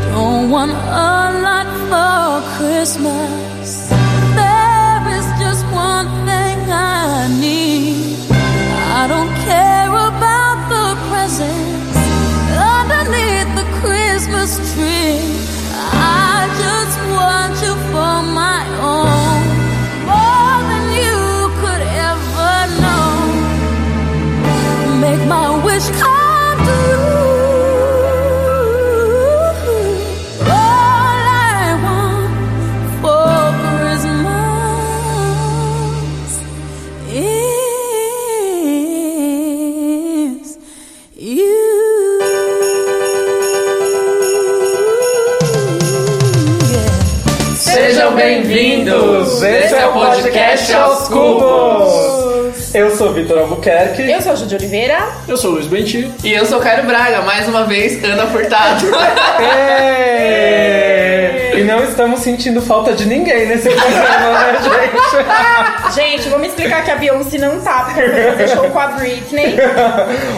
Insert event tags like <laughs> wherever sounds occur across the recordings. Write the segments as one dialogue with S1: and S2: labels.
S1: I'm a lot for Christmas. There is just one thing I need. I don't care about the presents underneath the Christmas tree. I just want you for my own, more than you could ever know. Make my wish come true. All I want for Christmas is you. Yeah.
S2: Sejam bem-vindos! Esse é o podcast aos cubos!
S3: Eu sou Vitor Albuquerque.
S4: Eu sou a Júlia Oliveira.
S5: Eu sou o Luiz Benti.
S2: E eu sou Cairo Braga, mais uma vez, Ana Furtado.
S3: <laughs> E não estamos sentindo falta de ninguém nesse programa, né, gente?
S4: <laughs> Gente,
S3: <laughs>
S4: vamos explicar que a Beyoncé não tá, porque ela foi fazer show com a Britney.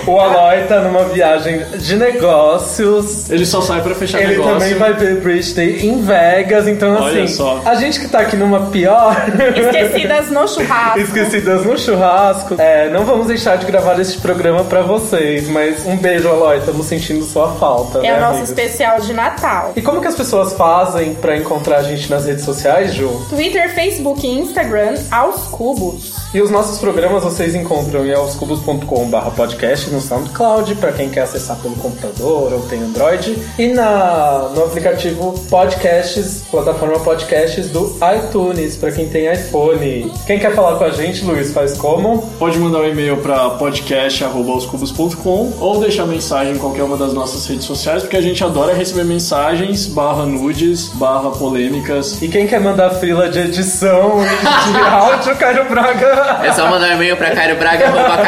S3: O Aloy tá numa viagem de negócios.
S5: Ele só sai pra fechar
S3: Ele
S5: negócio.
S3: também vai ver Britney em Vegas, então
S5: Olha
S3: assim,
S5: só.
S3: a gente que tá aqui numa pior,
S4: Esquecidas no churrasco.
S3: esquecidas no churrasco, é, não vamos deixar de gravar este programa pra vocês, mas um beijo, Aloy, estamos sentindo sua falta,
S4: É
S3: né,
S4: o nosso
S3: amigos?
S4: especial de Natal.
S3: E como que as pessoas fazem pra encontrar a gente nas redes sociais, Ju?
S4: Twitter, Facebook e Instagram aos cubos.
S3: E os nossos programas vocês encontram em aoscubos.com.br podcast no SoundCloud, pra quem quer acessar pelo computador ou tem Android, e na, no aplicativo Podcasts, plataforma Podcasts do iTunes, pra quem tem iPhone. Quem quer falar com a gente, Luiz, faz como?
S5: Pode mandar um e-mail pra podcast.com ou deixar mensagem em qualquer uma das nossas redes sociais, porque a gente adora receber mensagens, barra nudes, barra polêmicas.
S3: E quem quer mandar fila de edição <laughs> e de áudio, Caio Braga?
S2: É só mandar um e-mail pra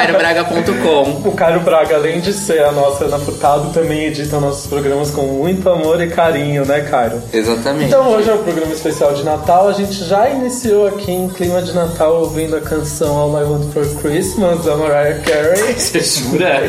S2: cairobraga.com.
S3: O Caio Braga, além de ser a nossa Ana Furtado, também edita nossos programas com muito amor e carinho, né, Caio?
S2: Exatamente.
S3: Então hoje é um programa especial de Natal. A gente já iniciou aqui em clima de Natal ouvindo a canção All I Want for Christmas da Mariah
S2: <laughs>
S3: Carey.
S5: Você jura?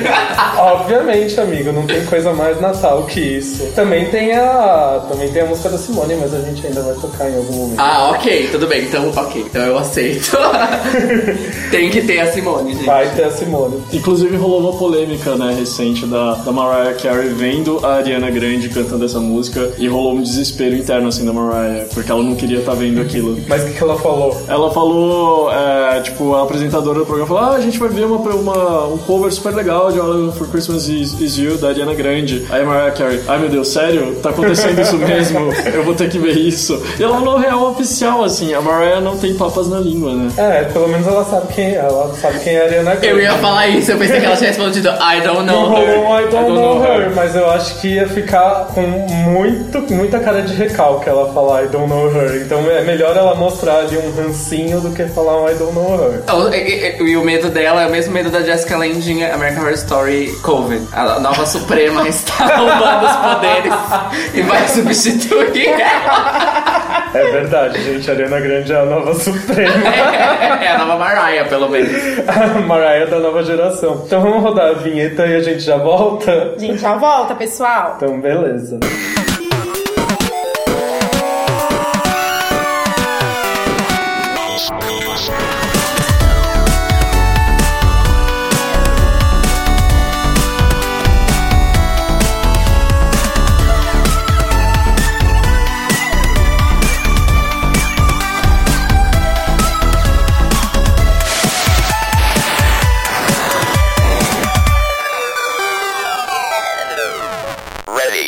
S3: Obviamente, amigo, não tem coisa mais Natal que isso. Também tem a também tem a música da Simone, mas a gente ainda vai tocar em algum momento.
S2: Ah, ok, tudo bem. Então, ok, então eu aceito. <laughs> Tem que ter a Simone, gente.
S3: Vai ter a Simone.
S5: Inclusive rolou uma polêmica, né, recente da, da Mariah Carey vendo a Ariana Grande cantando essa música e rolou um desespero interno, assim, da Mariah, porque ela não queria estar vendo aquilo.
S3: Mas o que, que ela falou?
S5: Ela falou, é, tipo, a apresentadora do programa falou: Ah, a gente vai ver uma, uma- um cover super legal de All I Want for Christmas is, Is You da Ariana Grande. Aí a Mariah Carey, ai meu Deus, sério? Tá acontecendo isso mesmo? Eu vou ter que ver isso. E ela falou real oficial, assim: a Mariah não tem papas na língua, né?
S3: É, pelo menos ela sabe quem ela sabe quem é a Ariana Grande.
S2: Eu ia falar isso, eu pensei que ela tinha respondido I don't
S3: Não
S2: know her.
S3: rolou um I don't, know her, mas eu acho que ia ficar com muito, muita cara de recalque ela falar I don't know her. Então é melhor ela mostrar ali um rancinho do que falar um I don't know her.
S2: Então, E, e- e o medo dela é o mesmo medo da Jessica Lange em American Horror Story Coven. A nova <laughs> Suprema está roubando os poderes e vai substituir ela.
S3: É verdade, gente. A Ariana Grande é a nova suprema.
S2: É, a nova Mariah, pelo menos.
S3: <laughs> A Mariah é da nova geração. Então vamos rodar a vinheta e a gente já volta.
S4: Gente, já volta, pessoal.
S3: Então, beleza.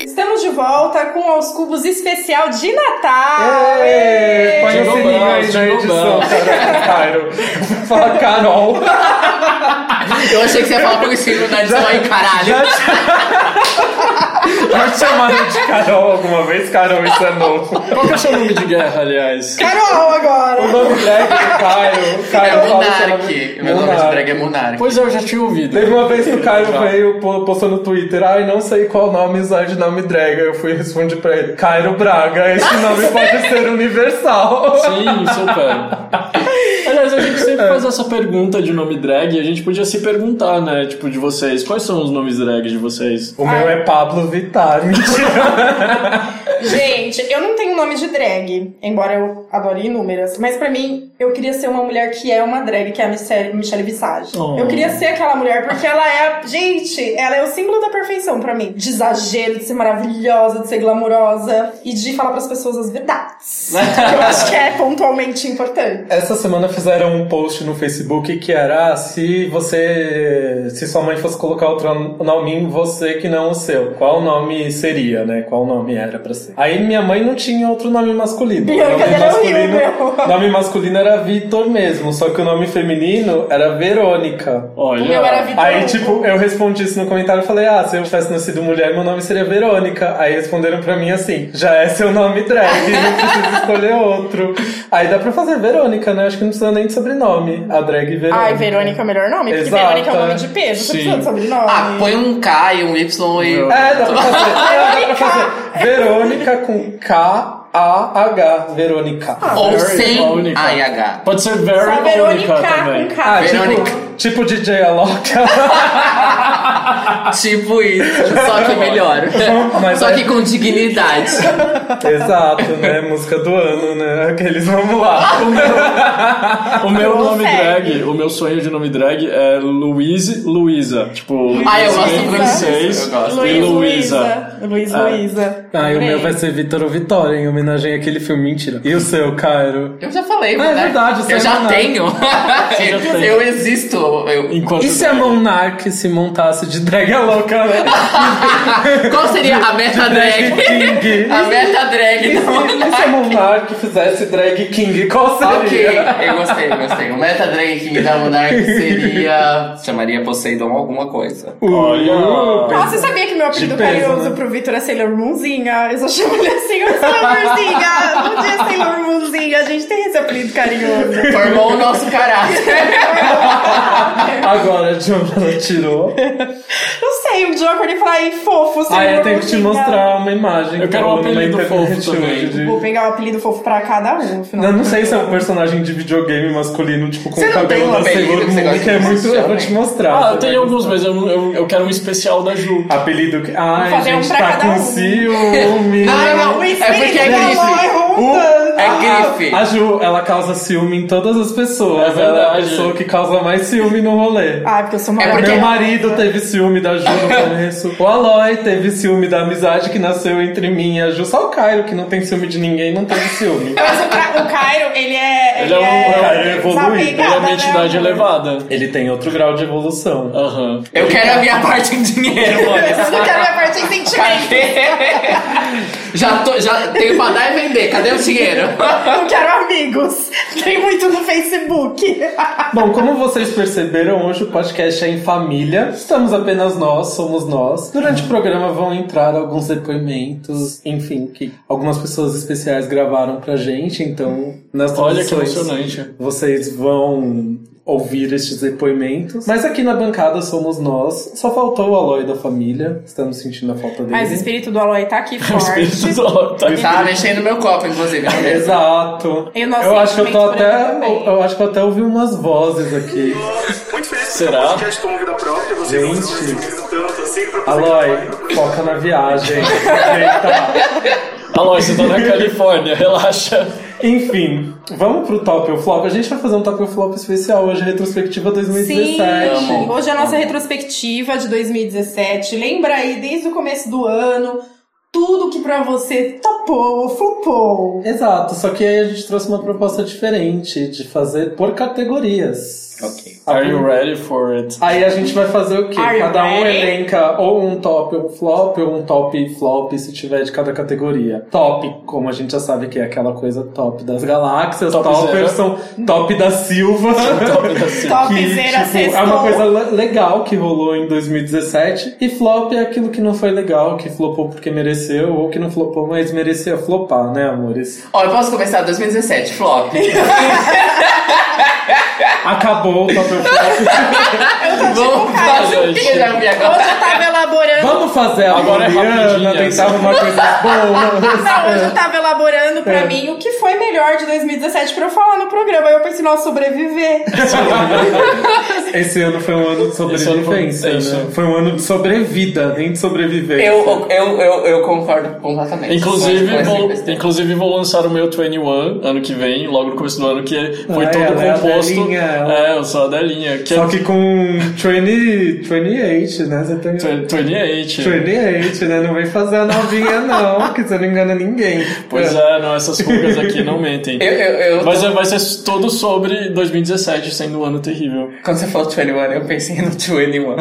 S4: Estamos de volta com aos cubos especial de Natal.
S3: Ê, Põe
S5: Jingle
S3: o sininho aí
S5: bells,
S3: na
S5: jingle
S3: edição, cara. Cairo. Fala, Carol.
S2: Eu achei que você ia falar com o Silvio da edição aí, caralho.
S3: Já te- Já te chamaram de Carol alguma vez? Carol, isso é novo.
S5: Qual que é o seu nome de guerra, aliás?
S4: Carol agora.
S3: O nome drag do Caio. Caio
S2: É
S3: fala seu nome-
S2: Monark. Meu nome de
S3: Monark.
S2: drag é Monark.
S5: Pois é, eu já tinha ouvido.
S3: Teve uma vez que o Caio veio, po- postou no Twitter, ai, não sei qual nome usar de nome drag. Aí Eu fui responder pra ele, Cairo Braga, esse nome é pode ser universal.
S5: Sim, super. Aliás, a
S3: <laughs>
S5: gente sempre faz essa pergunta de nome drag e a gente podia se perguntar, né? Tipo, de vocês, quais são os nomes drag de vocês? <laughs>
S3: O meu é Pablo Vittar, mentira.
S4: Gente, eu não tenho nome de drag, embora eu adore inúmeras, mas pra mim, eu queria ser uma mulher que é uma drag, que é a Michelle, Michelle Visage.
S5: Oh.
S4: Eu queria ser aquela mulher porque ela é a. Gente, ela é o símbolo da perfeição pra mim. De exagero, de ser maravilhosa, de ser glamourosa e de falar pras pessoas as verdades. que eu acho que é pontualmente importante.
S3: Essa semana fizeram um post no Facebook que era ah, se você. Se sua mãe fosse colocar outro nome em você que não o seu, qual nome seria, né? Qual nome era pra ser? Aí minha mãe não tinha outro nome masculino.
S4: Bianca
S3: nome
S4: Del Rio, meu.
S3: nome masculino era Vitor mesmo, só que o nome feminino era Verônica.
S5: Olha.
S4: O meu era Vitor
S3: Aí,
S4: Hugo.
S3: tipo, eu respondi isso no comentário e falei: Ah, se eu tivesse nascido mulher, meu nome seria Verônica. Aí responderam pra mim assim: Já é seu nome drag, não precisa escolher outro. Aí dá pra fazer Verônica, né? Acho que não precisa nem de sobrenome. A drag Verônica.
S4: Ai, Verônica é o melhor nome, porque
S3: Exato,
S4: Verônica é o
S3: é.
S4: nome de peso, você
S5: Sim.
S4: precisa de sobrenome.
S2: Ah, põe um K e um Y e.
S5: Não.
S3: É, dá pra fazer. É,
S2: <laughs>
S3: dá pra fazer. Verônica com K-A-H. Verônica.
S2: Ou
S5: Very
S2: sem
S5: Veronica.
S2: A e H.
S5: é Pode ser
S4: Só
S5: Very
S4: Verônica
S5: Verônica
S4: com
S5: também.
S4: K. Ah,
S2: Verônica.
S3: Ah, Tipo, tipo DJ Alok.
S2: <laughs> Tipo isso, só que melhor.
S3: <laughs> Mas
S2: só
S3: é-
S2: que com dignidade.
S3: <laughs> Exato, né? Música do ano, né? Aqueles, vamos lá.
S5: O meu nome
S4: Consegue.
S5: drag, o meu sonho de nome drag é Louise Luísa. Tipo,
S2: Ah, eu
S5: Luísa
S2: gosto
S5: em
S2: do
S5: francês
S2: francês, eu gosto.
S5: e
S4: Luiz
S5: Luísa.
S4: Luísa. Luiz
S5: Ah.
S4: Luísa.
S3: Ah, e o meu
S4: Adorei.
S3: vai ser Vitor ou Vitória, em homenagem àquele filme Mentira. E o seu, Cairo?
S2: Eu já falei,
S3: Ah, é
S2: né?
S3: verdade, você
S2: Eu
S3: é
S2: já
S3: monarca.
S4: <laughs>
S2: tenho.
S5: já tem.
S2: Eu existo. Eu...
S5: Enquanto
S3: E se a Monark se montasse de drag louca, né?
S2: <laughs> <laughs> Qual seria a meta
S3: <laughs> drag
S2: drag?
S3: king.
S2: A meta drag
S3: E
S2: da
S3: se, e se a Monark fizesse drag king, qual
S2: Ok,
S3: seria?
S2: eu gostei, eu gostei. O meta drag king da Monark um seria. Chamaria Poseidon alguma coisa.
S5: Olha.
S4: Nossa, você sabia que meu apelido
S3: De peso,
S4: carinhoso
S3: né?
S4: pro Victor é Sailor Moonzinha? Eu só chamo ele assim, "Ô, Sailor Moonzinha! Bom dia, Sailor Moonzinha! A gente tem esse apelido carinhoso.
S2: Formou o nosso caráter.
S3: Agora, Jonathan tirou.
S4: Não sei, o John acordei e falei, fofo, Sailor
S3: Aí eu tenho Ah, é, que te
S4: Moonzinha."
S3: mostrar uma imagem.
S5: Eu quero
S3: que
S5: um
S3: rolou na
S5: apelido
S3: internet
S5: fofo também.
S3: hoje.
S4: Vou pegar o apelido fofo pra cada um no final.
S3: Eu não sei se é um personagem de videogame masculino, tipo, com
S2: Você
S3: o
S2: não tem
S3: cabelo
S2: um
S3: da
S2: apelido
S3: Sailor
S2: que você
S3: Moon,
S2: gosta
S3: que é
S2: de né?
S3: muito... Eu vou
S2: chamar?
S3: te mostrar. né?
S5: Ah,
S3: você
S5: eu
S3: vai
S5: tenho alguns, mas eu, não- eu, eu quero um especial da Ju.
S3: Apelido que. Ai,
S4: fazer um
S3: gente,
S4: pra
S3: tá
S4: cada
S3: com
S4: um. <laughs>
S3: ciúme.
S2: Não, não,
S4: O
S2: É
S4: espírito
S2: porque é
S4: da
S2: grife.
S4: mãe
S3: O-
S4: ronda.
S2: É grife.
S3: A Ju, ela causa ciúme em todas as pessoas.
S5: É verdade.
S3: Ela é a pessoa que causa mais ciúme no rolê.
S4: Ah, porque eu sou uma
S2: É
S4: mulher.
S2: porque-
S3: Meu marido teve ciúme da Ju
S2: <laughs>
S3: no começo. O Aloy teve ciúme da amizade que nasceu entre mim e a Ju. Só o Cairo, que não tem ciúme de ninguém, não teve ciúme.
S4: Mas o, Ca- o Cairo, <laughs> ele é.
S5: Ele é um-
S3: Cairo é evoluído,
S4: desapegado,
S5: Ele é uma
S4: né,
S5: entidade
S4: amor?
S5: elevada.
S3: Ele tem outro grau de evolução. é
S5: Aham.
S2: Eu quero a minha <laughs> parte em dinheiro,
S4: Eu não quero minha parte em sentimento.
S2: <laughs> já, tô, já tenho pra dar e vender. Cadê o dinheiro?
S4: Não quero amigos. Tem muito no Facebook.
S3: Bom, como vocês perceberam, hoje o podcast é em família. Estamos apenas nós, somos nós. Durante o programa vão entrar alguns depoimentos, enfim, que algumas pessoas especiais gravaram pra gente, então nas
S5: Olha que
S3: transições
S5: emocionante.
S3: vocês vão ouvir estes depoimentos. Mas aqui na bancada somos nós. Só faltou o Aloy da família. Estamos sentindo a falta dele.
S4: Mas o espírito do Aloy tá
S3: <laughs>
S4: aqui
S5: O
S4: forte.
S5: espírito do... tá
S2: Tava mexendo no meu copo, inclusive. né? na mesa.
S3: Exato.
S4: E o nosso
S3: eu acho que eu tô
S4: sentimento por ele
S3: até.
S4: também.
S3: Eu, eu acho que eu até ouvi umas vozes aqui.
S6: Muito feliz que
S5: Será?
S6: o podcast tomou vida própria, vocês não se
S3: Gente.
S6: divertindo tanto assim pra poder
S3: Aloy,
S6: gravar.
S3: foca na
S6: <laughs>
S3: viagem. Eita.
S5: Alô, você tá na Califórnia, relaxa.
S3: Enfim, vamos pro Top ou Flop. A gente vai fazer um Top ou Flop especial hoje, retrospectiva 2017.
S2: Amo.
S4: hoje é a nossa retrospectiva de 2017. Lembra aí, desde o começo do ano, tudo que pra você topou, flopou.
S3: Exato, só que aí a gente trouxe uma proposta diferente de fazer por categorias.
S2: Ok.
S3: A
S5: Are you
S3: prim-
S5: ready for it?
S3: Aí a gente vai fazer o quê?
S4: Are you
S3: Cada um
S4: ready?
S3: elenca ou um top ou um flop, ou um top e flop, se tiver de cada categoria. Top, como a gente já sabe que é aquela coisa top das galáxias,
S5: Top
S3: toppers
S5: zero.
S3: são top da Silva.
S5: <laughs> Top assim. da Silva.
S4: Topzera
S3: é
S4: sextou.
S3: uma coisa le- legal que rolou em 2017. E flop é aquilo que não foi legal, que flopou porque mereceu, ou que não flopou, mas merecia flopar, né, amores?
S2: Ó, eu posso começar 2017, flop.
S3: Acabou o top ou
S4: <laughs>
S3: flop.
S4: tipo,
S2: Vamos fazer o que já vi agora?
S4: Hoje eu tava elaborando.
S3: Vamos fazer a
S5: Agora é
S3: Juliana
S5: rapidinho,
S3: tentar
S5: assim.
S3: uma coisa boa. É.
S4: Não, hoje eu tava elaborando pra mim o que foi
S3: <laughs>
S4: melhor de 2017 pra eu falar no programa. Aí eu pensei, nossa, sobreviver.
S3: Esse ano foi um ano de sobrevivência.
S5: Esse ano foi-
S3: né? Foi um ano de sobrevida, nem de sobrevivência.
S2: Eu, eu, eu, eu concordo completamente.
S5: Inclusive,
S2: Mas,
S5: vou,
S2: mas, mas,
S5: inclusive vou lançar o meu 21 ano que vem, logo no começo do ano, que foi
S3: Ah,
S5: todo
S3: ela é a
S5: composto.
S3: Adelinha, ela-
S5: é, eu sou a Adelinha. Que
S3: Só
S5: é
S3: que com 20, 28, né? Você tem.
S5: 28.
S3: 28, né? Não vem fazer a novinha, não, que você não engana ninguém.
S5: Pois é, não, essas rugas aqui não mentem.
S2: Eu, eu, eu,
S5: Mas é- vai ser todo sobre 2017 sendo um ano terrível.
S2: Quando você falou 21, eu pensei no 21.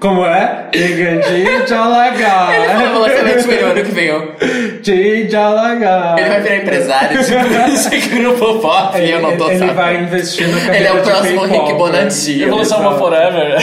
S3: Como é? Engandia de alagar.
S2: Ele falou, você vai 21 ano que vem. eu-
S3: De alagar.
S2: Ele vai virar empresário,
S3: <laughs>
S2: tipo, isso aqui no Popop, e eu não tô
S3: Ele
S2: sabendo.
S3: vai investir na carreira
S2: Ele é o
S3: de
S2: próximo
S3: K-pop,
S2: Rick
S3: né?
S2: Bonanti.
S5: Eu vou lançar uma Forever.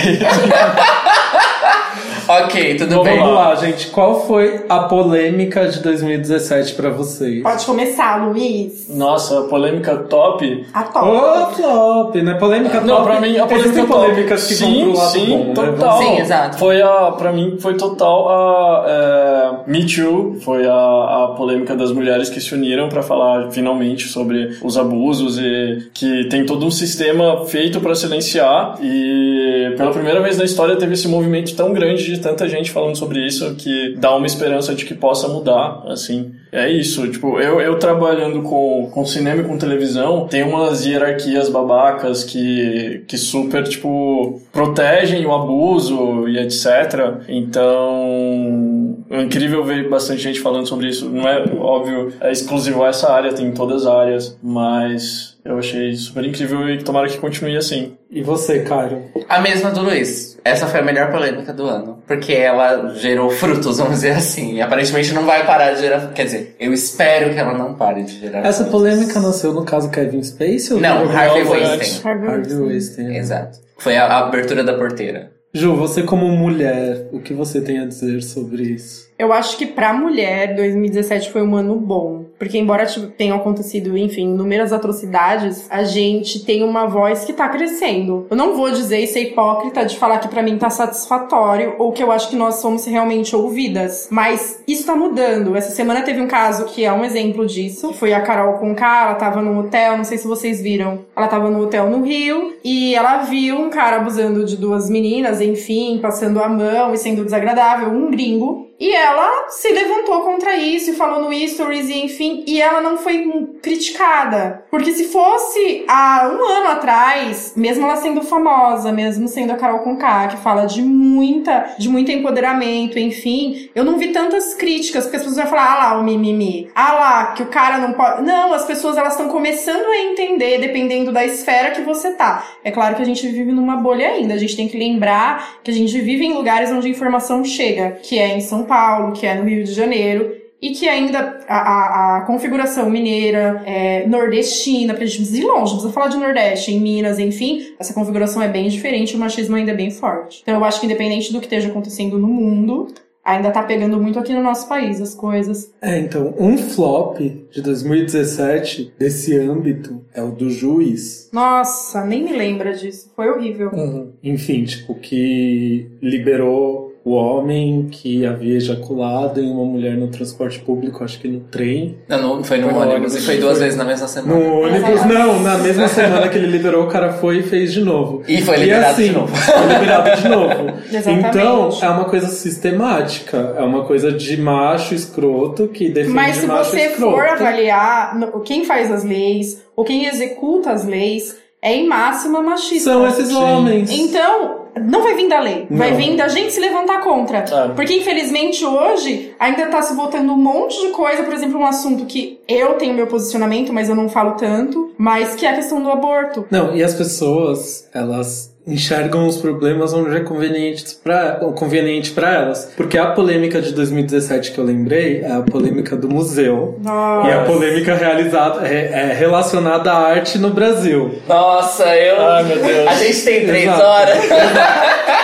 S2: Ok, tudo
S5: Vamos
S2: bem.
S3: Vamos lá, gente. Qual foi a polêmica de 2017 pra vocês?
S4: Pode começar, Luiz.
S5: Nossa, polêmica top.
S4: A
S3: Ô,
S4: top.
S3: flop, né? Polêmica
S5: Não,
S3: top.
S5: pra mim a polêmica
S3: Existem
S5: top.
S3: polêmicas que
S5: sim,
S3: vão pro lado
S5: sim,
S3: bom, né?
S5: total.
S2: Sim, exato.
S5: Foi a, pra mim foi total a é, Me Too, foi a, a polêmica das mulheres que se uniram pra falar finalmente sobre os abusos e que tem todo um sistema feito pra silenciar e pela primeira vez na história teve esse movimento tão grande de tanta gente falando sobre isso que dá uma esperança de que possa mudar, assim. É isso, tipo, eu, eu trabalhando com, com cinema e com televisão, tem umas hierarquias babacas que, que super, tipo, protegem o abuso e etc. Então, é incrível ver bastante gente falando sobre isso. Não é, óbvio, é exclusivo a essa área, tem em todas as áreas, mas eu achei super incrível e tomara que continue assim.
S3: E você, Cairo?
S2: A mesma do Luiz. Essa foi a melhor polêmica do ano. Porque ela gerou frutos, vamos dizer assim. E aparentemente não vai parar de gerar. Quer dizer, eu espero que ela não pare de gerar.
S3: Essa
S2: frutos.
S3: polêmica nasceu no caso Kevin Space ou
S2: Não, Harvey
S5: Não, foi antes.
S2: Weinstein.
S3: Harvey Weinstein.
S2: Exato. Foi a, a abertura da porteira.
S3: Ju, você como mulher, o que você tem a dizer sobre isso?
S4: Eu acho que pra mulher, 2017 foi um ano bom. Porque embora tipo, tenham acontecido, enfim, inúmeras atrocidades, a gente tem uma voz que tá crescendo. Eu não vou dizer e ser hipócrita de falar que pra mim tá satisfatório ou que eu acho que nós somos realmente ouvidas. Mas isso tá mudando. Essa semana teve um caso que é um exemplo disso. Foi a Carol Conká, ela tava num hotel, não sei se vocês viram. Ela tava num hotel no Rio e ela viu um cara abusando de duas meninas, enfim, passando a mão e sendo desagradável, um gringo. E ela se levantou contra isso e falou no stories e enfim, e ela não foi hum, criticada. Porque se fosse há um ano atrás, mesmo ela sendo famosa, mesmo sendo a Carol Conká, que fala de muita, de muito empoderamento, enfim, eu não vi tantas críticas, porque as pessoas vão falar, ah lá, o mimimi, ah lá, que o cara não pode... Não, as pessoas, elas estão começando a entender, dependendo da esfera que você tá. É claro que a gente vive numa bolha ainda, a gente tem que lembrar que a gente vive em lugares onde a informação chega, que é em São Paulo, que é no Rio de Janeiro, e que ainda a, a- a configuração mineira, é, nordestina, porque a gente precisa ir longe, precisa falar de Nordeste, em Minas, enfim, essa configuração é bem diferente, o machismo ainda é bem forte. Então eu acho que independente do que esteja acontecendo no mundo, ainda tá pegando muito aqui no nosso país as coisas.
S3: É, então, um flop de 2017 desse âmbito é o do juiz.
S4: Nossa, nem me lembra disso, foi horrível.
S3: Uhum. Enfim, tipo, que liberou o homem que havia ejaculado em uma mulher no transporte público, acho que no trem.
S2: Não, não foi no
S3: Foi no
S2: ônibus,
S3: ônibus,
S2: e foi
S3: sim,
S2: duas
S3: foi.
S2: vezes na mesma semana.
S3: No ônibus,
S4: Mas é aí-
S3: não, na mesma semana que ele liberou, o cara foi e fez de novo.
S2: E foi liberado
S3: assim,
S2: de novo.
S3: Foi liberado de
S2: <laughs>
S3: novo.
S4: Exatamente.
S3: Então, é uma coisa sistemática, é uma coisa de macho escroto que defende
S4: Mas se
S3: macho
S4: você
S3: escroto.
S4: for avaliar no- quem faz as leis ou quem executa as leis, é em máxima machista.
S3: São esses homens.
S4: Então, não vai vir da lei, vai
S3: Não. É.
S4: vir da gente se levantar contra.
S5: Ah.
S4: Porque, infelizmente, hoje ainda tá se votando um monte de coisa, por exemplo, um assunto que eu tenho meu posicionamento, mas eu não falo tanto, mas que é a questão do aborto.
S3: Não, e as pessoas, elas enxergam os problemas onde é conveniente pra, conveniente pra elas. Porque a polêmica de 2017 que eu lembrei é a polêmica do museu.
S4: Nossa.
S3: E a polêmica realizada, é, é relacionada à arte no Brasil.
S2: Nossa, eu.
S5: Ai, meu Deus.
S2: A gente tem três
S3: Exato.
S2: horas.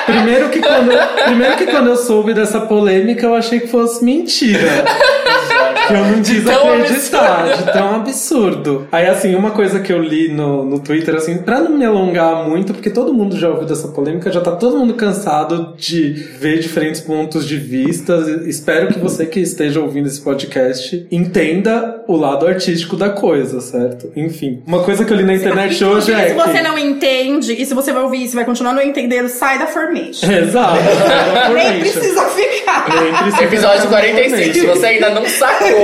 S3: Primeiro que, quando, primeiro que quando eu soube dessa polêmica, eu achei que fosse mentira. que eu não
S2: De
S3: quis
S2: tão
S3: acreditar,
S2: absurdo.
S3: de tão absurdo. Aí, assim, uma coisa que eu li no, no Twitter, assim, pra não me alongar muito, porque todo mundo já ouviu dessa polêmica, já tá todo mundo cansado de ver diferentes pontos de vista. Espero que você que esteja ouvindo esse podcast entenda o lado artístico da coisa, certo? Enfim, uma coisa que eu li na internet hoje
S4: Inclusive,
S3: é.
S4: se você
S3: que-
S4: não entende, e se você vai ouvir isso e vai continuar não entendendo, sai da Formation.
S2: <laughs>
S3: Exato.
S4: Nem precisa ficar.
S3: Nem precisa.
S2: Episódio 45, se você ainda não sacou,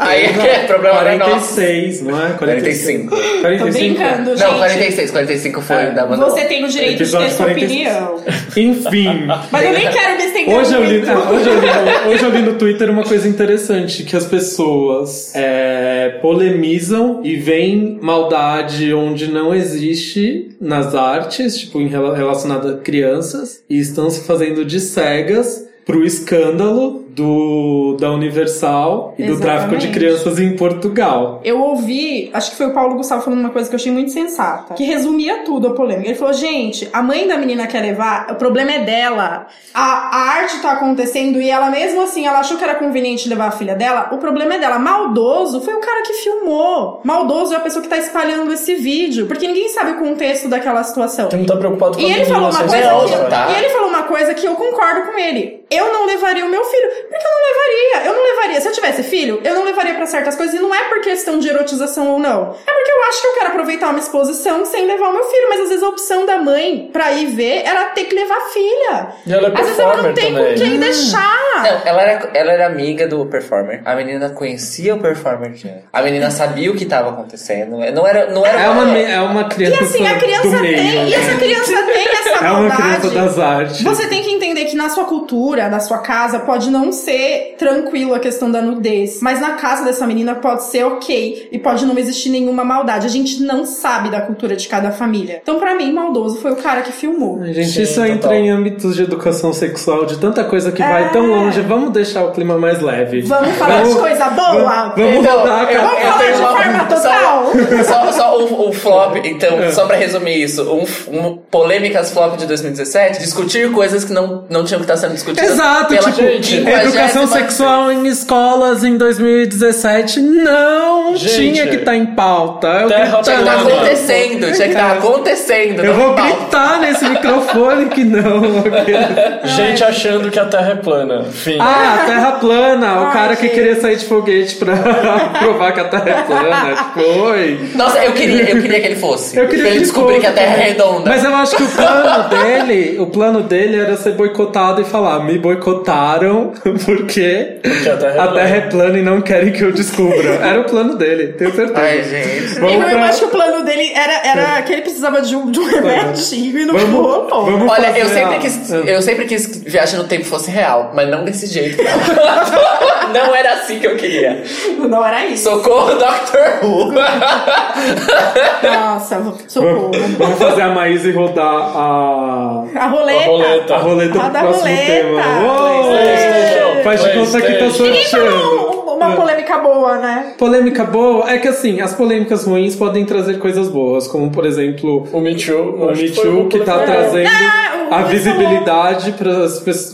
S2: aí é <laughs> problema da nossa.
S3: 46, não é?
S2: 45.
S3: 45.
S4: Tô brincando, gente.
S2: Não, 46, 45 foi
S3: É.
S2: da banda.
S4: Você tem o direito de ter
S3: Episódio
S4: sua
S3: 46.
S4: opinião.
S2: <laughs>
S3: Enfim.
S4: Mas eu nem quero me estender
S3: Hoje eu, li,
S4: muito.
S3: é, hoje, eu li no, hoje eu li no Twitter uma coisa interessante, que as pessoas é, polemizam e veem maldade onde não existe nas artes, tipo, em rela- relacionada a crianças, e estão se fazendo de cegas pro escândalo do, da Universal e do tráfico de
S4: Exatamente.
S3: crianças em Portugal.
S4: Eu ouvi, acho que foi o Paulo Gustavo falando uma coisa que eu achei muito sensata, que resumia tudo a polêmica. Ele falou: gente, a mãe da menina quer levar, o problema é dela. A, a arte tá acontecendo e ela, mesmo assim, ela achou que era conveniente levar a filha dela, o problema é dela. Maldoso foi o cara que filmou. Maldoso é a pessoa que tá espalhando esse vídeo, porque ninguém sabe o contexto daquela situação.
S5: Você não tá preocupado com
S4: E
S5: a né?
S4: ele falou uma
S5: menina,
S4: coisa
S5: você
S2: não,
S4: que eu,
S2: tá.
S4: e ele falou uma coisa que eu concordo com ele. Eu não levaria o meu filho. Porque eu não levaria. Eu não levaria. Se eu tivesse filho, eu não levaria pra certas coisas. E não é por questão de erotização ou não. É porque eu acho que eu quero aproveitar uma exposição sem levar o meu filho. Mas às vezes a opção da mãe pra ir ver era ter que levar a filha.
S5: E ela é
S4: às vezes ela não
S5: performer
S4: tem
S5: também.
S4: com
S3: né?
S4: quem deixar.
S2: Não, ela era, ela era amiga do performer. A menina conhecia o performer. já. A menina sabia o que tava acontecendo. Não era, não era
S3: É uma, me- é uma
S4: E
S3: criança
S4: assim, a
S3: do
S4: criança
S3: meio. né?
S4: tem. E essa criança tem essa
S3: É uma
S4: maldade.
S3: criança das artes.
S4: Você tem que entender que na sua cultura, na sua casa, pode não ser tranquilo a questão da nudez. Mas na casa dessa menina pode ser ok. E pode não existir nenhuma maldade. A gente não sabe da cultura de cada família. Então, pra mim, maldoso foi o cara que filmou.
S3: Ai, Gente,
S5: Sim,
S3: isso
S5: é total.
S3: entra em âmbitos de educação sexual, de tanta coisa que vai tão longe. Vamos deixar o clima mais leve.
S4: É. Vamos falar de coisa boa?
S3: Vamos mudar a
S2: eu-
S3: cara.
S2: eu
S4: Vamos
S2: tenho
S4: falar de forma
S2: uma-
S4: total?
S2: <laughs>
S4: <laughs>
S2: Só, só, só um, um flop, então, só pra resumir isso. Um, f- um polêmicas flop de 2017, discutir coisas que não, não tinham que estar sendo discutidas.
S3: Exato,
S2: pela
S3: tipo,
S4: é
S3: educação
S2: 50ª
S3: sexual em escolas em 2017 não
S5: Gente,
S3: tinha que estar em pauta. É Eu,
S5: terra tá
S3: grito-
S2: Tinha que estar
S5: plana.
S2: acontecendo, tinha que
S4: tá
S2: estar acontecendo.
S3: tá É.
S2: um
S3: eu
S2: não
S3: vou
S2: falta.
S3: gritar nesse microfone que não.
S2: <laughs>
S5: Gente achando que a Terra é plana. Fim.
S3: Ah, terra plana, o
S4: Ai,
S3: cara que
S4: gente.
S3: queria sair de foguete pra <laughs> provar que a terra
S2: <laughs>
S3: é plana. Tipo, oi.
S2: Nossa, eu queria, eu queria que ele fosse.
S3: Eu queria
S2: pra
S3: que
S2: ele
S3: ele
S2: descobrir
S3: fosse.
S2: que a Terra é redonda.
S3: Mas eu acho que o plano dele, o plano dele era ser boicotado e falar: me boicotaram <laughs> porque
S5: a Terra é
S3: a Terra é plana e não querem que eu descubra. Era o plano dele, tenho certeza.
S2: Ai, gente.
S4: E
S3: Vamos
S4: eu
S3: pra- É.
S4: acho que o plano dele era, era que ele precisava de um, de um remedinho e não
S3: Vamos-
S4: rolou.
S3: vamos
S2: Olha, eu
S3: fazer
S2: sempre,
S3: a-
S2: quis, eu sempre quis que viagem no tempo fosse real, mas não desse jeito.
S3: <laughs>
S2: Não, Não era assim que eu queria.
S4: <laughs> Não era isso.
S2: Socorro, Dr. Who.
S4: <laughs> Nossa, socorro.
S3: Vamos fazer a Maíse rodar a,
S4: A roleta.
S5: A roleta.
S3: a roleta
S4: Ah,
S3: pro
S4: da
S3: próximo
S4: roleta.
S3: tema. Uou!
S5: PlayStation,
S3: Faz de conta que tá
S5: PlayStation.
S4: Ninguém
S3: sorteando.
S4: falou uma polêmica boa, né?
S3: Polêmica boa é que assim, as polêmicas ruins podem trazer coisas boas, como por exemplo,
S5: O Me Too.
S3: O
S5: acho
S3: Me
S5: foi
S3: Too
S5: uma
S3: que tá
S5: polêmica.
S3: trazendo
S4: Ah, o
S3: a
S4: Luiz
S3: visibilidade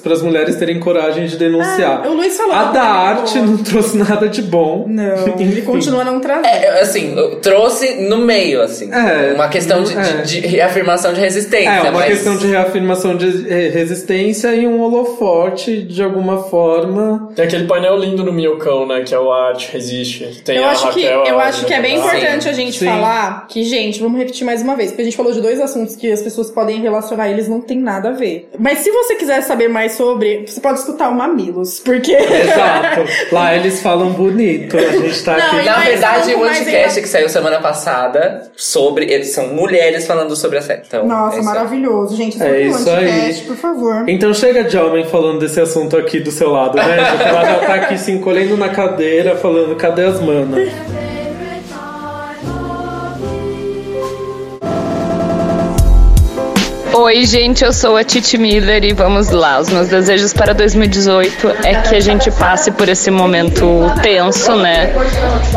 S3: para as mulheres terem coragem de denunciar.
S4: Ah, o Luiz falou
S3: a
S4: uma
S3: da
S4: coisa
S3: arte
S4: boa.
S3: não trouxe nada de bom.
S4: Não,
S3: <laughs> Enfim.
S4: ele continua não trazendo.
S2: É, eu, assim, eu trouxe no meio, assim.
S3: É,
S2: uma questão de, de-
S3: é.
S2: de reafirmação de resistência.
S3: É, uma
S2: mas-
S3: questão de reafirmação de eh, resistência e um holofote de alguma
S2: é
S5: <laughs>
S3: forma.
S5: Tem aquele painel lindo no Minhocão, né? Que é o Arte Resiste. Tem
S4: Eu
S5: a
S4: acho, que,
S5: Raquel,
S4: eu
S5: a
S4: acho que é bem
S5: Raquel.
S4: importante a gente
S3: Sim.
S4: falar que, gente, vamos repetir mais uma vez, porque a gente falou de dois assuntos que as pessoas podem relacionar e eles não têm nada a ver. Mas se você quiser saber mais sobre, você pode escutar o Mamilos, porque.
S3: Exato. Lá eles falam bonito, a gente tá
S4: Não,
S3: aqui.
S4: e-
S2: Na
S4: Mas
S2: verdade,
S4: não,
S2: o
S4: mas é
S2: podcast
S4: ainda-
S2: que saiu semana passada sobre. eles São mulheres falando sobre a série. Então,
S4: <laughs>
S2: é
S4: Nossa,
S2: isso aí.
S4: maravilhoso, gente.
S3: É
S4: escuta o
S3: isso aí.
S4: Anticast, por favor.
S3: Então chega de homem falando desse assunto aqui do seu lado, né? Porque Ela já tá aqui se encolhendo na cadeira, falando, cadê as manas?
S2: Hoje
S7: Oi, gente, eu sou a Titi Miller e vamos lá. Os meus desejos para 2018 é que a gente passe por esse momento tenso, né?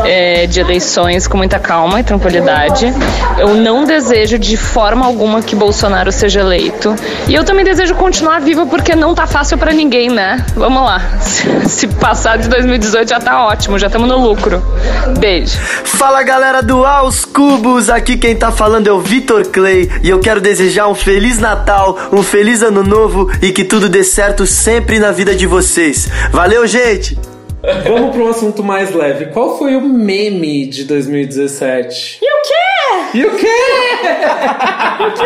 S7: é, de eleições com muita calma e tranquilidade. Eu não desejo de forma alguma que Bolsonaro seja eleito. E eu também desejo continuar viva porque não tá fácil para ninguém, né? Vamos lá. <laughs> Se, se passar de 2018 já tá ótimo, já estamos no lucro. Beijo.
S8: Fala galera do Aos Cubos, aqui quem tá falando é o Vitor Clay e eu quero desejar um feliz Natal, um feliz ano novo e que tudo dê certo sempre na vida de vocês. Valeu, gente!
S3: Vamos para um assunto mais leve. Qual foi o meme de 2017? E o quê?
S4: <laughs>
S3: E o quê?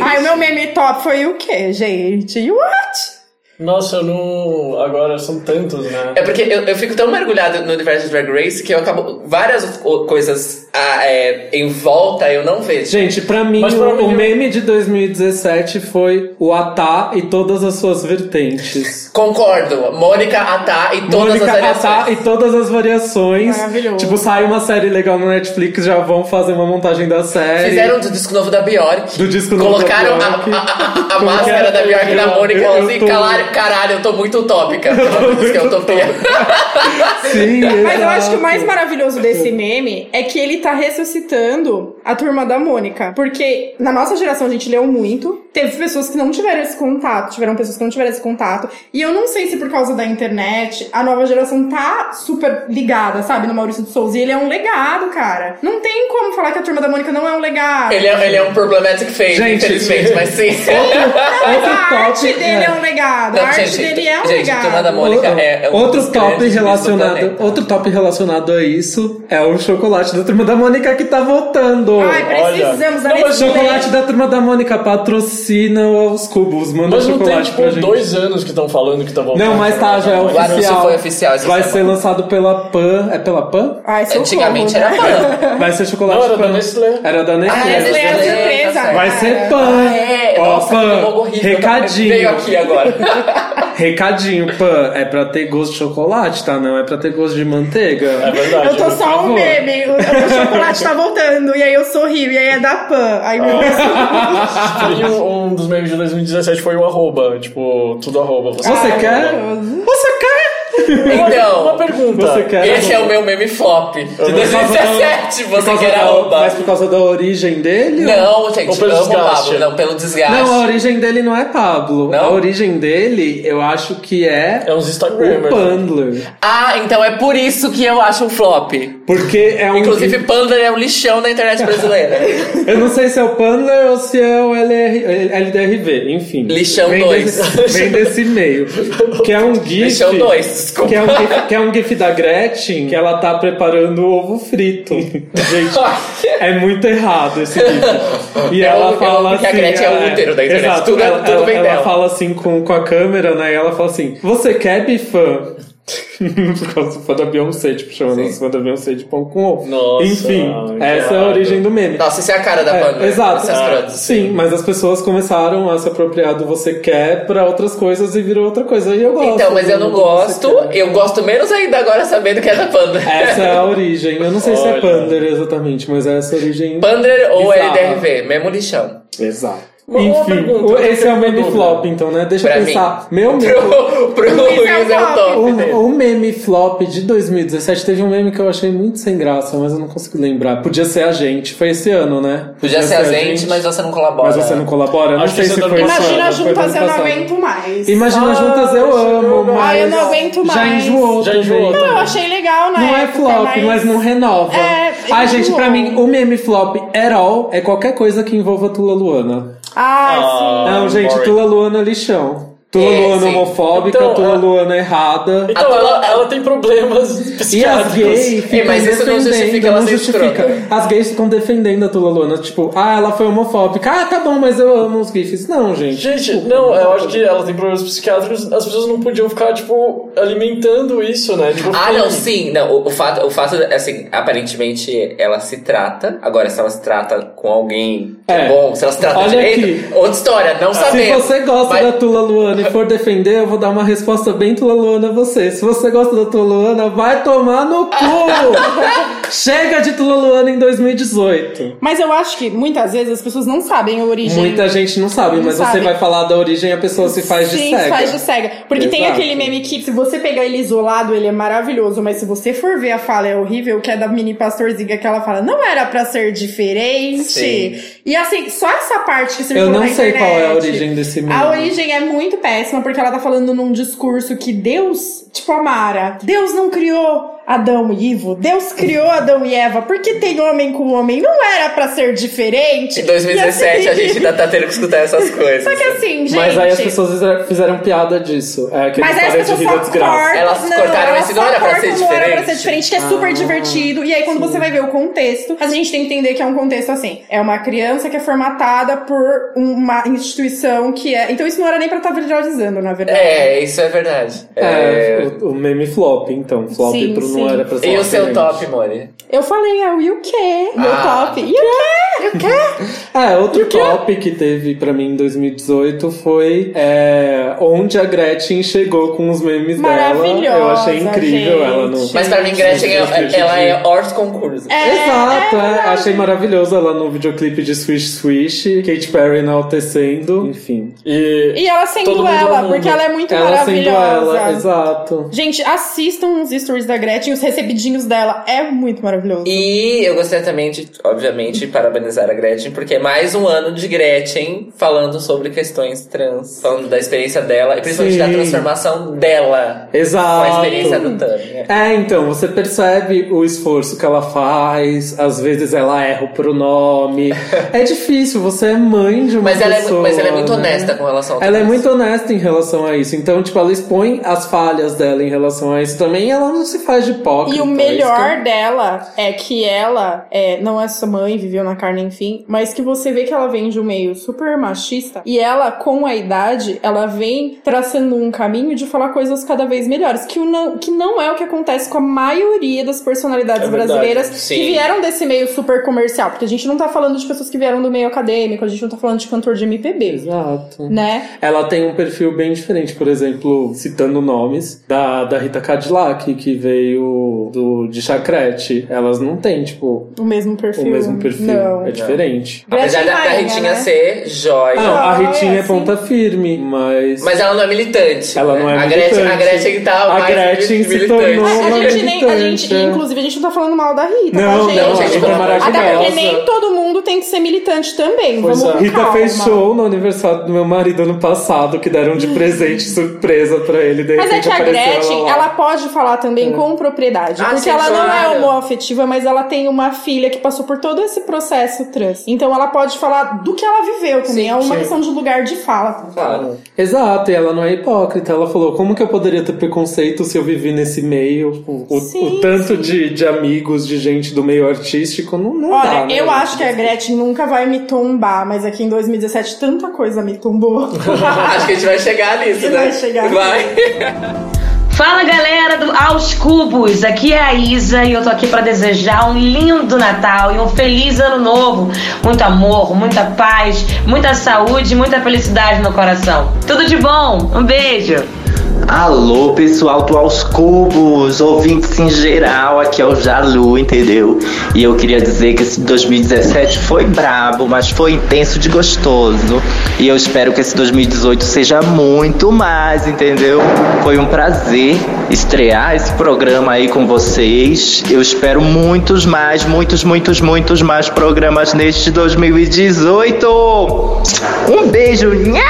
S4: Ai, o meu meme top foi o quê, gente? What?
S5: Nossa, eu não. Agora são tantos, né?
S2: É porque eu, eu fico tão mergulhado no universo de Drag Race que eu acabo. Várias o- coisas ah, é, em volta eu não vejo.
S3: Gente, pra mim,
S5: Mas
S3: o-
S5: pra mim
S3: o
S5: eu-
S3: meme de 2017 foi o Atá e todas as suas vertentes.
S2: Concordo. Mônica Atá e todas
S3: Mônica
S2: as variações.
S3: Atá e todas as variações.
S4: Maravilhoso.
S3: Tipo, sai uma série legal no Netflix, já vão fazer uma montagem da série.
S2: Fizeram do disco novo da Bjork.
S3: Do disco novo
S2: Colocaram
S3: da
S2: a-
S3: Bjork.
S2: a, a- a,
S3: Como
S2: máscara
S3: que
S2: da
S3: era?
S2: Bjork na
S3: Eu-
S2: Mônica e
S3: eu-
S2: ela
S3: eu
S2: assim,
S3: tô-
S2: caralho, caralho, eu tô muito utópica. Diz que eu tô
S3: Sim,
S4: Mas eu acho que
S3: exato.
S4: o mais maravilhoso desse meme é que ele tá ressuscitando a turma da Mônica. Porque na nossa geração a gente leu muito. Teve pessoas que não tiveram esse contato, tiveram pessoas que não tiveram esse contato. E eu não sei se por causa da internet a nova geração tá super ligada, sabe? No Maurício de Souza. E ele é um legado, cara. Não tem como falar que a turma da Mônica não é um legado.
S2: <laughs> Ele é, ele é um problematic fake,
S3: Gente,
S2: infelizmente, mas sim.
S3: <laughs> Outro
S4: A arte
S3: top-
S4: dele é.
S3: é.
S4: um legado. a arte dele é um
S2: gente,
S4: legado.
S2: Turma da Mônica é, é um
S3: outro
S2: dos
S3: top
S2: grandes do
S3: relacionado,
S2: planeta.
S3: outro top relacionado a isso é o chocolate da turma da Mônica que tá voltando.
S4: Ai, precisamos da
S5: Não,
S3: o
S5: mas
S4: Nestlé.
S3: chocolate da turma da Mônica patrocina os cubos, manda
S5: Mas não
S3: chocolate
S5: tem,
S3: pra
S5: tipo,
S3: gente.
S5: dois anos que estão falando
S3: <laughs>
S5: que tá voltando.
S3: Não, mas tá, já é
S2: O anúncio
S3: oficial.
S2: foi oficial essa
S3: Vai
S2: semana.
S3: ser lançado pela Pan. É pela Pan?
S4: Ai, socorro,
S2: Antigamente
S4: né?
S2: era Pan.
S3: Vai ser chocolate
S5: Não, era
S3: Pan.
S5: da Nestlé.
S3: Era da Nestlé.
S2: Ah,
S4: Mas ele era surpresa,
S2: Tá certo.
S3: Vai
S4: cara.
S3: ser Pan.
S2: Ah, é.
S3: Ó,
S2: Nossa, que logo
S3: Pan,
S2: horrível. Veio
S3: recadinho.
S2: aqui agora.
S3: Recadinho, Pan. É pra ter gosto de chocolate, tá? Não é pra ter gosto de
S5: É
S3: manteiga.
S5: verdade.
S4: Eu tô
S5: né?
S4: só um
S3: favor.
S4: meme, o, o chocolate tá voltando, e aí eu sorrio, e aí é da Pan. Aí
S3: Ah.
S4: meu
S5: E um, um dos memes de 2017 foi o arroba, tipo, tudo arroba. Você
S3: <laughs> Ah,
S5: tá
S3: Você
S4: Ai, Ah,
S3: quer?
S4: maravilhoso.
S3: Você quer?
S5: Uma
S2: Então,
S5: pergunta.
S3: Você quer?
S2: esse é o meu meme flop. De
S3: Por causa da-
S2: 2017,
S3: por
S2: você
S3: causa
S2: quer
S3: da-
S2: arroba.
S3: Mas por causa da origem dele?
S2: Não, gente,
S5: Ou pelo
S2: amo o
S5: desgaste.
S2: Pablo. Não, pelo desgaste.
S3: Não, a origem dele não é Pablo.
S2: Não?
S3: A origem dele, eu acho que é,
S5: É uns
S3: o
S5: Instagramers.
S3: Pandler.
S2: Ah, então é por isso que eu acho um flop.
S3: Porque é um.
S2: Inclusive, Pandler é um lixão na internet brasileira.
S3: <laughs> Eu não sei se é o Pandler ou se é o LR, LDRV, enfim.
S2: Lixão
S3: vem
S2: dois.
S3: Desse, vem
S2: <laughs>
S3: desse meio. Que é um GIF.
S2: Lixão dois, desculpa.
S3: Que é, um GIF, que é um GIF da Gretchen que ela tá preparando o ovo
S2: <laughs>
S3: frito. Gente, é muito errado esse GIF. E
S2: Eu
S3: ela
S2: amo- eu
S3: fala
S2: amo É que
S3: assim.
S2: a Gretchen é o útero da internet.
S3: Exato,
S2: Tudo é-
S3: ela,
S2: tudo
S3: ela-
S2: vem
S3: ela
S2: dela.
S3: fala assim com, com a câmera, né? E ela fala assim: Você quer bifã? <laughs> Por causa do fã da Beyoncé, tipo, chamando os fãs da Beyoncé de pão com ovo.
S5: Nossa,
S3: Enfim,
S5: que
S3: essa é a
S5: errado.
S3: origem do meme.
S2: Nossa, isso é a cara da
S3: É,
S2: Pandora.
S3: exato.
S2: Essas assim.
S3: Ah,
S2: crotas.
S3: Sim, mas as pessoas começaram a se apropriar do você quer pra outras coisas e virou outra coisa. E eu gosto.
S2: Então, mas eu
S3: do
S2: não
S3: você
S2: gosto.
S3: quer.
S2: Eu gosto menos ainda agora sabendo que é da Pandora.
S3: Essa é a origem. Eu não sei se é
S5: Olha.
S3: Pander exatamente, mas é essa
S2: <laughs>
S3: a origem.
S2: Pandler ou é
S3: Bizarro.
S2: LDRV, mesmo lixão.
S3: Exato.
S5: Uma- uma
S3: Enfim,
S5: pergunta,
S3: o-
S5: eu
S3: esse é
S5: tenho
S3: o meme
S5: dúvida.
S3: flop, então, né? Deixa
S2: Pra
S3: eu
S2: mim.
S3: pensar. Meu meme.
S2: <laughs> Pro, pro
S4: Luiz é
S2: Luiz é o
S4: top.
S2: top.
S3: O, o meme flop de 2017 teve um meme que eu achei muito sem graça, mas eu não consigo lembrar. Podia ser a gente, foi esse ano, né?
S2: Podia
S5: é
S2: ser a gente, mas você não colabora.
S3: Mas você não colabora? Eu Não
S5: Acho
S3: sei
S5: que
S3: se
S5: você tá
S3: foi
S5: também-
S3: esse
S4: Imagina
S3: ano, foi do
S4: juntas, eu não
S3: ano passado.
S4: aguento mais. Ah,
S3: Imagina juntas eu amo, mas.
S4: Ai, eu não aguento
S3: Já
S4: mais.
S3: enjoou.
S5: Já
S3: também.
S5: enjoou
S4: Não, eu achei legal, né?
S3: Não é flop, mas... não renova.
S4: É,
S3: Ai,
S4: enjoou.
S3: gente, pra mim, o meme flop at all é qualquer coisa que envolva Tula Luana.
S4: Ai, sim.
S5: Ah,
S3: não, gente,
S5: boring.
S3: Tula Luana é lixão. Tula
S2: É,
S3: Luana
S2: sim. ah,
S3: homofóbica,
S5: Então,
S3: Tula
S5: a-
S3: Luana errada.
S5: Então, ela, ela tem problemas
S3: E as
S5: psiquiátricos.
S3: gays ficam
S2: É, mas isso não
S3: defendendo,
S2: justifica ela
S3: não
S2: ser
S3: justifica.
S2: escrota.
S3: As gays ficam defendendo a Tula Luana, tipo, ah, ela foi homofóbica. Ah, tá bom, mas eu amo os gifs. Não, gente.
S5: Gente, não, eu acho que ela tem problemas psiquiátricos, as pessoas não podiam ficar, tipo, alimentando isso, né? Tipo,
S2: Ah, não, sim. Não, o, o fato, o fato, assim, aparentemente ela se trata. Agora, se ela se trata com alguém que é,
S3: É.
S2: bom, se ela se trata
S3: Olha
S2: direito,
S3: aqui.
S2: outra história, não
S3: Se
S2: sabemos.
S3: você gosta
S2: Mas-
S3: da Tula Luana e for defender, eu vou dar uma resposta bem tua Luana a você. Se você gosta da tua Luana, vai tomar no cu! Chega de tua Luana em 2018.
S4: Mas eu acho que muitas vezes as pessoas não sabem a origem.
S3: Muita gente não sabe,
S4: Não
S3: mas
S4: sabe.
S3: você vai falar da origem, a pessoa se faz de
S4: Sim,
S3: cega.
S4: se faz de cega. Porque tem
S3: Exato.
S4: aquele meme que se você pegar ele isolado, ele é maravilhoso, mas se você for ver a fala é horrível, que é da mini pastorzinha que ela fala, não era pra ser diferente.
S2: Sim.
S4: E assim, só essa parte que circula
S3: Eu não
S4: na
S3: sei qual é a
S4: internet.
S3: origem desse meme.
S4: A origem é muito péssima, porque ela tá falando num discurso que Deus, tipo a Mara, Deus não criou Adão e Ivo, Deus criou Adão e Eva, porque tem homem com homem, não era pra ser diferente.
S2: Em 2017
S4: E
S2: a
S4: assim-
S2: gente ainda tá tendo que escutar
S3: <laughs>
S2: essas
S4: <laughs>
S2: coisas.
S4: Só que assim, gente.
S3: Mas aí as pessoas fizeram- fizeram piada disso. É aquele
S4: Mas aí as
S3: cara de
S4: pessoas
S3: rir da
S4: só
S3: desgraça. Ah.
S4: cortam.
S2: Elas
S4: não, um
S2: cortaram
S4: elas
S2: esse, não
S4: só
S2: era pra
S4: cortam,
S2: ser
S4: não era pra
S2: é diferente.
S4: ser diferente, que é super divertido. E aí, quando você vai ver o contexto, a gente tem que entender que é um contexto assim. É uma criança que é formatada por uma instituição que é. Então, isso não era nem pra estar viralizando, na verdade.
S2: É, isso é verdade.
S3: É,
S2: É,
S3: O, o meme flop, então. Flop
S4: Sim,
S3: pro
S4: sim.
S3: não era pra ser
S2: E o seu
S3: diferente.
S2: top, Moni?
S4: Eu falei, é o UK, meu
S2: Ah.
S4: top. E o quê? E o quê?
S3: É, outro top que teve pra mim em 2018 foi é, onde a Gretchen chegou com os memes dela.
S4: Maravilhosa,
S3: Eu achei incrível
S4: gente.
S3: ela no.
S2: Mas pra mim, Gretchen,
S3: Sim, sim,
S2: é-
S3: sim.
S2: ela é hors concurso.
S4: É,
S3: Exato,
S4: é
S3: é,
S4: verdade.
S3: achei maravilhoso ela no videoclipe de Swish Swish, Katy Perry enaltecendo, enfim.
S5: E,
S4: E ela sendo
S5: Todo mundo
S4: ela,
S5: no mundo.
S4: porque ela é muito
S3: ela sendo
S4: maravilhosa.
S3: ela, exato.
S4: Gente, assistam os stories da Gretchen, os recebidinhos dela. É muito maravilhoso.
S2: E eu gostaria também de, obviamente, parabenizar a Gretchen, porque é mais um ano de Gretchen falando sobre questões trans, falando da experiência dela e principalmente
S3: Sim.
S2: da transformação dela com a
S3: Exato.
S2: experiência do né? Tami.
S3: É, então, você percebe o esforço que ela faz, às vezes ela erra o
S2: <laughs>
S3: pronome. é difícil, você é mãe de uma
S2: Mas ela, é, mu-
S3: pessoa.
S2: mas ela é muito
S3: né?
S2: honesta com relação ao
S3: Ela é
S2: trans.
S3: muito honesta em relação a isso. Então, tipo, ela expõe as falhas dela em relação a isso também e ela não se faz de hipócrita. é
S4: E o
S3: Isso
S4: melhor dela é que ela é, não é sua mãe, viveu na carne, enfim, mas que você vê que ela vem de um meio super machista e ela, com a idade, ela vem traçando um caminho de falar coisas cada vez melhores, que, o não, que não é o que acontece com a maioria das personalidades
S5: É verdade,
S4: brasileiras
S2: sim.
S4: que vieram desse meio super comercial, porque a gente não tá falando de pessoas que vieram do meio acadêmico, a gente não tá falando de cantor de
S3: que-
S4: MPB,
S3: Exato.
S4: né?
S3: Ela tem um perfil bem diferente, por exemplo, citando nomes, da, da Rita Cadillac, que veio do, de Chacrete. Elas não têm, tipo,
S4: O mesmo
S3: o
S4: perfil.
S3: mesmo perfil.
S4: Não.
S3: É diferente.
S2: Apesar da, da
S4: Rainha,
S2: Ritinha
S4: né?
S2: ser joia.
S3: Não, a
S4: Ah,
S3: Ritinha
S4: é
S3: é ponta firme, mas.
S2: assim. Mas ela não é militante.
S3: Ela não é
S2: a Gretchen,
S3: militante.
S2: a Gretchen
S3: <laughs>
S2: tá
S3: A
S2: mais
S3: Gretchen se
S2: militante.
S3: tornou
S4: A- A,
S3: Uma
S4: gente nem, a gente,
S3: militante. é.
S4: inclusive, a gente não tá falando mal da Rita,
S3: Não,
S4: tá, gente?
S2: a
S3: não,
S2: Rita é
S4: Até porque
S2: maravilhosa.
S4: nem todo mundo tem que ser militante também.
S5: Pois
S4: Vamos
S5: é.
S4: com
S3: Rita
S4: calma.
S3: fez show no aniversário do meu marido ano passado, que deram de
S4: <laughs>
S3: presente surpresa pra ele. De
S4: Mas é
S3: repente
S4: que a
S3: apareceu
S4: Gretchen,
S3: lá. É.
S4: ela pode falar também com propriedade.
S2: Ah,
S4: porque
S2: sim,
S4: ela não é
S2: claro.
S4: homoafetiva, mas ela tem uma filha que passou por todo esse processo trans. Então ela pode falar do que ela viveu também.
S2: Sim,
S4: é uma
S2: sim.
S4: questão de lugar de fala.
S2: Claro.
S3: Exato, e ela não é hipócrita. Ela falou: como que eu poderia ter preconceito se eu vivi nesse meio? O, o-
S4: Sim,
S3: o tanto de, de amigos, de gente do meio artístico, não, não dá.
S4: Olha,
S3: né?
S4: eu acho que a Gretchen nunca vai me tombar, mas aqui em 2017 tanta coisa me tombou.
S2: <laughs> Acho que a gente vai chegar nisso,
S4: Que
S2: né?
S4: vai chegar.
S2: Vai. <laughs>
S9: Fala galera do Aos Cubos, aqui é a Isa e eu tô aqui pra desejar um lindo Natal e um feliz ano novo. Muito amor, muita paz, muita saúde, muita felicidade no coração. Tudo de bom, um beijo.
S10: Alô, pessoal do Aos Cubos, ouvintes em geral, aqui é o Jalu, entendeu? E eu queria dizer que esse 2017 foi brabo, mas foi intenso de gostoso. E eu espero que esse 2018 seja muito mais, entendeu? Foi um prazer estrear esse programa aí com vocês. Eu espero muitos mais, muitos, muitos, muitos mais programas neste 2018. Um beijo, nhau!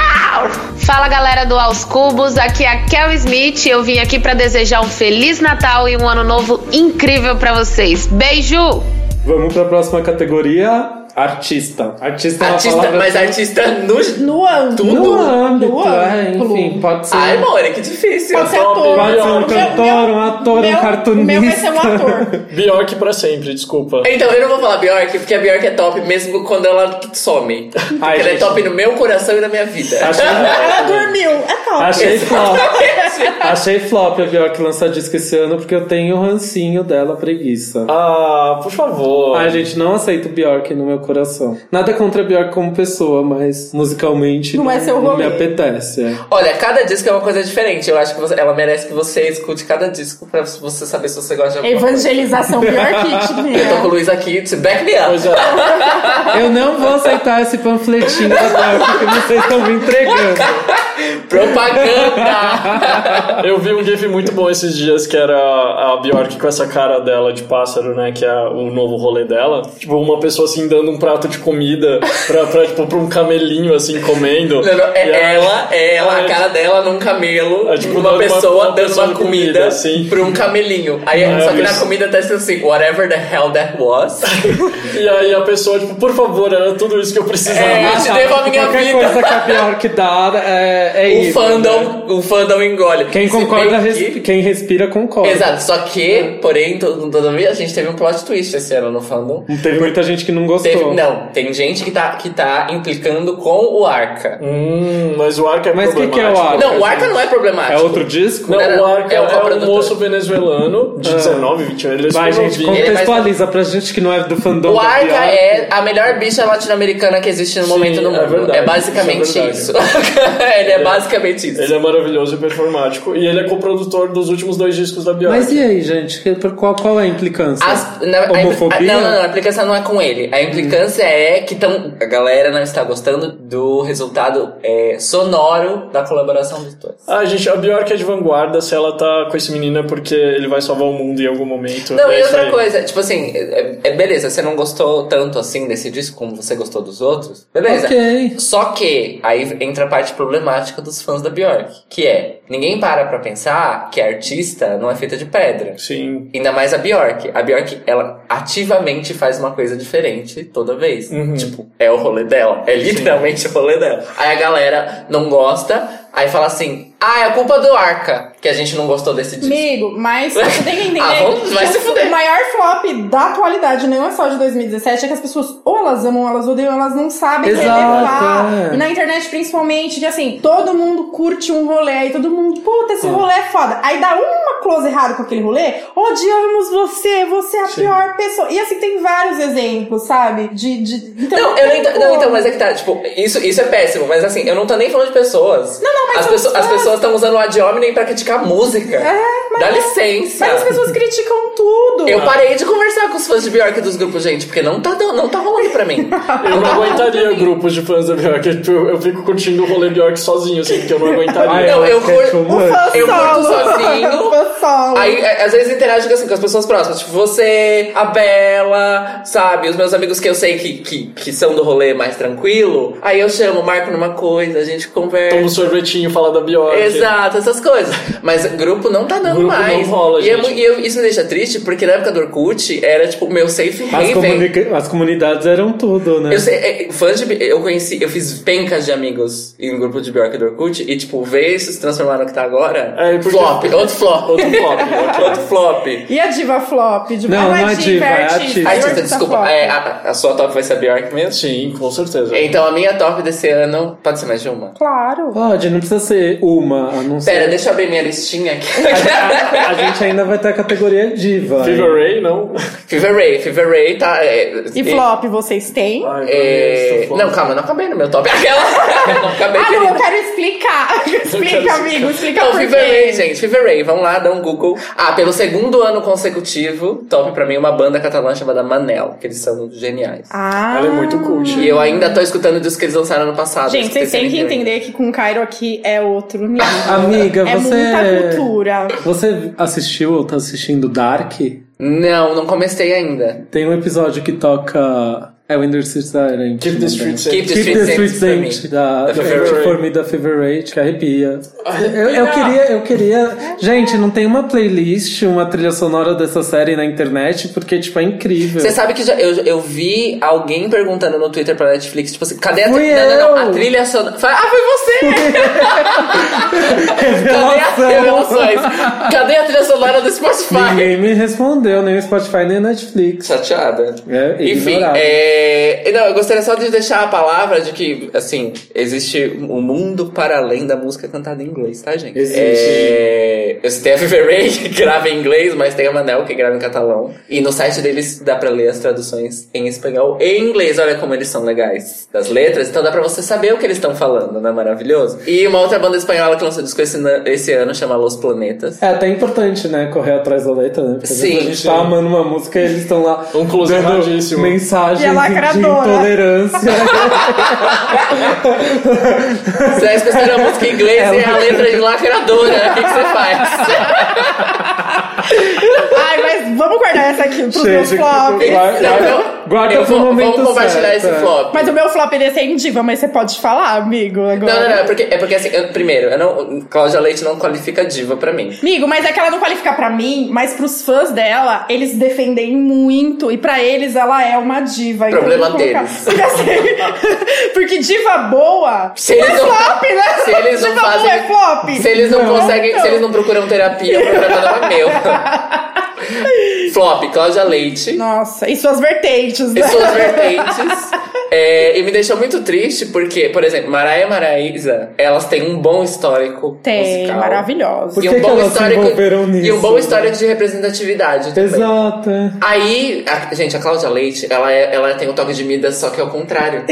S11: Fala galera do Aos Cubos, aqui é a Kel Smith. Eu vim aqui pra desejar um feliz Natal e um ano novo incrível pra vocês. Beijo!
S3: Vamos pra próxima categoria: artista. Artista é uma
S2: Artista,
S3: palavra.
S2: mas artista no.
S4: No âmbito.
S3: no âmbito,
S4: no
S3: é,
S4: âmbito.
S3: enfim, pode ser.
S2: Ai, Mori, que difícil.
S4: Pode ser
S2: Eu tô
S4: ator.
S3: Pode ser um
S4: Meu-
S3: cantor, um ator,
S4: meu-
S3: um cartunista.
S4: O meu vai ser um ator.
S5: Bjork pra sempre, desculpa.
S2: Então, eu não vou falar Bjork, porque a Bjork é top mesmo quando ela some. Porque
S3: Ai,
S2: ela é
S3: gente. Tá
S2: top no meu coração e na minha vida.
S3: Achei-
S4: Ela
S3: <laughs>
S4: dormiu. <laughs> É top.
S3: Achei flop. <laughs>
S4: <laughs>
S3: Achei flop a Bjork lançar disco esse ano porque eu tenho o rancinho dela preguiça.
S5: Ah, por favor.
S3: Ai, gente, não aceito Bjork no meu meu coração. Nada contra a Bjork como pessoa, mas musicalmente
S4: Não
S3: não,
S4: é seu
S3: não me
S4: rolê. <laughs>
S3: apetece. é.
S2: Olha, cada disco é uma coisa diferente. Eu acho que você- ela merece que você escute cada disco pra você saber se você gosta de alguma coisa. <laughs>
S4: Evangelização Bjorkit,
S2: Eu tô com o
S4: minha.
S2: Luiz aqui, to back me up.
S3: é. Eu não vou aceitar esse panfletinho da Bjork que vocês estão me entregando.
S2: Propaganda!
S5: Eu vi um GIF muito bom esses dias que era a Bjork com essa cara dela de pássaro, né? Que é o novo rolê dela. Tipo, uma pessoa assim dando um prato de comida pra, pra, tipo, pra um camelinho assim comendo.
S2: Não, não,
S5: E
S2: é
S5: aí-
S2: ela, é ela,
S5: é.
S2: a cara dela num camelo,
S5: É tipo
S2: uma,
S5: uma-
S2: pessoa
S5: uma
S2: dando
S5: pessoa
S2: uma
S5: de
S2: comida,
S5: comida, assim.
S2: pra um camelinho. Aí,
S5: É,
S2: só que
S5: mas-
S2: na comida tá escrito assim, whatever the hell that was.
S5: E aí a pessoa, tipo, por favor, era tudo isso que eu precisava.
S2: É, <laughs> eu te devo a minha
S3: Qualquer
S2: vida.
S3: coisa que a Bjork dá é, é
S2: o
S3: isso. né?
S2: fandom, o fandom engole.
S3: Quem
S2: Se
S3: concorda,
S2: bem
S3: res-
S2: que-
S3: quem respira, concorda.
S2: Exato, só que, porém, todo- todavia, a gente teve um plot twist esse ano no fandom.
S3: Teve muita gente que não gostou.
S2: Teve- não, tem gente que tá, que tá implicando com o Arca.
S5: Hum, mas o Arca é
S3: Mas o que, que é o
S5: problemático.
S3: Arca?
S2: Não, o Arca não é
S3: É
S2: problemático.
S3: outro disco?
S5: Não,
S2: Não, não,
S5: o Arca
S2: é
S5: é,
S2: o
S5: um
S2: coprodutor.
S5: moço venezuelano de 19, 20 anos. Ele é
S3: Vai,
S5: super
S3: gente,
S5: novinho.
S2: Ele é mais-
S3: contextualiza pra gente que não é do fandom.
S2: O
S3: da
S2: Arca
S3: Bjork.
S2: é a melhor bicha latino-americana que existe no
S5: Sim,
S2: momento no mundo.
S5: é
S2: É,
S5: verdade,
S2: basicamente
S5: isso é verdade.
S2: isso. <laughs> ele é basicamente isso.
S5: Ele é maravilhoso e performático. E ele é coprodutor dos últimos dois discos da Bjork.
S3: Mas e aí, gente? Que- por Qual, qual é a implicância?
S2: As- na- a-
S3: Homofobia?
S2: a- não, não, não, a implicância não é com ele. A implicância
S5: Hum.
S2: é que tão, a galera não está gostando do resultado é, sonoro da colaboração dos dois.
S5: Ah, gente, a Bjork é de vanguarda se ela tá com esse menino é porque ele vai salvar o mundo em algum momento.
S2: Não,
S5: É
S2: e
S5: isso
S2: outra
S5: aí.
S2: coisa, tipo assim, é, é- beleza, você não gostou tanto assim desse disco como você gostou dos outros, beleza.
S3: Ok.
S2: Só que aí entra a parte problemática dos fãs da Bjork, que é, ninguém para pra pensar que a artista não é feita de pedra.
S5: Sim.
S2: Ainda mais a Bjork. A Bjork, ela ativamente faz uma coisa diferente toda vez. Tipo, é o rolê dela. É literalmente o rolê dela. Aí a galera não gosta, aí fala assim: ah, é a culpa do Arca, que a gente não gostou desse disco.
S4: Amigo, mas você
S2: <laughs>
S4: tem que entender
S2: Ah, vamos- vai
S4: que é tipo
S2: se fuder.
S4: o maior flop da atualidade, não é só de 2017, é que as pessoas ou elas amam, ou elas odeiam, elas não sabem
S3: Exato,
S4: relevar.
S3: é.
S4: E na internet, principalmente, que assim, todo mundo curte um rolê, aí todo mundo, puta,
S2: Hum.
S4: esse rolê é foda. Aí dá uma close errada com aquele rolê, odiamos você, você é a pior pessoa. E assim, tem vários exemplos, sabe? De, de... Então,
S2: Não, eu não
S4: tem
S2: entendo. Não,
S4: como.
S2: então, mas é que tá, tipo, isso, isso é péssimo, mas assim, eu não tô nem falando de pessoas. Não, não,
S4: mas
S2: As,
S4: são
S2: pessoas-
S4: fãs.
S2: as pessoas estão usando o ad hominem pra criticar música.
S4: É, mas-
S2: Dá licença.
S4: Mas as pessoas criticam tudo.
S2: Eu parei de conversar com os fãs de Bjork dos grupos, gente, porque não tá, dando- não tá rolando
S4: <laughs>
S2: pra mim.
S5: Eu não aguentaria grupos de fãs da Bjork. Eu, tipo, eu fico curtindo o rolê Bjork sozinho, assim, porque eu não
S3: Ah,
S5: aguentaria.
S2: Não, eu
S3: acho que é
S2: cur-
S3: tipo,
S4: O fã
S2: Eu
S4: solo.
S2: curto sozinho.
S4: O fã solo.
S2: Aí, é, às vezes, interage com, assim, com as pessoas próximas. Tipo, você, a Bela, sabe? Os meus amigos que eu sei que, que, que são do rolê mais tranquilo. Aí eu chamo, marco numa coisa, a gente
S5: Toma um
S2: conversa.
S5: sorvetinho, fala da Bjork.
S2: Exato, essas coisas. Mas grupo não tá dando
S5: Grupo não
S2: mais.
S5: rola,
S2: e, é
S5: gente.
S2: mu- e eu- isso me deixa triste, porque na época do Orkut era tipo o meu safe
S3: as,
S2: haven.
S5: né?
S3: comunica- as comunidades eram tudo, né?
S2: Eu sei, é, é, fãs de. Bi- Eu conheci, eu fiz pencas de amigos em um grupo de Bjork e do Orkut e, tipo, ver isso se transformar no que tá agora.
S5: É, porque-
S2: flop, outro flop.
S5: Outro
S2: <laughs>
S5: flop, ok.
S2: outro flop.
S4: E a diva flop? Diva...
S3: Não,
S4: Ah,
S3: não é diva, é artista.
S2: Artista, desculpa.
S4: flop.
S2: é, a, a sua top vai ser a Bjork mesmo?
S5: Sim, com certeza.
S2: Então a minha top desse ano pode ser mais de uma.
S4: Claro.
S3: Pode, não precisa ser uma, a não ser.
S2: Pera, deixa eu abrir minha listinha aqui.
S3: A gente ainda vai ter a categoria diva.
S5: Fever Ray, não?
S2: Fever Ray, Fever Ray tá. é,
S4: E
S2: é,
S4: flop vocês têm? Ah,
S5: Ai, meu Deus,
S2: é,
S5: tô falando.
S2: não, calma, eu não acabei no meu top. <laughs> Aquela. não acabei,
S4: Ah, não, eu
S2: querida.
S4: quero explicar. <laughs> Explica, amigo, explica
S2: Então,
S4: por
S2: Fever Ray,
S4: quê.
S2: gente, Fever Ray, vamos lá, dá um Google. Ah, pelo segundo ano consecutivo, top pra mim uma banda catalã chamada Manel, que eles são geniais.
S4: Ah,
S5: Ela é muito cult.
S2: E eu ainda tô escutando o disco que eles lançaram ano passado.
S4: gente, vocês têm que
S2: esqueci nem quem.
S4: entender que com o Cairo aqui é outro nível.
S3: <laughs> Amiga,
S4: é
S3: você-
S4: muita
S3: <laughs>
S4: cultura.
S3: Você assistiu ou tá assistindo Dark?
S2: Não, não comecei ainda.
S3: Tem um episódio que toca. É o Ender Silent.
S5: Keep the Streets
S2: Keep
S5: Safe.
S2: the
S3: Keep
S2: Streets
S3: the Street
S2: Saints pra
S3: Saint
S2: mim.
S3: da, da
S2: Da
S5: Fever
S3: For Me da Fever Rate, que arrepia. Eu, eu queria, eu queria. Gente, não tem uma playlist, uma trilha sonora dessa série na internet, porque, tipo, é
S5: Uhum.
S3: incrível.
S2: Você sabe que já- eu, eu vi alguém perguntando no Twitter pra Netflix, tipo assim, cadê a
S3: Fui
S2: trilha? Não, não,
S3: eu!
S2: não, a trilha sonora. Fa- Ah, foi você! <laughs> cadê a revelações? Cadê a trilha sonora do Spotify?
S3: Ninguém me respondeu, nem o Spotify, nem o Netflix.
S2: Chateada.
S3: É,
S2: Enfim,
S3: ignorado.
S2: é, É, e não, eu gostaria só de deixar a palavra de que, assim, existe um mundo para além da música cantada em inglês, tá, gente?
S3: Existe.
S2: É, eu citei a Vivi Ray, <laughs> que grava em inglês, mas tem a Manel, que grava em catalão. E no site deles dá pra ler as traduções em espanhol e em inglês. Olha como eles são legais das letras. Então dá pra você saber o que eles estão falando, não é maravilhoso? E uma outra banda espanhola que lançou disco esse, na- esse ano chama Los
S3: <laughs>
S2: Planetas.
S3: É até importante, né? Correr atrás da letra, né? Porque às vezes
S2: Sim.
S3: a gente tá amando uma música e eles estão lá
S5: Um close
S3: dando
S5: erradíssimo.
S4: E a
S3: mensagens de
S4: lacradora.
S3: intolerância.
S2: Vocês escutaram a música em inglês
S3: É,
S2: e a letra de lacradora. né? O que que você faz?
S4: Ai, mas vamos guardar essa aqui pros meus
S3: Gente,
S4: flops.
S3: guarda-
S2: Não, não.
S3: Guarda
S2: eu
S3: pro
S2: vou,
S3: momento
S2: Vamos compartilhar
S3: certo, é.
S2: esse flop.
S4: Mas o meu flop ele é sem diva, mas você pode falar, amigo, <laughs> agora.
S2: Não, não, não, é porque, é porque assim, eu- primeiro, eu não, Cláudia Leite não qualifica diva pra mim.
S4: Amigo, mas é que ela não qualifica pra mim, mas pros fãs dela, eles defendem muito. E pra eles, ela é uma diva. Então
S2: Problema
S4: eu vou colocar-
S2: deles.
S4: <laughs> Porque, assim, porque diva boa
S2: Se
S4: não é
S2: eles não-
S4: flop, né?
S2: Se eles não
S4: diva
S2: fazem.
S4: boa é flop.
S2: Se eles não, conseguem.
S4: então.
S2: Se eles não procuram terapia, o problema não é meu.
S4: <laughs>
S2: Flop, Cláudia Leite.
S4: Nossa, e suas vertentes, né?
S2: E
S4: <laughs>
S2: suas vertentes. É, e me deixou muito triste porque, por exemplo, Maraia e Maraísa, elas têm um bom histórico
S4: Tem,
S2: musical.
S4: maravilhoso.
S3: Por que que elas se envolveram
S2: um e um
S3: nisso,
S2: bom
S3: né?
S2: histórico de representatividade também.
S3: Exato. é.
S2: Aí, a- gente, a Cláudia Leite, ela, é- ela tem o toque de Midas, só que é o contrário.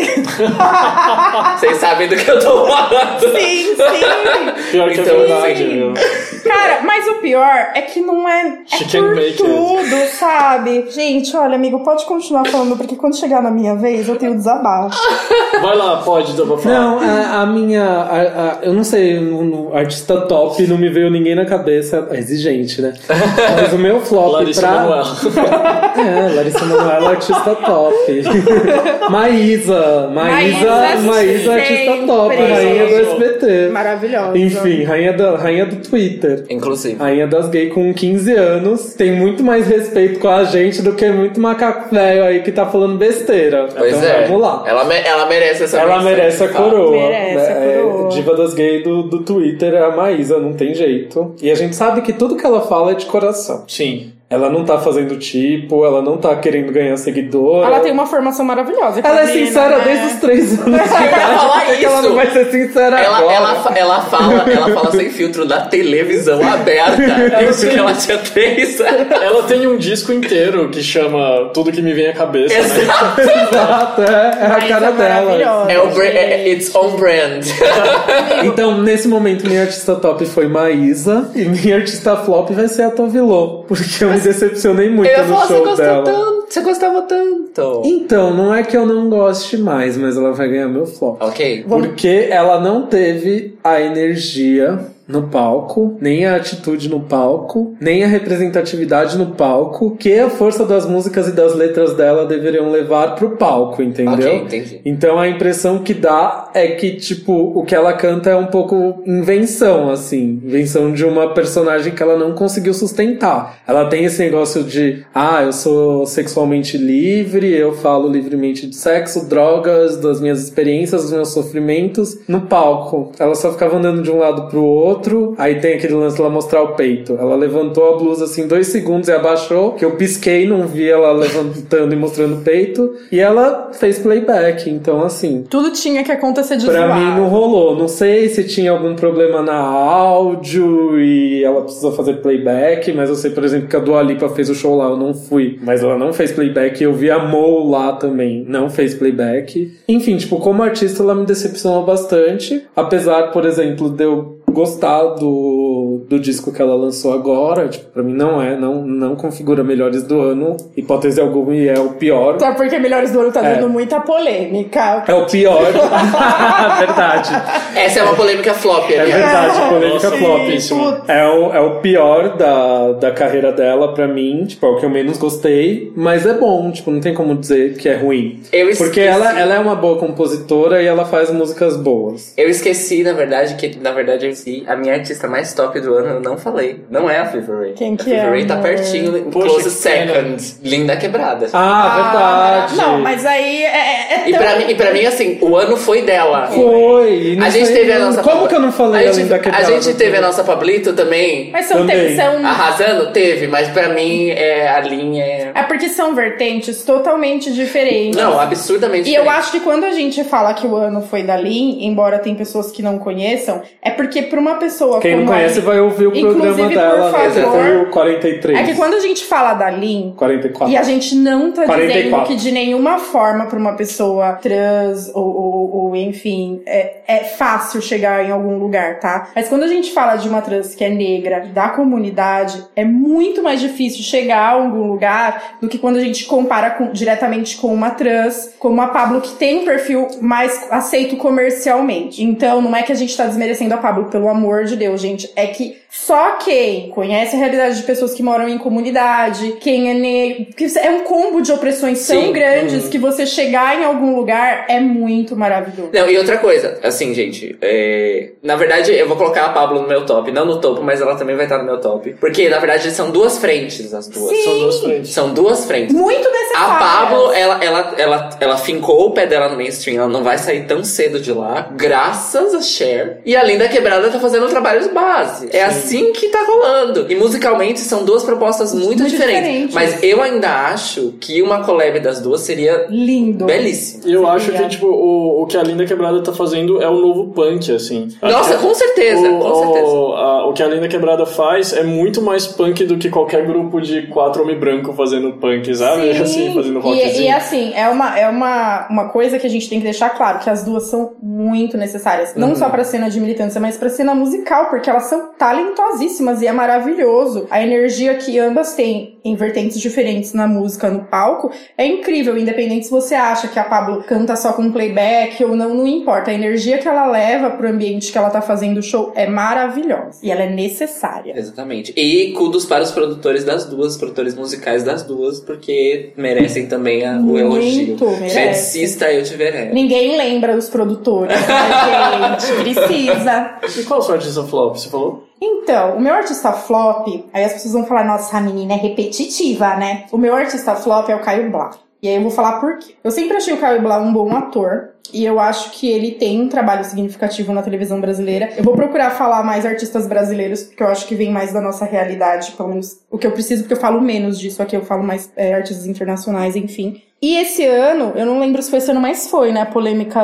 S2: Vocês sabem do que eu tô falando.
S4: Sim,
S2: <laughs>
S4: sim.
S5: Pior que
S2: Então,
S5: é verdade,
S2: sim.
S5: viu?
S4: <laughs> Cara, mas o pior é que não é, é
S5: She can
S4: por
S5: make it.
S4: tudo, sabe? Gente, olha, amigo, pode continuar falando, porque quando chegar na minha vez, eu tenho desabafo.
S5: <laughs> Vai lá, pode, dá pra falar.
S3: Não, a, a minha. a- a- eu não sei, no, no artista top não me veio ninguém na cabeça.
S5: <laughs>
S3: Exigente, né? Mas o meu flop
S5: Larissa
S3: pra.
S5: Manoel.
S3: <laughs> É, Larissa Manoela, artista top.
S4: <laughs>
S3: Maísa, Maísa,
S4: Maísa
S3: Maísa, é artista
S4: sempre.
S3: top, rainha do SBT.
S4: Maravilhosa.
S3: Enfim, rainha, da, rainha do Twitter.
S2: Inclusive.
S3: Rainha das gays com 15 anos tem muito mais respeito com a gente do que muito macaco velho aí que tá falando besteira.
S2: Pois
S3: então
S2: é.
S3: vamos lá.
S2: Ela, me- ela merece essa
S3: Ela
S2: menção,
S3: merece a
S2: tá?
S3: coroa.
S4: Merece a
S3: né? É,
S4: coroa.
S3: diva das gays do, do Twitter é a Maísa, não tem jeito. E a gente sabe que tudo que ela fala é de coração.
S5: Sim.
S3: Ela não tá fazendo tipo, ela não tá querendo ganhar seguidor.
S4: Ela tem uma formação maravilhosa.
S3: Ela é
S4: Karina,
S3: sincera
S4: né?
S3: desde os três anos
S2: <laughs> Eu
S3: de
S2: ia
S3: idade.
S2: falar
S3: por que que ela
S2: isso.
S3: não vai ser sincera
S2: Ela,
S3: agora.
S2: ela, fa- ela, fala, ela fala sem filtro na televisão
S5: <laughs>
S2: aberta.
S5: É
S2: Isso que ela
S5: assim.
S2: tinha três.
S5: um Ela tem um disco inteiro que chama Tudo Que Me Vem à Cabeça, né?
S3: Exato, é, é a
S4: Maísa
S3: cara dela.
S4: maravilhosa,
S2: É o bra- é- é-
S4: gente.
S2: it's on brand.
S3: Então, nesse momento, minha artista top foi Maísa e minha artista flop vai ser a Tovilô, porque eu me decepcionei muito
S2: Eu ia
S3: no
S2: falar, você
S3: show
S2: gostou
S3: dela.
S2: tanto. Você gostava tanto.
S3: Então, não é que eu não goste mais, mas ela vai ganhar meu flop.
S2: Ok.
S3: Porque ela não teve a energia no palco, nem a atitude no palco, nem a representatividade no palco, que a força das músicas e das letras dela deveriam levar pro palco, entendeu?
S2: Ok, entendi.
S3: Então a impressão que dá é que, tipo, o que ela canta é um pouco invenção, assim. Invenção de uma personagem que ela não conseguiu sustentar. Ela tem esse negócio de, ah, eu sou sexualmente livre, eu falo livremente de sexo, drogas, das minhas experiências, dos meus sofrimentos. No palco, ela só ficava andando de um lado pro outro, aí tem aquele lance lá mostrar o peito. Ela levantou a blusa assim dois segundos e abaixou, que eu pisquei, não vi ela levantando e mostrando o peito. E ela fez playback, então assim.
S4: Tudo tinha que acontecer de
S3: Pra
S4: zoar.
S3: mim não rolou. Não sei se tinha algum problema na áudio e ela precisou fazer playback, mas eu sei, por exemplo, que a Dua Lipa fez o show lá, eu não fui. Mas ela não fez playback. Eu vi a Mo lá também, não fez playback. Enfim, tipo, como artista ela me decepcionou bastante. Apesar, por exemplo, de eu gostar do, do disco que ela lançou agora, tipo, pra mim não é, não, não configura melhores do ano. Hipótese alguma e é o pior.
S4: Até porque Melhores do Ouro tá
S3: É.
S4: dando muita polêmica.
S3: É o pior.
S4: <laughs>
S3: <laughs> verdade.
S2: Essa é uma polêmica flop,
S3: É
S2: aliás.
S3: verdade, polêmica
S5: Nossa,
S3: flop.
S5: isso.
S3: É o, é o pior da, da carreira dela pra mim, tipo, é o que eu menos gostei, mas é bom, tipo, não tem como dizer que é ruim.
S2: Eu
S3: Porque
S2: esqueci.
S3: ela, ela é uma boa compositora e ela faz músicas boas.
S2: Eu esqueci, na verdade, que na verdade eu, esqueci. A minha artista mais top do ano eu não falei. Não é a Fever Ray.
S4: Quem
S2: a
S4: que
S2: Fever
S4: é,
S2: Ray tá
S4: amor?
S2: pertinho. em
S5: Poxa,
S2: close
S5: que
S2: second. Linda quebrada.
S3: Ah, verdade.
S4: Não, mas aí é, é
S2: E
S4: tão-
S2: pra, mim, e pra mim, assim, o ano foi dela.
S3: Foi. e não
S2: A gente
S3: foi-
S2: teve a nossa.
S3: Como
S2: Pablo-
S3: que eu não falei
S2: a
S3: além
S2: gente,
S3: da quebrada?
S2: A gente teve a nossa Pablito também.
S4: Mas são,
S3: Também.
S4: te- são
S2: Arrasando? Teve, mas pra mim é, a linha é.
S4: É porque são vertentes totalmente diferentes.
S2: Não, absurdamente.
S4: E eu
S2: diferente.
S4: acho que quando a gente fala que o ano foi da Lin, embora tem pessoas que não conheçam, é porque pra uma pessoa
S3: Quem não
S4: como
S3: conhece
S4: a Lin,
S3: vai ouvir o
S4: Inclusive,
S3: programa
S4: por
S3: dela, né?
S4: favor,
S3: Foi o 43.
S4: é que quando a gente fala da Lin,
S3: 44.
S4: e a gente não tá
S3: 44.
S4: dizendo que de nenhuma forma pra uma pessoa trans ou, ou- ou, enfim, é, é fácil chegar em algum lugar, tá? Mas quando a gente fala de uma trans que é negra, da comunidade, é muito mais difícil chegar a algum lugar do que quando a gente compara com- diretamente com uma trans, como a Pablo, que tem um perfil mais aceito comercialmente. Então, não é que a gente tá desmerecendo a Pablo, pelo amor de Deus, gente. É que só quem conhece a realidade de pessoas que moram em comunidade, quem é negro. Porque é um combo de opressões
S2: Sim.
S4: tão grandes que você chegar em algum lugar é muito maravilhoso.
S2: Não, e outra coisa, assim, gente, é, na verdade eu vou colocar a Pablo no meu top, não no topo, mas ela também vai estar no meu top. Porque, na verdade, são duas frentes as duas.
S5: São duas frentes.
S2: São duas frentes.
S4: Muito necessário.
S2: A
S4: <laughs>
S2: Pablo, ela, ela, ela, ela fincou o pé dela no mainstream, ela não vai sair tão cedo de lá, graças a Cher. E a Linda Quebrada tá fazendo trabalhos base. É assim que tá rolando. E musicalmente são duas propostas muito,
S4: Muito
S2: diferentes.
S4: diferentes.
S2: Mas eu ainda acho que uma collab das duas seria
S4: Lindo.
S2: belíssima.
S5: E eu acho que,
S4: Obrigada.
S5: tipo, o, o que a Linda Quebrada tá fazendo é o novo punk, assim.
S2: Nossa, com certeza,
S5: o,
S2: com certeza.
S5: O, a- o que a Linda Quebrada faz é muito mais punk do que qualquer grupo de quatro homem branco fazendo punk, sabe?
S4: Sim.
S5: <laughs> Assim, fazendo
S4: e,
S5: rockzinho.
S4: e assim, é, uma, é uma, uma coisa que a gente tem que deixar claro, que as duas são muito necessárias. Não
S5: Uhum.
S4: só pra cena de militância, mas pra cena musical, porque elas são talentosíssimas e é maravilhoso. A energia que ambas têm em vertentes diferentes na música, no palco, é incrível. Independente se você acha que a Pablo canta só com playback ou não, não importa. A energia que ela leva pro ambiente que ela tá fazendo o show é maravilhosa. E ela é necessária.
S2: Exatamente. E kudos para os produtores das duas, produtores musicais das duas, porque merecem também a- o elogio.
S4: Muito, merece.
S2: Medicista, eu te verei.
S4: Ninguém lembra os produtores, né,
S2: <laughs>
S4: gente? Precisa.
S5: E qual é sorte dessa flop? Você falou?
S4: Então, o meu artista flop, aí as pessoas vão falar, nossa, a menina é repetitiva, né? O meu artista flop é o Caio Blá. E aí eu vou falar por quê. Eu sempre achei o Caio Blá um bom ator. E eu acho que ele tem um trabalho significativo na televisão brasileira. Eu vou procurar falar mais artistas brasileiros, porque eu acho que vem mais da nossa realidade, pelo menos o que eu preciso, porque eu falo menos disso aqui, eu falo mais é, artistas internacionais, enfim. E esse ano, eu não lembro se foi esse ano, mas foi, né? A polêmica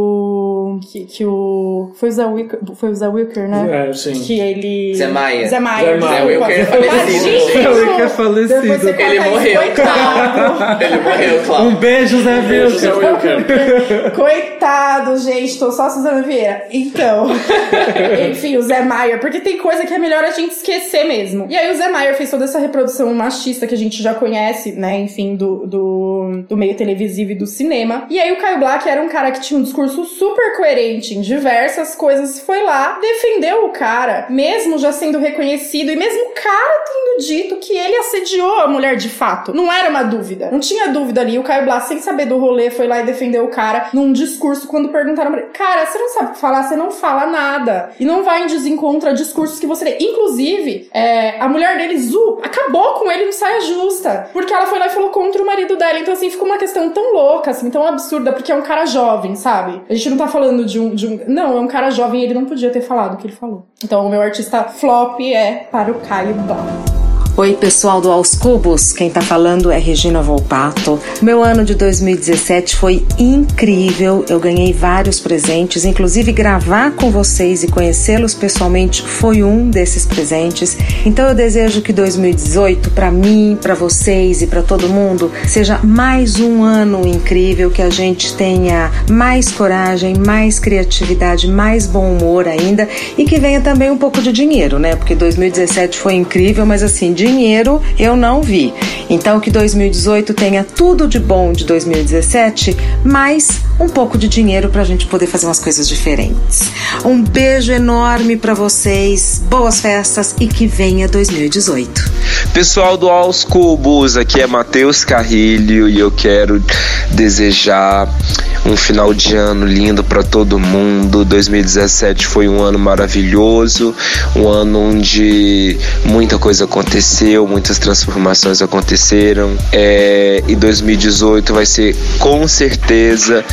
S4: do. Que, que o. Foi o Zé Wilker, foi o Zé Wilker né?
S5: É, sim.
S4: que ele.
S2: Zé Maia.
S4: Zé Maia.
S2: Zé
S4: desculpa.
S2: Wilker é falecido.
S4: Tadinho!
S2: gente.
S3: Ele que é falecido.
S4: Depois você
S2: Ele
S4: conta isso,
S2: morreu.
S4: Coitado.
S2: Ele morreu, Cláudio.
S3: Um beijo, Zé Vilso.
S5: José Wilker.
S3: <laughs>
S4: Coitado, gente. Tô só a Suzana Vieira. Então. <laughs> Enfim, o Zé Maier. Porque tem coisa que é melhor a gente esquecer mesmo. E aí o Zé Maier fez toda essa reprodução machista que a gente já conhece, né? Enfim, do, do, do meio televisivo e do cinema. E aí o Caio Black era um cara que tinha um discurso super coerente em diversas coisas. Foi lá, defendeu o cara, mesmo já sendo reconhecido. E mesmo o cara tendo dito que ele assediou a mulher de fato. Não era uma dúvida. Não tinha dúvida ali. O Caio Blas, sem saber do rolê, foi lá e defendeu o cara num discurso quando perguntaram pra ele: Cara, você não sabe o que falar, você não fala nada. E não vai em desencontro a discursos que você tem. Inclusive, é, a mulher dele, Zu, acabou com ele no saia justa. Porque ela foi lá e falou contra o marido dela. Então, assim, ficou uma questão tão louca, assim, tão absurda, porque é um cara jovem, sabe? A gente não tá falando de um. De um... Não, é um cara jovem e ele não podia ter falado o que ele falou. Então, o meu artista flop é para o Caio Blas.
S12: Oi, pessoal do Aos Cubos, quem tá falando é Regina Volpato. Meu ano de 2017 foi incrível, eu ganhei vários presentes, inclusive gravar com vocês e conhecê-los pessoalmente foi um desses presentes. Então eu desejo que 2018 pra mim, pra vocês e pra todo mundo seja mais um ano incrível, que a gente tenha mais coragem, mais criatividade, mais bom humor ainda e que venha também um pouco de dinheiro, né? Porque 2017 foi incrível, mas assim, dinheiro eu não vi. Então que 2018 tenha tudo de bom de 2017, mais um pouco de dinheiro pra gente poder fazer umas coisas diferentes. Um beijo enorme pra vocês, boas festas e que venha 2018.
S10: Pessoal do Aos Cubos, aqui é Matheus Carrilho e eu quero desejar
S13: um final de ano lindo para todo mundo. 2017 foi um ano maravilhoso, um ano onde muita coisa aconteceu, muitas transformações aconteceram. É, e 2018 vai ser com certeza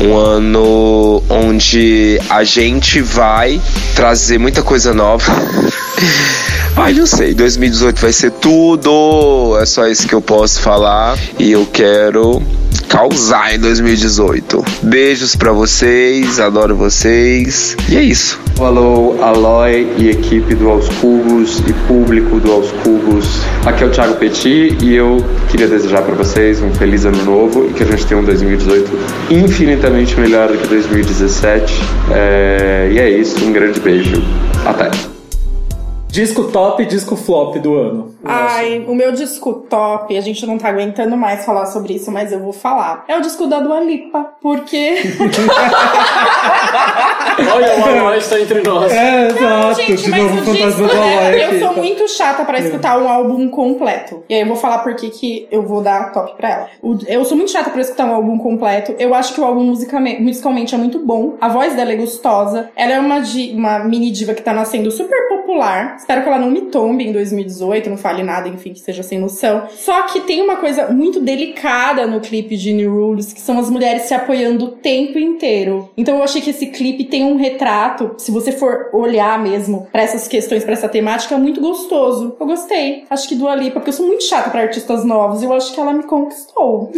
S13: um ano onde a gente vai trazer muita coisa nova. <laughs> Ai, não sei, 2018 vai ser tudo. É só isso que eu posso falar. E eu quero causar em 2018. Beijos pra vocês, adoro vocês. E é isso.
S14: Falou Aloy e equipe do Aos Cubos e público do Aos Cubos. Aqui é o Thiago Petit e eu queria desejar pra vocês um feliz ano novo e que a gente tenha um 2018 infinitamente melhor do que 2017. É, E é isso, um grande beijo. Até.
S3: Disco top e disco flop do ano.
S4: Ai, o meu disco top, a gente não tá aguentando mais falar sobre isso, mas eu vou falar. É o disco da Dua Lipa, <laughs> porque.
S5: Olha,
S4: <laughs>
S5: o Aloy está entre nós.
S3: É,
S4: Não, gente, mas o disco, né? Eu sou muito chata pra escutar um álbum completo. E aí eu vou falar por que que eu vou dar top pra ela. O- Eu sou muito chata pra escutar um álbum completo. Eu acho que o álbum musicame- musicalmente é muito bom. A voz dela é gostosa. Ela é uma, di- uma mini diva que tá nascendo super popular. Espero que ela não me tombe em 2018, não fale nada, enfim, que seja sem noção. Só que tem uma coisa muito delicada no clipe de New Rules, que são as mulheres se apoiando o tempo inteiro. Então eu achei que esse clipe tem um retrato, se você for olhar mesmo pra essas questões, pra essa temática, muito gostoso. Eu gostei. Acho que Dua Lipa, porque eu sou muito chata pra artistas novos, eu acho que ela me conquistou.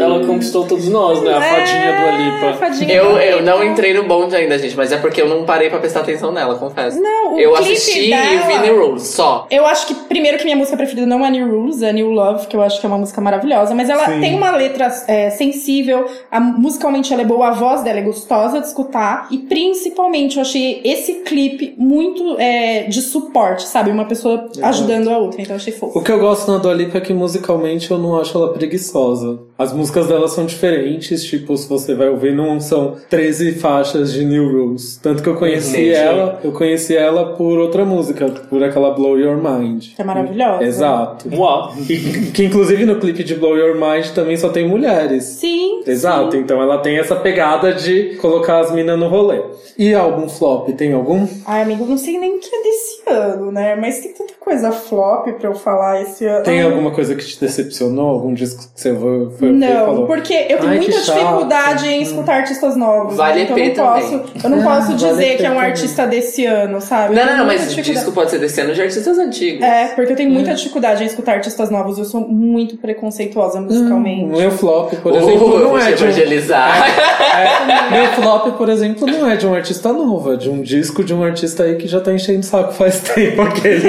S5: Ela conquistou todos nós, né? A fadinha do Alipa.
S4: É, fadinha
S2: Eu, eu não entrei no bonde ainda, gente, mas é porque eu não parei pra prestar atenção nela, confesso.
S4: Não, o
S2: Eu
S4: clipe
S2: assisti
S4: dela-
S2: Vini Rose, só.
S4: Eu acho que, primeiro, que minha música preferida não é New Rules, é New Love, que eu acho que é uma música maravilhosa. Mas ela
S2: Sim.
S4: tem uma letra é, sensível, a- musicalmente ela é boa, a voz dela é gostosa de escutar. E, principalmente, eu achei esse clipe muito é, de suporte, sabe? Uma pessoa
S3: Exato.
S4: ajudando a outra, então eu achei fofo.
S3: O que eu gosto na Dua Lipa é que musicalmente eu não acho ela preguiçosa. As músicas dela são diferentes, tipo, se você vai ouvir, não são 13 faixas de New Rules. Tanto que eu conheci
S5: Entendi.
S3: ela, eu conheci ela por outra música, por aquela Blow Your Mind.
S4: Que é maravilhosa.
S3: Exato. E que inclusive no clipe de Blow Your Mind também só tem mulheres.
S4: Sim.
S3: Exato, então ela tem essa pegada de colocar as minas no rolê. E álbum flop, tem algum?
S4: Ai, amigo, eu não sei nem o que é desse ano, né? Mas tem tanta coisa flop pra eu falar esse ano.
S3: Tem
S4: Ai,
S3: alguma coisa que te decepcionou? Algum disco que você foi, foi foi-
S4: Não,
S3: falou?
S4: porque eu tenho
S3: Ai, que
S4: muita
S3: chato.
S4: dificuldade em escutar artistas novos.
S2: Vale
S4: né? então eu
S2: EP
S4: não posso,
S2: também.
S4: eu não
S2: Ah,
S4: posso
S2: vale
S4: dizer
S2: EP
S4: que é um
S2: também.
S4: artista desse ano,
S2: Não,
S4: sabe? Eu
S2: não,
S4: tenho muita
S2: não, mas o
S4: dificuldade.
S2: disco pode ser desse ano de artistas antigos.
S4: É, porque eu tenho muita dificuldade em escutar artistas novos. Eu sou muito preconceituosa musicalmente.
S3: "Hum, Meu flop, por
S2: Uh,
S3: exemplo,
S2: eu vou
S3: não é
S2: te
S3: de um...
S2: evangelizar.
S3: É, meu flop, por exemplo, não é de um artista novo, é de um disco de um artista aí que já tá enchendo o saco faz <laughs> tempo né? aquele.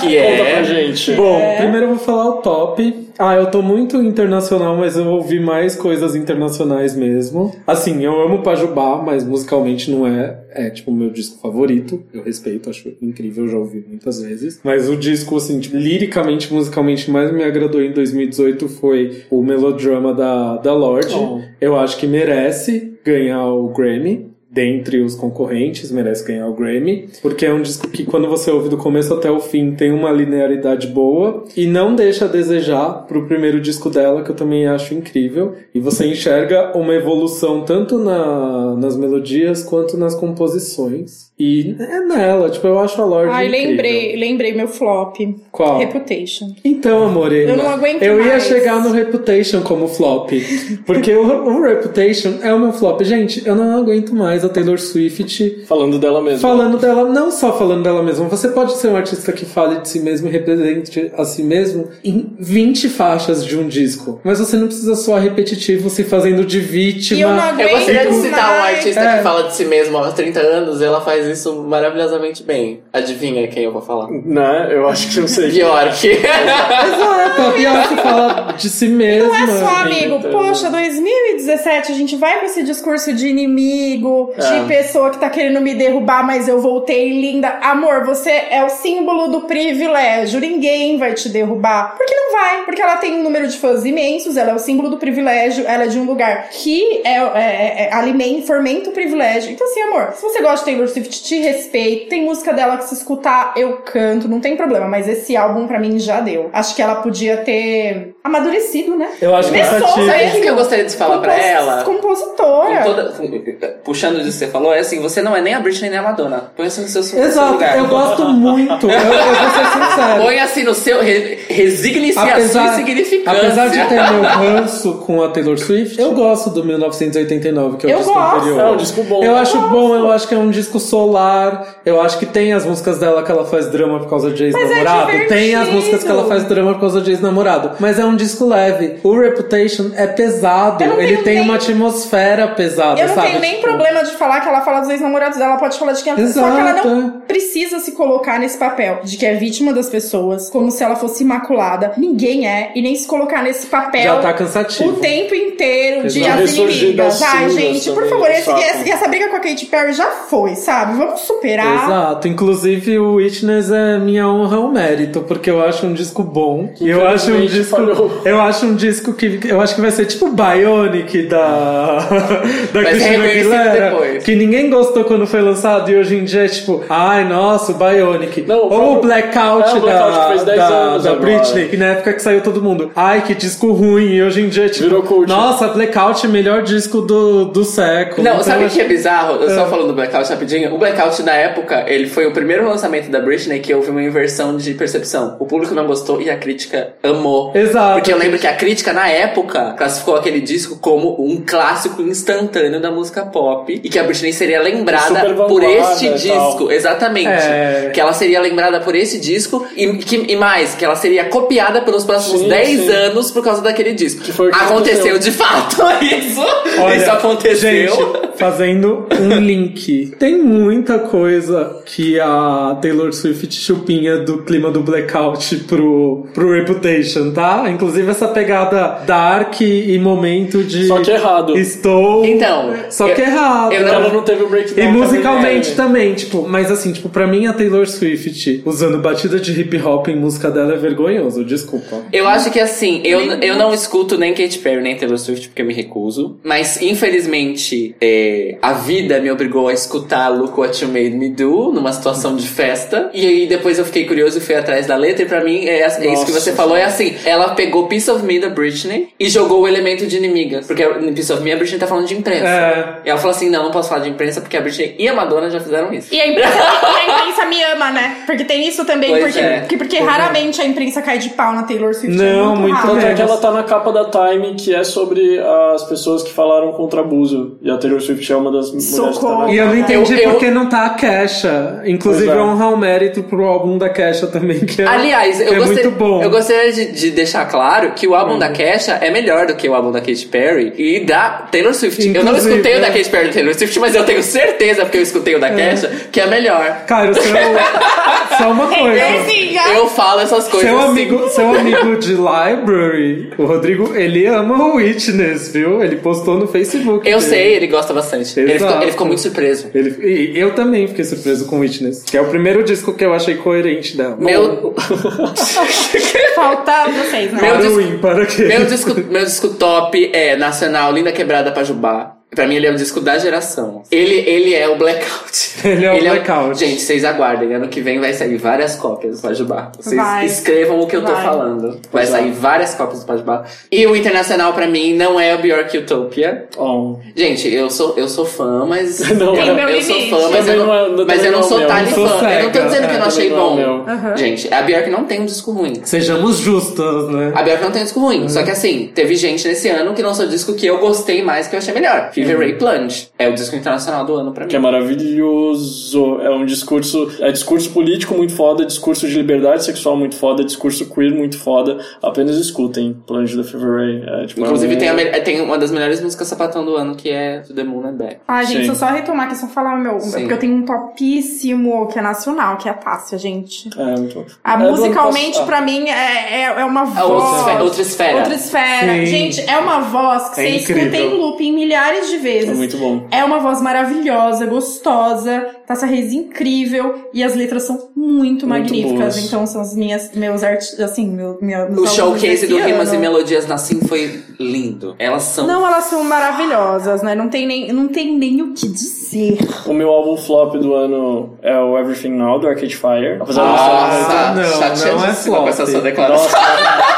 S2: Que é? Conta pra
S5: gente.
S3: Bom,
S4: É.
S3: primeiro eu vou falar o top. Ah, eu tô muito internacional, mas eu ouvi mais coisas internacionais mesmo. Assim, eu amo Pajubá, mas musicalmente não é. É tipo o meu disco favorito. Eu respeito, acho incrível, já ouvi muitas vezes. Mas o disco, assim, tipo, liricamente, musicalmente, mais me agradou em 2018 foi o melodrama da, da Lorde.
S5: Oh.
S3: Eu acho que merece ganhar o Grammy. Dentre os concorrentes, merece ganhar o Grammy, porque é um disco que, quando você ouve do começo até o fim, tem uma linearidade boa e não deixa a desejar pro primeiro disco dela, que eu também acho incrível. E você enxerga uma evolução tanto na- nas melodias quanto nas composições. E é nela, tipo, eu acho a Lorde.
S4: Ai,
S3: incrível.
S4: lembrei, lembrei meu flop.
S3: Qual?
S4: Reputation.
S3: Então, amorena,
S4: Eu não aguento
S3: eu ia
S4: mais.
S3: chegar no Reputation como flop. Porque o, o Reputation é o meu flop. Gente, eu não aguento mais a Taylor Swift.
S5: Falando dela mesma.
S3: Falando dela, não só falando dela mesma. Você pode ser um artista que fale de si mesmo e represente a si mesmo em 20 faixas de um disco. Mas você não precisa soar repetitivo se fazendo de vítima.
S2: Eu gostaria de citar um artista
S3: É.
S2: que fala de si mesmo há 30 anos, ela faz isso maravilhosamente bem. Adivinha quem eu vou falar?
S5: Né? Eu acho que eu sei. é.
S2: Bjork.
S3: Exato, a Beyoncé Então, fala de si mesma.
S4: Não é só, amigo. Poxa, 2017, a gente vai com esse discurso de inimigo,
S3: É.
S4: de pessoa que tá querendo me derrubar, mas eu voltei linda. Amor, você é o símbolo do privilégio. Ninguém vai te derrubar. Porque não vai. Porque ela tem um número de fãs imensos, ela é o símbolo do privilégio, ela é de um lugar que é, é, é, alimenta, fomenta o privilégio. Então, assim, amor, se você gosta de Taylor Swift, te respeito. Tem música dela que se escutar, eu canto, não tem problema. Mas esse álbum, pra mim, já deu. Acho que ela podia ter amadurecido, né?
S3: Eu acho
S2: É
S3: é
S4: Pessoa
S3: cansativo.
S4: mesmo.
S2: Sabe o que eu gostaria de falar pra
S4: Compos-
S2: ela?
S4: Compositora.
S2: Com toda- com- puxando disso que você falou, é assim, você não é nem a Britney nem a Madonna. Põe assim no seu, no seu
S3: Exato,
S2: lugar.
S3: eu gosto muito. Eu, eu vou ser sincero.
S2: Põe assim no seu. Re, Resigne-se à sua insignificância.
S3: apesar de ter meu ranço com a Taylor Swift, eu gosto do 1989, que é o
S2: Eu
S3: disco
S2: gosto.
S3: anterior.
S2: É um disco bom.
S3: Eu acho bom, eu acho que é um disco solar. Eu acho que tem as músicas dela que ela faz drama por causa de ex-namorado.
S5: divertido.
S3: tem as músicas que ela faz drama por causa de ex-namorado. Mas é um disco leve. O Reputation é pesado. Ele tem uma atmosfera
S2: Ah,
S3: pesada,
S4: Eu não
S3: sabe?
S4: tenho nem
S3: Tipo,
S4: problema de falar que ela fala dos ex-namorados dela, pode falar de quem ela Só que ela
S3: Exato,
S4: não precisa se colocar nesse papel de que é vítima das pessoas, como se ela fosse imaculada. Ninguém é, e nem se colocar nesse papel.
S3: Já tá cansativo.
S4: O tempo inteiro de
S3: Exato.
S4: as
S3: Ressurgir
S4: inimigas.
S3: das
S4: Ai,
S3: cinzas
S4: gente, por
S3: também,
S4: favor, esse-
S3: saco.
S4: essa, essa briga com a Katy Perry já foi, sabe? Vamos superar.
S3: Exato. Inclusive, o Witness é minha honra ao mérito, porque eu acho um disco bom. E eu acho um
S5: infelizmente
S3: disco. Eu acho um disco que. Eu acho que vai ser tipo o Bionic da. <laughs> da
S5: Vai ser
S3: Cristina
S5: reconhecido
S3: Aguilera.
S5: depois.
S3: Que ninguém gostou quando foi lançado e hoje em dia é tipo, ai, nossa, o Bionic. Ou o Blackout,
S5: É, o Blackout
S3: da,
S5: que fez 10
S3: da,
S5: anos
S3: da
S5: agora.
S3: Britney, que na época que saiu todo mundo. Ai, que disco ruim. E hoje em dia é tipo. Nossa, Blackout é o melhor disco do, do
S2: <laughs>
S3: século.
S2: Não,
S3: Então,
S2: sabe
S3: eu
S2: o que é
S3: acho-
S2: bizarro? Eu
S3: É.
S2: só falando do Blackout rapidinho. O Blackout, na época, ele foi o primeiro lançamento da Britney que houve uma inversão de percepção. O público não gostou e a crítica amou.
S3: Exato.
S2: Porque eu lembro que a crítica, na época, classificou aquele disco como um clássico instantâneo da música pop. E que a Britney seria lembrada
S5: Super
S2: por
S5: vanguarda
S2: este
S5: e tal.
S2: disco. Exatamente.
S5: É.
S2: Que ela seria lembrada por este disco. E, que- e mais, que ela seria copiada pelos próximos
S5: Sim,
S2: 10
S5: sim.
S2: anos por causa daquele disco.
S5: o que
S2: aconteceu
S5: aconteceu.
S2: de fato <laughs> isso.
S3: Olha,
S2: isso aconteceu.
S3: Gente, fazendo um link. Tem muita coisa que a Taylor Swift chupinha do clima do Blackout pro, pro Reputation, tá? Inclusive essa pegada dark e momento de. Só que
S5: errado.
S3: Estou.
S5: Então,
S3: Só
S5: eu-
S3: que é errado.
S5: eu não- Ela não teve o breakdown
S3: E musicalmente
S5: também, né?
S3: também, tipo. Mas assim, tipo, pra mim a Taylor Swift usando batida de hip hop em música dela é vergonhoso, desculpa.
S2: Eu acho que assim, eu, eu não escuto nem Katy Perry nem Taylor Swift porque eu me recuso. Mas infelizmente, é, a vida me obrigou a escutar Look What You Made Me Do numa situação de festa. E aí depois eu fiquei curioso e fui atrás da letra. E pra mim, é, é isso que você
S5: Nossa,
S2: falou: é assim, ela pegou Piece of Me da Britney e jogou o elemento de inimigas. Porque em Piece of Me a Britney tá falando de imprensa.
S3: É.
S2: E ela falou assim: não, não posso falar de imprensa porque a Britney e a Madonna já fizeram isso.
S4: E a imprensa, a imprensa me ama, né? Porque tem isso também,
S2: Pois
S4: porque,
S2: é.
S4: porque, porque
S5: Pois é.
S4: raramente a imprensa cai de pau na Taylor Swift. é muito, raro.
S5: Tanto é que ela tá na capa da Time, que é sobre as pessoas que falaram contra abuso. E a Taylor Swift é uma das mulheres que tá na
S3: E eu não entendi
S5: Eu- eu-
S3: porque não tá a Kesha. Inclusive,
S5: Pois é.
S3: honra o mérito pro álbum da Kesha também, que é,
S2: Aliás,
S3: que
S2: eu,
S3: é
S2: gostei-
S3: muito bom. Uhum.
S2: eu gostaria de, de deixar claro que o álbum da Kesha é melhor do que o álbum da Katy Perry e da Taylor Swift. eu não
S3: Inclusive,
S2: escutei o da
S3: é.
S2: Katy Perry e da Taylor Swift, mas eu tenho certeza, porque eu escutei o da
S3: É.
S2: Kesha, que é melhor.
S3: Cara, o seu-
S2: <laughs>
S3: só uma coisa.
S2: Eu falo essas coisas.
S3: Seu
S2: assim.
S3: amigo,
S2: <laughs>
S3: seu amigo de library, o Rodrigo, ele ama o Witness, viu? Ele postou no Facebook.
S2: Eu
S3: dele.
S2: sei, ele gosta bastante. Ele
S3: Exato.
S2: ficou, ele ficou muito surpreso.
S3: Ele, e eu também fiquei surpreso com Witness, que é o primeiro disco que eu achei coerente dela.
S2: Meu.
S4: Falta vocês, né?
S2: Meu
S3: <laughs> Para o
S2: disco-
S3: ímpar aqui.
S2: Meu disco, meu disco top é Nacional Linda Quebrada Pajubá. Pra mim, ele é o disco da geração. Ele, ele é o
S5: <laughs>
S2: Blackout.
S3: Ele é o
S2: Blackout. Gente, vocês aguardem. Ano que vem vai sair várias cópias do Pajubá. Vocês
S5: Vai.
S2: escrevam o que eu tô
S5: Vai.
S2: falando. Vai
S5: Pois é.
S2: sair várias cópias do Pajubá. E o Internacional, pra mim, não é o Bjork Utopia. Gente, eu sou, eu sou fã, mas...
S5: Oh. <laughs> Não,
S2: eu,
S5: Tem meu
S2: eu sou
S5: limite.
S2: fã, mas eu
S5: Também
S2: não,
S5: não é- também
S2: mas eu não
S5: não é o
S2: sou
S5: meu.
S2: Tali
S5: Sou
S2: fã. Eu não tô
S5: cega.
S2: dizendo que eu não
S5: É,
S2: achei
S5: também não
S2: bom.
S5: é o meu. Uhum.
S2: Gente, a Bjork não tem um disco ruim.
S3: Sejamos justos, né?
S2: A Bjork não tem disco ruim,
S4: Uhum.
S2: só que assim, teve gente nesse ano que lançou disco que eu gostei mais, que eu achei melhor. Fever
S4: Uhum.
S2: Ray Plunge. É o disco internacional do ano pra mim.
S5: Que é maravilhoso. É um discurso. É discurso político muito foda, discurso de liberdade sexual muito foda, discurso queer muito foda. Apenas escutem Plunge da Fevereiro. É, tipo,
S2: Inclusive
S5: é um-
S2: tem, a me- eh, tem uma das melhores músicas sapatão do ano, que é The Moon and Back.
S4: Ai, Ah, gente, deixa eu só retomar aqui, só falar o meu.
S2: Sim.
S4: Porque eu tenho um topíssimo que é nacional, que é a Tássia, gente.
S5: É, muito bom.
S4: A
S2: É, do ano
S4: musicalmente,
S5: Ah.
S2: passado.
S4: pra mim, é, é, é uma
S2: É
S4: voz.
S2: outra esfera- outra esfera.
S4: Outra esfera.
S2: Sim.
S4: Gente, é uma voz que
S2: É
S4: você escuta
S2: incrível.
S4: em looping milhares de vezes.
S5: É muito bom.
S4: É uma voz maravilhosa, gostosa, Tássia Reis incrível e as letras são muito,
S2: Muito
S4: magníficas.
S2: boas.
S4: Então são as minhas, meus artes, assim, meu, minha, meus
S2: O
S4: álbuns
S2: showcase
S4: desse
S2: do Rimas e
S4: ano.
S2: Melodias Nassim foi lindo. Elas são.
S4: Não, elas são maravilhosas, né? Não tem nem, não tem nem o que dizer.
S5: O meu álbum flop do ano é o Everything Now, do Arcade Fire. Apesar de
S2: Nossa,
S3: é
S5: ser-
S2: chateadíssima com essa sua declaração.
S5: Nossa,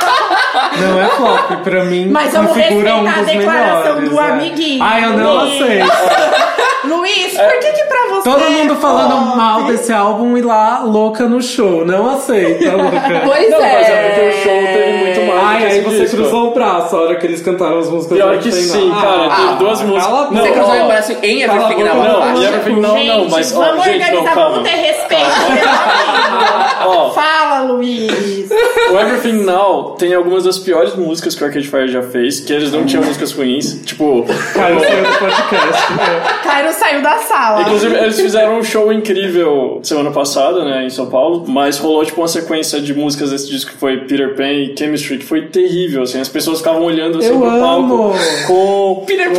S3: Não é flop, pra mim
S4: Mas
S3: não
S4: vamos
S3: figura um
S4: respeitar É a
S3: dos
S4: declaração
S3: melhores.
S4: do
S3: é.
S4: amiguinho.
S3: Ah, eu não
S4: Luiz.
S3: aceito.
S4: <laughs> Luiz, por que que pra você... é
S3: Todo mundo falando
S4: flop?
S3: mal desse álbum e lá louca no show. Não aceita, Luca.
S15: Pois
S3: não,
S15: é.
S3: Mas é porque o show teve muito mais.
S5: Ai,
S3: Ai,
S5: aí
S3: aí você
S5: disco.
S3: cruzou o braço a hora que eles cantaram as músicas.
S5: Pior
S3: do
S5: que
S3: Einstein,
S5: sim,
S3: não.
S5: cara,
S3: Ah,
S5: teve duas músicas-
S3: cala a
S5: Você
S3: boca.
S5: cruzou o
S15: assim
S5: braço em
S3: Cala a
S5: Everything
S3: boca.
S5: na
S3: Não,
S5: Lava
S3: em
S5: Rádio.
S3: Everything não, não,
S5: mas, ó,
S4: Vamos
S5: gente, não,
S4: organizar,
S5: calma. Tá.
S4: vamos ter respeito.
S5: Ó.
S4: Fala, Luiz.
S5: O Everything Now tem algumas das piores músicas que o Arcade Fire já fez, que eles não tinham músicas ruins. Tipo.
S3: Cara, saiu do podcast. né?
S4: Cairo saiu da sala.
S5: <laughs> Inclusive, eles fizeram um show incrível semana passada, né, em São Paulo, mas rolou, tipo, uma sequência de músicas desse disco que foi Peter Pan e Chemistry, que foi terrível, assim, as pessoas ficavam olhando, assim,
S3: Eu
S5: pro
S3: amo.
S5: palco com... Peter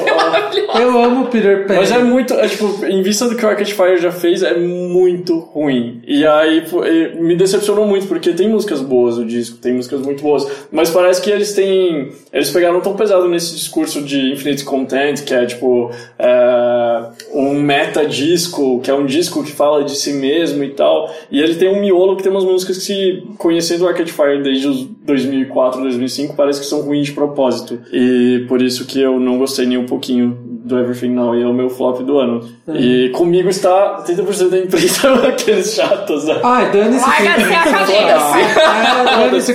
S3: Eu amo Peter Pan.
S5: Mas é muito, é, tipo, em vista do que o Arcade Fire já fez, é muito ruim. E aí pô, e me decepcionou muito, porque tem músicas boas no disco, tem músicas muito boas, mas parece que eles têm. Eles pegaram tão pesado nesse discurso de Infinite Content, que é tipo é, um meta-disco, que é um disco que fala de si mesmo e tal. E ele tem um miolo que tem umas músicas que, se- conhecendo o Arcade Fire desde os 2004, 2005, parece que são ruins de propósito. E por isso que eu não gostei nem um pouquinho do Everything Now e é o meu flop do ano.
S3: Hum.
S5: E comigo está 30% da imprensa, <laughs> aqueles chatos. Né?
S3: Ai, dane-se.
S4: Larga de ser acadêmico.
S3: Dane se É,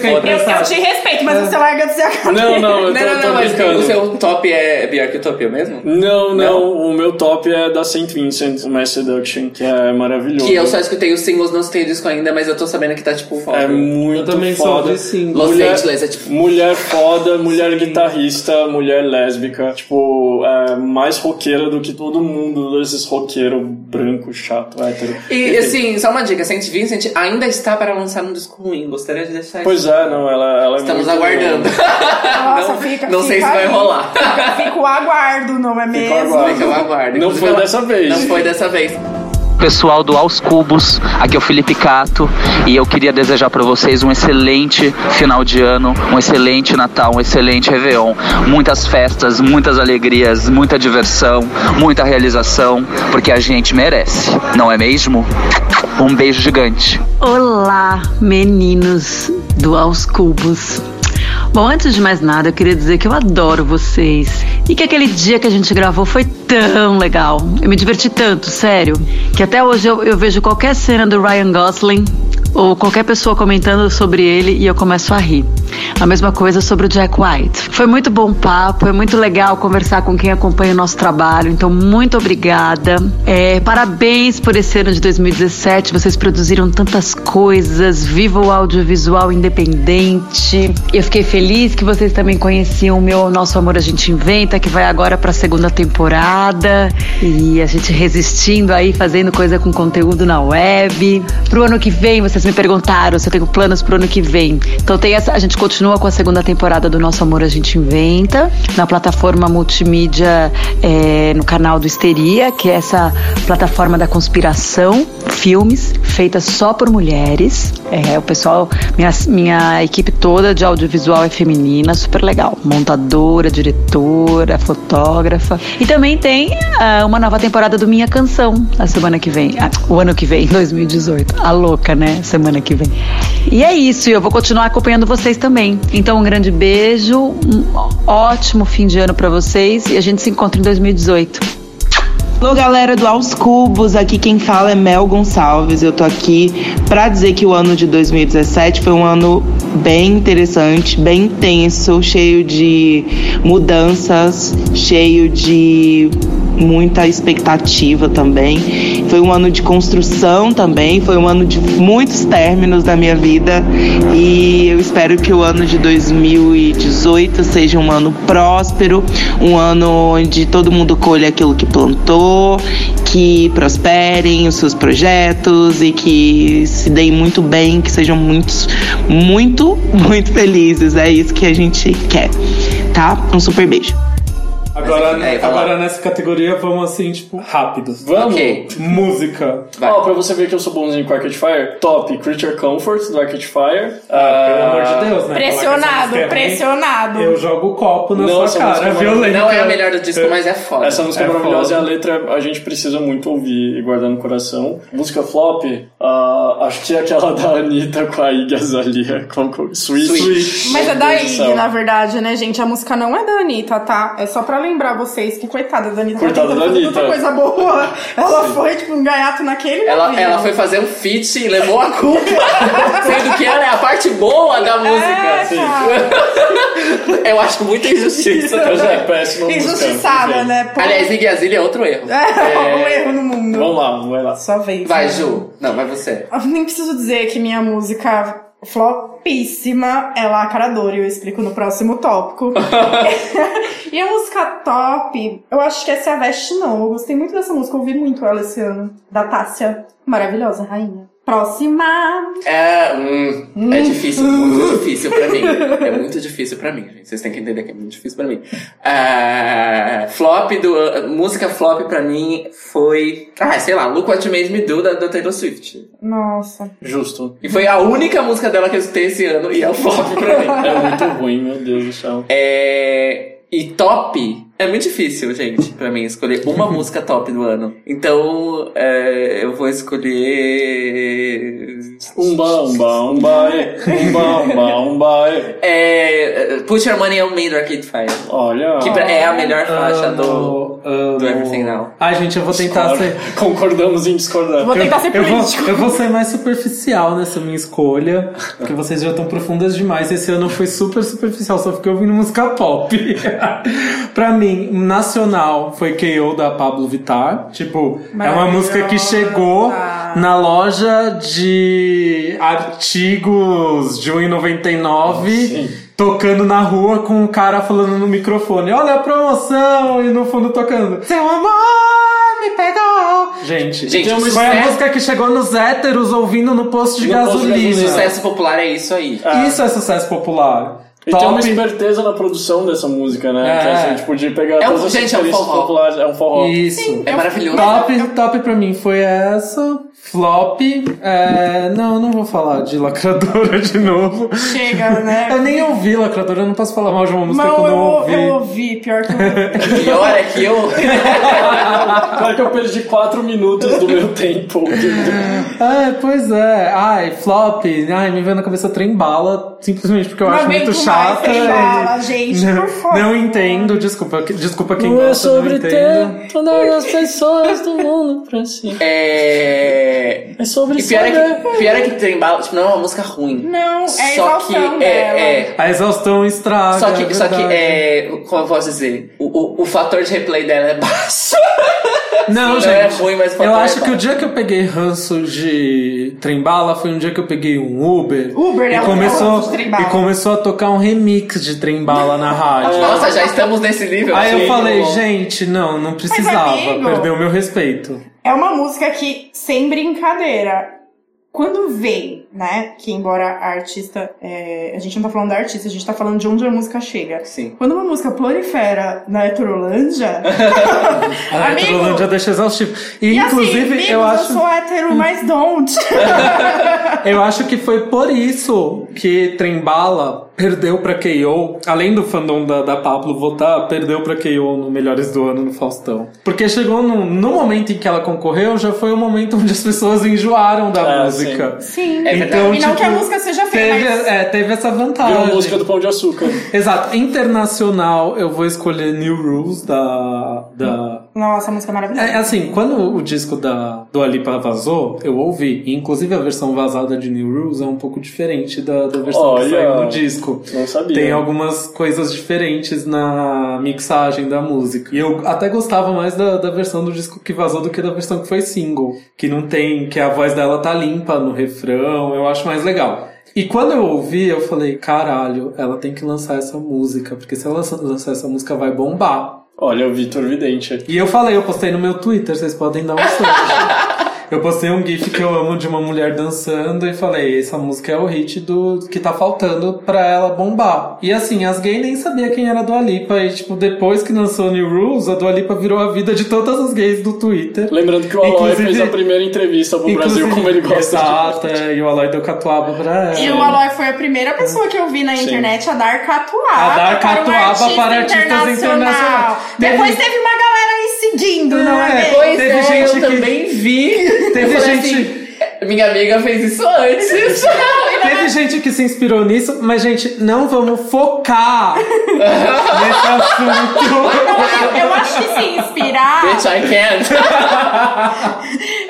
S3: quem
S4: Eu, eu te respeito, mas você larga de ser acadêmico.
S5: É. Não, não, eu
S15: Não,
S5: tô,
S15: não,
S5: tô
S15: não, mas
S5: brincando.
S15: o seu top é pior que Utopia mesmo?
S5: Não, não, o meu top é da Saint Vincent, o Mass Seduction, que é maravilhoso.
S15: Que eu só escutei os singles, não escutei o disco ainda, mas eu tô sabendo que tá tipo foda.
S5: É muito foda.
S15: Los
S5: mulher,
S15: Angeles é tipo.
S5: mulher foda, mulher guitarrista, mulher lésbica. Tipo, é, mais roqueira do que todo mundo desses roqueiro branco, chato, hétero.
S15: E assim, só uma dica, Saint Vincent ainda está para lançar um disco ruim, gostaria de deixar
S5: Pois
S15: isso.
S5: é, não, ela, ela é
S15: Estamos
S5: muito-
S15: aguardando.
S4: Nossa,
S15: Não-
S4: fica,
S15: não
S4: fica
S15: sei se vai
S4: aí.
S15: rolar.
S4: Fica, fica o aguardo, não é
S15: Fica o
S4: mesmo?
S15: aguardo. Fica o aguardo.
S5: Não
S15: Inclusive,
S5: foi
S15: ela-
S5: dessa vez.
S15: Não foi dessa vez.
S16: Pessoal do Aos Cubos, aqui é o Felipe Cato e eu queria desejar para vocês um excelente final de ano, um excelente Natal, um excelente Réveillon. Muitas festas, muitas alegrias, muita diversão, muita realização, porque a gente merece, não é mesmo? Um beijo gigante.
S17: Olá, meninos do Aos Cubos. Bom, antes de mais nada, eu queria dizer que eu adoro vocês e que aquele dia que a gente gravou foi tão legal. Eu me diverti tanto, sério, que até hoje eu, eu vejo qualquer cena do Ryan Gosling ou qualquer pessoa comentando sobre ele e eu começo a rir. A mesma coisa sobre o Jack White. Foi muito bom papo, é muito legal conversar com quem acompanha o nosso trabalho, então muito obrigada. É, parabéns por esse ano de 2017, vocês produziram tantas coisas, viva o audiovisual independente. Eu fiquei feliz que vocês também conheciam o meu Nosso Amor a Gente Inventa, que vai agora para a segunda temporada, e a gente resistindo aí, fazendo coisa com conteúdo na web. Pro ano que vem, vocês me perguntaram se eu tenho planos pro ano que vem. Então tem essa, a gente continua com a segunda temporada do Nosso Amor a gente inventa, na plataforma multimídia, é, no canal do Histeria, que é essa plataforma da conspiração, filmes feitas só por mulheres. É, o pessoal, minha, minha equipe toda de audiovisual é feminina, super legal. Montadora, diretora, fotógrafa. E também tem ah, uma nova temporada do Minha Canção, a semana que vem. Ah, o ano que vem, <laughs> 2018. A louca, né? Semana que vem. E é isso, e eu vou continuar acompanhando vocês também. Então, um grande beijo, um ótimo fim de ano pra vocês e a gente se encontra em 2018.
S18: Alô, galera do Aos Cubos, aqui quem fala é Mel Gonçalves. Eu tô aqui pra dizer que o ano de 2017 foi um ano bem interessante, bem intenso, cheio de mudanças, cheio de muita expectativa também. Foi um ano de construção também, foi um ano de muitos términos da minha vida e eu espero que o ano de 2018 seja um ano próspero, um ano onde todo mundo colha aquilo que plantou, que prosperem os seus projetos e que se deem muito bem, que sejam muitos, muito, muito felizes. É isso que a gente quer, tá? Um super beijo.
S3: Agora,
S2: é, vai lá.
S3: agora nessa categoria vamos assim, tipo, rápidos.
S5: Vamos.
S3: Música.
S5: Ó, pra você ver que eu sou bonzinho com Arcade Fire, top Creature Comfort do Arcade Fire. Ah,
S3: pelo amor de Deus, né?
S4: Pressionado, pressionado.
S3: Eu jogo o copo na
S5: Não, essa
S3: sua cara,
S5: música é
S3: violenta.
S5: maravilhosa. Não é a melhor
S2: do disco, mas é foda.
S5: Essa música é,
S2: É
S5: maravilhosa
S2: foda.
S5: e a letra a gente precisa muito ouvir e guardar no coração. Música flop, ah, acho que é aquela da Anitta com a Iggy Azalea, com, com Sweet. Sweet.
S4: Mas é
S5: Meu
S4: da
S5: Deus do
S4: Iggy,
S5: céu.
S4: na verdade, né, gente? A música não é da Anitta, tá? É só pra lembrar vocês que, coitada da Anitta,
S2: Coitada
S4: ela
S2: da
S4: fez
S2: Anitta.
S4: tanta coisa
S2: <laughs>
S4: boa. Ela
S2: Sim.
S4: foi, tipo, um gaiato naquele
S2: Ela,
S4: navio.
S2: ela foi fazer um feat e levou a
S5: <laughs>
S2: culpa, sendo que ela é a parte boa
S5: É,
S2: da música. assim. Eu acho muita injustiça.
S5: Eu já é péssimo.
S4: Injustiçada, né? Pô.
S2: Aliás, Iggy Azalea é outro erro.
S4: É, um erro no mundo.
S5: Vamos lá, vai lá.
S4: Só vem. Ah.
S2: Vai, Ju. Não, vai você.
S4: Eu nem preciso dizer que minha música flopíssima é La Cara Dura, e eu explico no próximo
S2: <laughs>
S4: tópico. <laughs> e a música top, eu acho que essa é a Veste Não. Eu gostei muito dessa música, eu ouvi muito ela esse ano. Da Tássia. Maravilhosa, rainha. Próxima!
S2: É, hum, é difícil, muito difícil pra mim. É muito difícil pra mim, gente. Vocês têm que entender que é muito difícil pra mim. Ah, flop do. Música flop pra mim foi. Ah, sei lá, Look What You Made Me Do da, da Taylor Swift.
S4: Nossa.
S5: Justo.
S2: E foi a única música dela que eu escutei esse ano e é o flop pra mim.
S5: É muito ruim, meu Deus do céu.
S2: É. E top é muito difícil, gente, pra mim, escolher
S5: <laughs>
S2: uma música top do ano. Então, é, eu vou escolher.
S5: Umba, umba, umba, eh. umba, umba, umba. eh.
S2: É. Put Your Money on Me do Arcade Fire.
S5: Olha.
S2: Que pra- é a melhor faixa
S3: do, do
S2: Everything Now.
S3: Ai, gente, eu vou tentar
S5: Discordo.
S3: ser.
S5: Concordamos em discordar.
S3: Eu- eu vou- Eu vou, ser mais superficial nessa minha escolha, porque vocês já estão profundas demais. Esse ano foi super superficial, só fiquei ouvindo música pop. <laughs> pra mim, nacional foi KO da Pablo Vittar. Tipo, é uma
S5: Maravilhosa.
S3: música que chegou na loja de artigos de 1,99. Tocando na rua com o cara falando no microfone. Olha a promoção! E no fundo tocando. Seu amor me pegou! Gente,
S2: Gente,
S3: foi
S2: sucesso-
S3: a música que chegou nos héteros ouvindo no posto de
S2: No posto de
S3: gasolina.
S2: gasolina. Sucesso popular é isso aí.
S3: Isso é sucesso popular.
S5: E tem uma esperteza na produção dessa música, né?
S3: É.
S5: Que assim, tipo, de pegar
S3: É um-
S5: todas as
S3: gente, é um
S5: referências
S3: forró.
S5: populares. É um forró.
S3: Isso. Top, top pra mim foi essa. Flop. É, não, eu não vou falar de lacradora <laughs> de novo.
S4: Chega, né?
S3: <laughs> Eu nem ouvi lacradora, eu não posso falar mal de uma música
S4: Não,
S3: que eu
S4: eu,
S3: não ouvi.
S4: eu ouvi, pior
S3: <laughs>
S4: que eu
S2: Pior é que eu.
S5: <laughs> Pior que eu perdi 4 minutos do meu
S3: <laughs>
S5: tempo.
S3: É, pois é. Ai, flop. Ai, me veio na cabeça trem bala, simplesmente porque eu
S5: Não
S3: acho
S5: aguento
S3: muito
S5: mais
S3: chata.
S5: Trembala,
S3: e-
S5: gente,
S3: não,
S5: por favor.
S3: Não entendo, desculpa, que- desculpa quem
S5: Não é
S3: gosta,
S5: sobre
S3: não entendo.
S5: todas
S2: <laughs>
S5: as pessoas do mundo pra si.
S2: É.
S5: É sobre
S2: e pior é,
S5: saber.
S2: que, pior é que tem bala, tipo, não é uma música ruim.
S4: Não, é
S2: Só que
S4: exaltação dela.
S2: é, é.
S3: A exaustão estraga.
S2: Só que, só que
S3: verdade.
S2: é. Como eu posso dizer? O, o, o fator de replay dela é baixo.
S3: Não,
S2: Não
S3: gente.
S2: é ruim, mas o fator
S3: eu
S2: é
S3: acho que
S2: baixo.
S3: o dia que eu peguei ranço de trembala foi um dia que eu peguei um Uber.
S4: Uber
S3: e
S4: é um ranço de
S3: começou
S4: trem bala.
S3: E começou a tocar um remix de trembala na rádio.
S2: <laughs> Nossa, já estamos nesse nível.
S3: Aí eu
S2: Sim.
S3: falei, gente, não, não precisava.
S4: amigo-
S3: Perdeu o
S4: <laughs>
S3: meu respeito.
S4: É uma música que, sem brincadeira, quando vem, né? Que embora a artista. é, a gente não tá falando da artista, a gente tá falando de onde a música chega.
S2: Sim.
S4: Quando uma música prolifera na heterolândia.
S3: <laughs> A
S4: Amigo!
S3: heterolândia deixa exaustivo. E,
S4: e assim,
S3: inclusive,
S4: amigos,
S3: eu acho.
S4: sou hétero, mas
S3: <laughs>
S4: don't.
S3: Eu acho que foi por isso que Trembala perdeu pra KO, além do fandom da, da Pablo votar, perdeu pra KO no Melhores do Ano no Faustão. Porque chegou no, no momento em que ela concorreu, já foi o momento onde as pessoas enjoaram da música.
S4: Sim.
S3: É Então,
S4: e não que a
S3: tipo,
S4: música seja feia,
S3: Teve,
S4: mas.
S3: é, teve essa vantagem.
S5: Virou música do Pão de Açúcar.
S3: <laughs> Exato. Internacional, eu vou escolher New Rules da. da...
S4: Nossa, a música é maravilhosa.
S3: É, assim, quando o disco da do Alipa vazou, eu ouvi. E, inclusive a versão vazada de New Rules é um pouco diferente da, da versão que saiu do disco.
S5: Não sabia.
S3: Tem algumas coisas diferentes na mixagem da música. E eu até gostava mais da, da versão do disco que vazou do que da versão que foi single. Que não tem. que a voz dela tá limpa no refrão, eu acho mais legal. E quando eu ouvi, eu falei, caralho, ela tem que lançar essa música, porque se ela lança- lançar essa música vai bombar.
S5: Olha o Vitor Vidente.
S3: E eu falei, eu postei no meu Twitter, vocês podem dar um search. Eu postei um gif que eu amo de uma mulher dançando e falei, essa música é o hit do que tá faltando pra ela bombar. E assim, as gays nem sabia quem era a Dua Lipa e tipo, depois que lançou New Rules, a Dua Lipa virou a vida de todas as gays do Twitter.
S5: Lembrando que o Aloy fez a primeira entrevista é pro Brasil, como ele gosta
S3: Exato, é, e o Aloy deu catuaba pra ela.
S4: E o Aloy foi a primeira pessoa que eu vi na
S3: Sim.
S4: internet a dar catuaba.
S3: A dar
S4: para um
S3: catuaba
S4: artista
S3: para artistas internacionais. Teve-
S4: Depois teve uma galera aí seguindo, não é? mesmo?
S19: Pois é, eu também vi.
S3: Teve
S19: Eu falei
S3: gente-
S2: "É,
S19: assim, minha amiga fez isso antes.
S3: <laughs> Teve gente que se inspirou nisso, mas gente, não vamos focar <laughs> nesse
S4: <laughs>
S3: assunto.
S4: é, Eu acho que se inspirar.
S19: Bitch, I
S4: <laughs>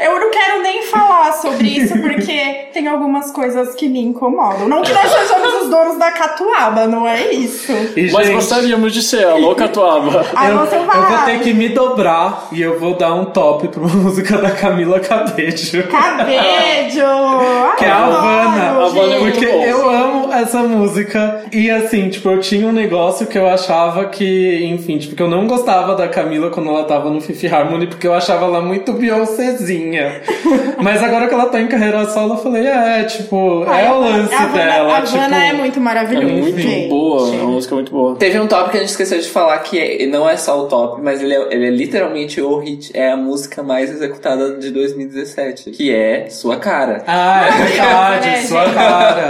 S4: Eu não quero nem falar sobre isso porque tem algumas coisas que me incomodam. Não que nós sejamos os donos da catuaba, não é isso.
S5: Mas gostaríamos de ser a louca tuaba.
S4: Ah,
S3: eu,
S4: você
S3: eu
S4: vai.
S3: vou ter que me dobrar e eu vou dar um top pra <laughs> música da Camila Cabejo.
S4: Cabejo! Ai,
S3: <laughs> Que é a
S4: eu adoro,
S3: Havana. é
S4: gente.
S3: Porque eu amo essa música. E assim, tipo, eu tinha um negócio que eu achava que, enfim, tipo, que eu não gostava da Camila quando ela tava no Fifth Harmony, porque eu achava ela muito
S4: <laughs>
S3: Beyoncézinha. Mas agora que ela tá em carreira solo, eu falei, é, tipo,
S4: Ai,
S3: é
S4: Ah, a
S3: o
S4: Havana-
S3: lance
S4: a Havana-
S3: dela.
S4: a Havana
S3: tipo,
S4: é muito maravilhosa. gente.
S5: boa, é uma música muito boa.
S2: Teve um top que a gente esqueceu de falar que é- não é só o top, mas ele é, ele é literalmente o hit, é a música mais executada de 2017, que é Sua Cara.
S3: Ah, é
S4: Maravilhosa, né, gente?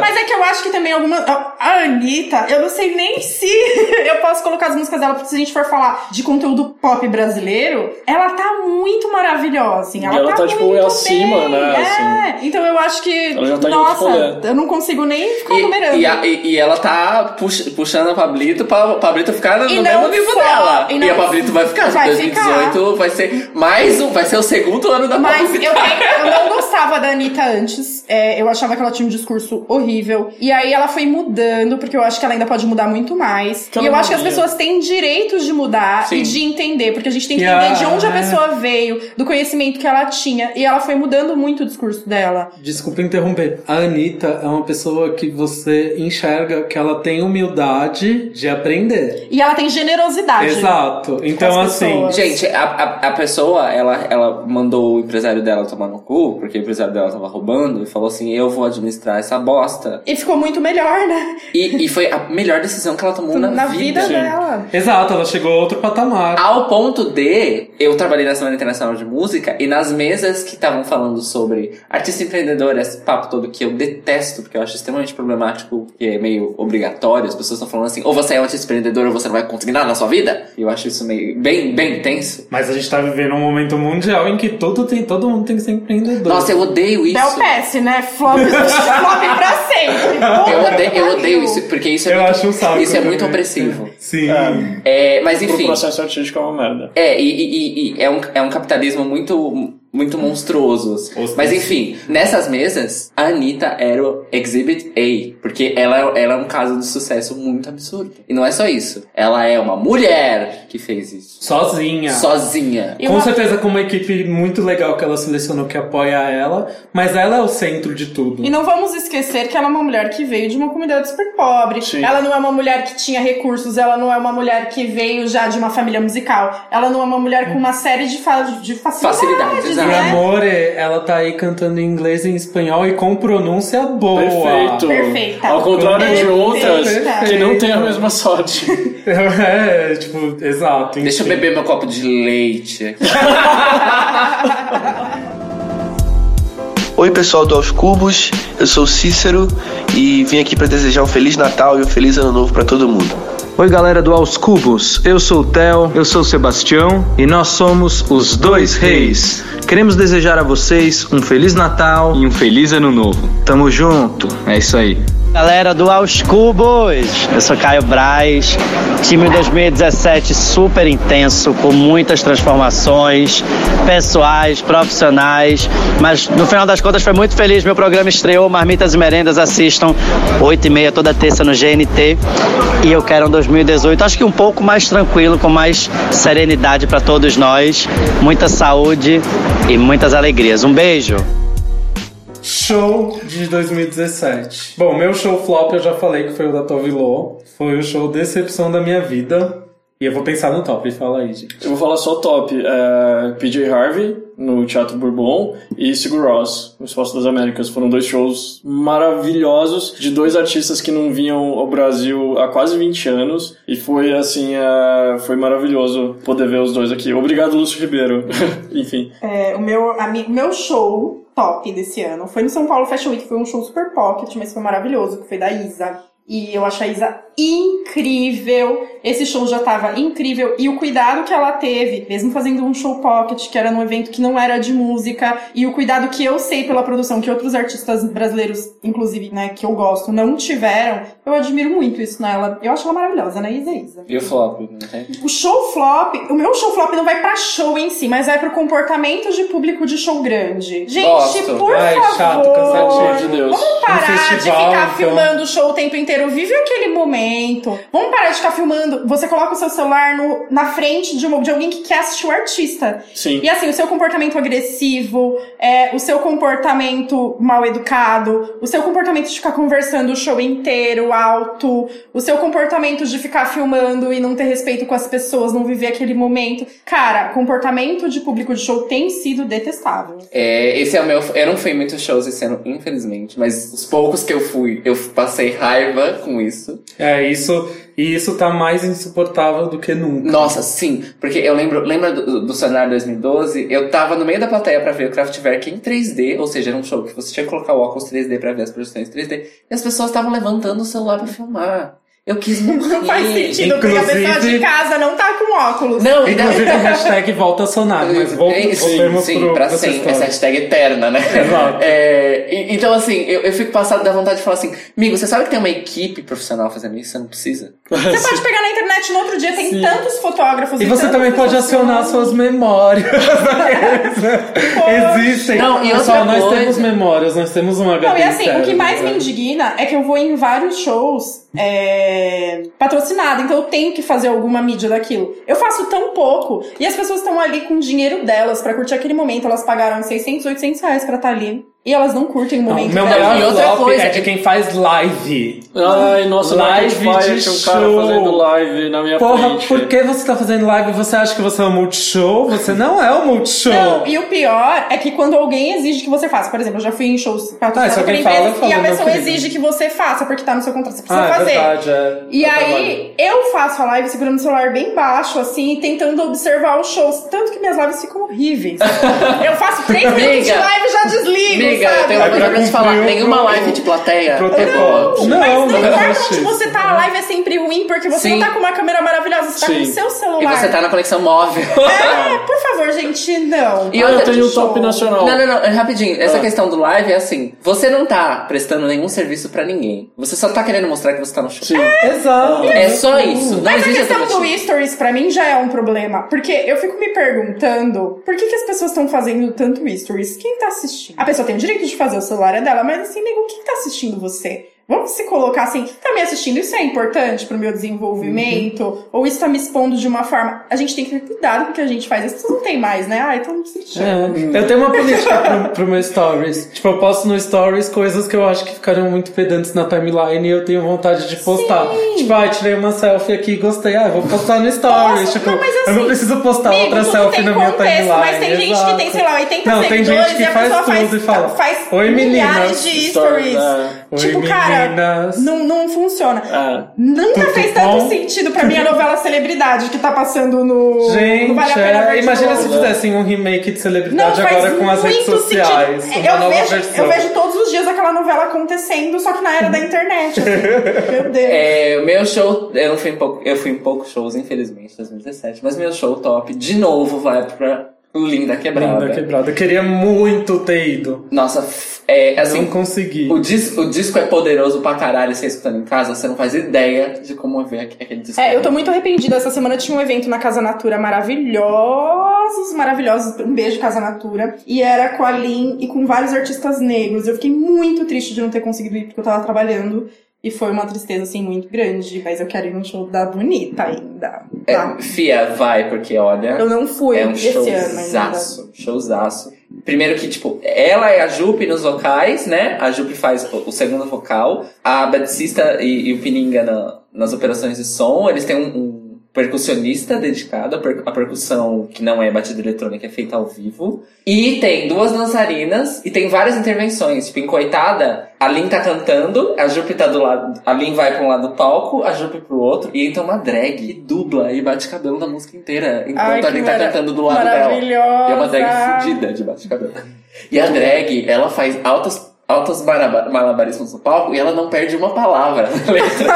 S4: Mas é que eu acho que também alguma. a- A Anitta, eu não sei nem se <laughs> eu posso colocar as músicas dela, porque se a gente for falar de conteúdo pop brasileiro, ela tá muito maravilhosa, assim.
S5: E
S4: Ela,
S5: ela tá, tipo,
S4: muito
S5: acima,
S4: bem,
S5: né,
S4: É. Então eu acho que.
S2: Ela já tá em outro
S4: nossa,
S2: rolê.
S4: eu não consigo nem ficar numerando.
S2: E, a- e- e ela tá pux- puxando a Pablito pra Pablito ficar no
S4: E
S2: mesmo
S4: não
S2: nível
S4: só-
S2: dela.
S4: e
S2: E,
S4: não-
S2: a Pablito vai ficar.
S4: vai
S2: 2018 vai ser mais um, vai ser o segundo ano da
S4: Mas eu,
S2: Pablito.
S4: eu não gostava da Anitta antes. É, eu achava que ela tinha um discurso horrível. E aí ela foi mudando, porque eu acho que ela ainda pode mudar muito mais.
S20: Que
S4: e
S20: ela
S4: eu acho que as
S20: mudaria.
S4: pessoas têm direitos de mudar
S20: Sim.
S4: e de entender. Porque a gente tem que
S20: E
S4: entender
S20: a-
S4: de onde a
S20: é.
S4: pessoa veio, do conhecimento que ela tinha. E ela foi mudando muito o discurso dela.
S3: Desculpa interromper. A Anitta é uma pessoa que você enxerga que ela tem humildade de aprender.
S4: E ela tem generosidade.
S3: Exato. Então, assim.
S2: Gente, a, a, a pessoa, ela, ela mandou o empresário dela tomar no cu, porque o empresário dela tava roubando, e falou assim: eu vou administrar essa bosta.
S4: E ficou muito melhor, né?
S2: E, e foi a melhor decisão que ela tomou na,
S4: Na vida dela.
S3: Exato, ela chegou a outro patamar.
S2: Ao ponto de eu trabalhei na Semana Internacional de Música e nas mesas que estavam falando sobre artista empreendedor, esse papo todo que eu detesto, porque eu acho extremamente problemático, que é meio obrigatório, as pessoas estão falando assim, ou você é um artista empreendedor ou você não vai conseguir nada na sua vida. E eu acho isso meio bem, bem tenso.
S3: Mas a gente tá vivendo um momento mundial em que tudo tem, todo mundo tem que ser empreendedor.
S2: Nossa, eu odeio isso.
S4: Del Pesce, né? Flop, flop pra sempre.
S2: Eu
S4: Puta
S2: odeio,
S4: que
S2: eu
S4: pariu.
S2: odeio isso, porque isso é,
S3: Eu
S2: muito,
S3: acho um saco
S2: isso é muito
S3: também.
S2: opressivo.
S3: Sim.
S2: É, mas
S5: O
S2: enfim.
S5: processo artístico é uma merda.
S2: É, e, e- e- e é, um, é um capitalismo muito, muito monstruoso. Mas enfim, nessas mesas, a Anitta era o Exhibit A. Porque ela, ela é um caso de sucesso muito absurdo. E não é só isso. Ela é uma mulher que fez isso.
S3: Sozinha.
S2: Sozinha.
S3: Com certeza, <laughs> com uma equipe muito legal que ela selecionou que apoia ela, mas ela é o centro de tudo.
S4: E não vamos esquecer que ela é uma mulher que veio de uma comunidade super pobre. Ela não é uma mulher que tinha recursos, ela não é uma mulher que veio já de uma família musical. Ela não é uma mulher com uma série de, fa de facilidades. né?
S2: Facilidades,
S3: E
S2: exato.
S4: é.
S3: Amore, ela tá aí cantando em inglês e em espanhol e com pronúncia boa.
S5: Perfeito.
S4: Perfeita.
S5: Ao contrário de
S4: Perfeita.
S5: outras que não tem a
S3: mesma <laughs>
S5: sorte.
S3: é, tipo, exato.
S2: Deixa eu beber meu copo de leite. <laughs>
S10: Oi pessoal do Aos Cubos, eu sou o Cícero e vim aqui para desejar um Feliz Natal e um Feliz Ano Novo para todo mundo.
S14: Oi galera do Aos Cubos, eu sou o Theo, eu sou o Sebastião e nós somos os dois reis. Queremos desejar a vocês um Feliz Natal e um Feliz Ano Novo. Tamo junto, é isso aí.
S21: Galera do Aos Cubos, eu sou Caio Braz, time 2017 super intenso, com muitas transformações pessoais, profissionais, mas no final das contas foi muito feliz, meu programa estreou, Marmitas e Merendas assistam 8 e meia toda terça no GNT e eu quero um 2018, acho que um pouco mais tranquilo, com mais serenidade para todos nós, muita saúde e muitas alegrias, um beijo!
S3: Show de 2017. Bom, meu show flop eu já falei que foi o da Tovilô. Foi o show decepção da minha vida. E eu vou pensar no top, fala aí, gente.
S5: Eu vou falar só top. É, PJ Harvey, no Teatro Bourbon, e Sigur Ross, no Espaço das Américas. Foram dois shows maravilhosos de dois artistas que não vinham ao Brasil há quase 20 anos. E foi, assim, é, foi maravilhoso poder ver os dois aqui. Obrigado, Lúcio Ribeiro. <laughs> Enfim.
S4: É, o meu, ami- meu show top desse ano foi no São Paulo Fashion Week, foi um show super pocket, mas foi maravilhoso, que foi da Isa. E eu acho a Isa incrível. Esse show já tava incrível. E o cuidado que ela teve, mesmo fazendo um show pocket, que era num evento que não era de música, e o cuidado que eu sei pela produção, que outros artistas brasileiros, inclusive, né, que eu gosto, não tiveram, eu admiro muito isso nela. Eu acho ela maravilhosa, né, Isa? Isa.
S2: E o flop, não tem?
S4: O show flop, o meu show flop não vai pra show em si, mas vai pro comportamento de público de show grande. Gente,
S3: Gosto.
S4: por
S3: Ai,
S4: favor.
S3: chato, cansativo de Deus.
S4: Vamos parar
S3: Um festival,
S4: de ficar
S3: então.
S4: filmando o show o tempo inteiro. Vive aquele momento. Vamos parar de ficar filmando. Você coloca o seu celular no- na frente de, uma- de alguém que quer assistir o artista.
S5: Sim.
S4: E assim, o seu comportamento agressivo, é, o seu comportamento mal educado, o seu comportamento de ficar conversando o show inteiro, alto, o seu comportamento de ficar filmando e não ter respeito com as pessoas, não viver aquele momento. Cara, comportamento de público de show tem sido detestável.
S2: É, esse é o meu. Eu não fui em muitos shows esse ano, infelizmente, mas os poucos que eu fui, eu passei raiva com isso.
S3: É, isso. E isso tá mais insuportável do que nunca.
S2: Nossa, sim, porque eu lembro, lembra do, do cenário 2012? Eu tava no meio da plateia pra ver o Kraftwerk em 3D, ou seja, era um show que você tinha que colocar o óculos 3D pra ver as produções 3D, e as pessoas estavam levantando o celular pra filmar. Eu quis morrer.
S4: <laughs> Não faz sentido, porque a pessoa de casa não tá com óculos.
S2: Não,
S3: Inclusive a hashtag volta
S4: <laughs>
S3: a sonar, mas vol-
S2: É, sim,
S3: voltemos
S2: sim,
S3: um pro,
S2: pra
S3: pra sua
S2: sempre.
S3: história.
S2: Essa hashtag eterna, né? <laughs> É, e- então, assim, eu, eu fico passado da vontade de falar assim, amigo, você sabe que tem uma equipe profissional fazendo isso? Você não
S3: <laughs>
S2: precisa.
S4: Você pode pegar na internet no outro dia, tem tantos fotógrafos.
S3: E você
S4: tantas
S3: também pode
S4: pessoas
S3: acionar suas memórias. <laughs> Existem.
S4: Não, e outra
S3: Pessoal, nós
S4: coisa-
S3: temos memórias, nós temos uma
S4: Não,
S3: HD
S4: e assim, o que
S3: interna,
S4: mais me
S3: né?
S4: indigna é que eu vou em vários shows é, patrocinado, então eu tenho que fazer alguma mídia daquilo. Eu faço tão pouco e as pessoas estão ali com o dinheiro delas pra curtir aquele momento. Elas pagaram 600, 800 reais pra estar ali e elas não curtem o
S3: Não,
S4: momento.
S3: meu
S4: delas.
S3: maior flop é de quem faz live.
S5: Ai, nossa,
S3: live
S5: Market Fire,
S3: de
S5: tinha um
S3: show.
S5: cara fazendo live na minha
S3: Porra,
S5: frente.
S3: por que você tá fazendo live? Você acha que você é o Multishow? Você não é o Multishow.
S4: Não, e o pior é que quando alguém exige que você faça, por exemplo, eu já fui em shows
S2: Ah,
S4: patrocinados por
S3: se alguém
S4: empresas e
S3: fala,
S4: a
S3: fala, meu
S4: pessoa
S3: querido.
S4: exige que você faça, porque tá no seu contrato, você precisa
S3: ah, é
S4: fazer.
S3: verdade, é.
S4: E
S3: Eu
S4: aí, eu faço a live segurando o celular bem baixo, assim, e tentando observar os shows. Tanto que minhas lives ficam
S2: <laughs>
S4: horríveis. eu faço três minutos de
S2: Amiga,
S4: live e já desligo,
S2: Amiga,
S4: sabe?
S2: eu tenho uma coisa pra te falar. Nenhuma live de plateia é boa.
S4: Não, tá mas não importa onde você tá, a live é sempre ruim, porque você
S2: Sim.
S4: não tá com uma câmera maravilhosa, você tá com
S2: Sim.
S4: o seu
S2: E
S4: celular.
S2: você tá na conexão móvel.
S4: <laughs> É, por favor, gente, não.
S2: E
S4: Para
S2: outra-
S4: de show.
S2: Não, não, não, rapidinho. Essa
S4: Ah.
S2: questão do live é assim: você não tá prestando nenhum serviço pra ninguém. Você só tá querendo mostrar que você tá no show.
S3: Exato.
S2: É só isso. Não
S4: Mas a
S2: existe
S4: questão
S2: alternativa.
S4: do stories pra mim já é um problema, porque eu fico me perguntando por que, que as pessoas estão fazendo tanto stories? Quem tá assistindo? A pessoa tem o direito de fazer o celular é dela, mas assim, nego, quem tá assistindo você? Vamos se colocar assim, tá me assistindo, isso é importante pro meu desenvolvimento?
S2: Uhum.
S4: Ou isso tá me expondo de uma forma. A gente tem que ter cuidado com o que a gente faz. As pessoas não têm mais, né? Ah, então não se
S3: É, eu tenho uma política pro, pro meu stories. Tipo, eu posto no stories coisas que eu acho que ficaram muito pedantes na timeline e eu tenho vontade de postar. Tipo, ah, tirei uma selfie aqui e gostei. Ah, vou postar no stories. tipo, eu não preciso postar
S4: Amigo,
S3: outra
S4: tudo
S3: selfie
S4: tem
S3: na minha
S4: contexto,
S3: timeline.
S4: mas tem gente que tem, sei lá, 80
S3: Não, tem
S4: seguidores
S3: gente que
S4: e a
S3: faz
S4: pessoa
S3: tudo
S4: faz-
S3: e fala.
S4: faz
S3: Oi, meninas.
S4: milhares de stories.
S3: né?
S5: é.
S3: Oi,
S4: Tipo, cara,
S3: meninas.
S4: Não, não funciona.
S3: Ah.
S4: Nunca
S3: Tudo
S4: fez
S3: bom?
S4: tanto sentido pra mim a novela Celebridade que tá passando no.
S3: Gente,
S4: no vale a pena
S3: é,
S4: Ver de
S3: imagina
S4: Novo.
S3: se fizessem um remake de
S4: Não,
S3: celebridade
S4: faz
S3: agora com as
S4: muito
S3: redes sociais.
S4: sentido. É,
S3: uma
S4: Eu
S3: nova
S4: vejo,
S3: versão.
S4: eu vejo todos os dias aquela novela acontecendo, só que na era da internet. assim.
S3: <laughs>
S4: Meu Deus.
S2: É, meu show, eu não fui em pouco, eu fui em poucos shows, infelizmente, em 2017, mas meu show top de novo vai pra Linda Quebrada.
S3: Linda quebrada. Eu queria muito ter ido.
S2: Nossa, f- é assim.
S3: Não consegui.
S2: O, dis- o disco é poderoso pra caralho, você tá escutando em casa, você não faz ideia de como é aque- aquele disco.
S4: É, eu tô muito arrependida. Essa semana tinha um evento na Casa Natura maravilhosos, maravilhosos. Um beijo, Casa Natura. E era com a Lin e com vários artistas negros. Eu fiquei muito triste de não ter conseguido ir porque eu tava trabalhando. E foi uma tristeza, assim, muito grande. Mas eu quero ir num show da Bonita ainda. Tá?
S2: É, Fia, vai, porque olha.
S4: Eu não fui
S2: É um
S4: esse ano
S2: showzaço. Showzaço. Primeiro que, tipo, ela é a Jupe nos vocais, né? A Jupe faz o o segundo vocal. A Batista e, e o Pininga na- nas operações de som, eles têm um. um percussionista dedicado à per- à percussão, que não é batida eletrônica, é feita ao vivo. E tem duas dançarinas e tem várias intervenções. Tipo, em Coitada, a Lin tá cantando, a Jupe tá do lado. A Lin vai pra um lado do palco, a Jupe pro outro, e entra uma drag e dubla e bate cabelo na música inteira. Enquanto
S4: Ai,
S2: a
S4: que
S2: Lin tá
S4: mara-
S2: cantando do lado dela. E é uma drag
S4: maravilhosa.
S2: fudida de bate cabelo. E a drag, ela faz altas. Altos maraba- malabarismos no palco e ela não perde uma palavra na letra.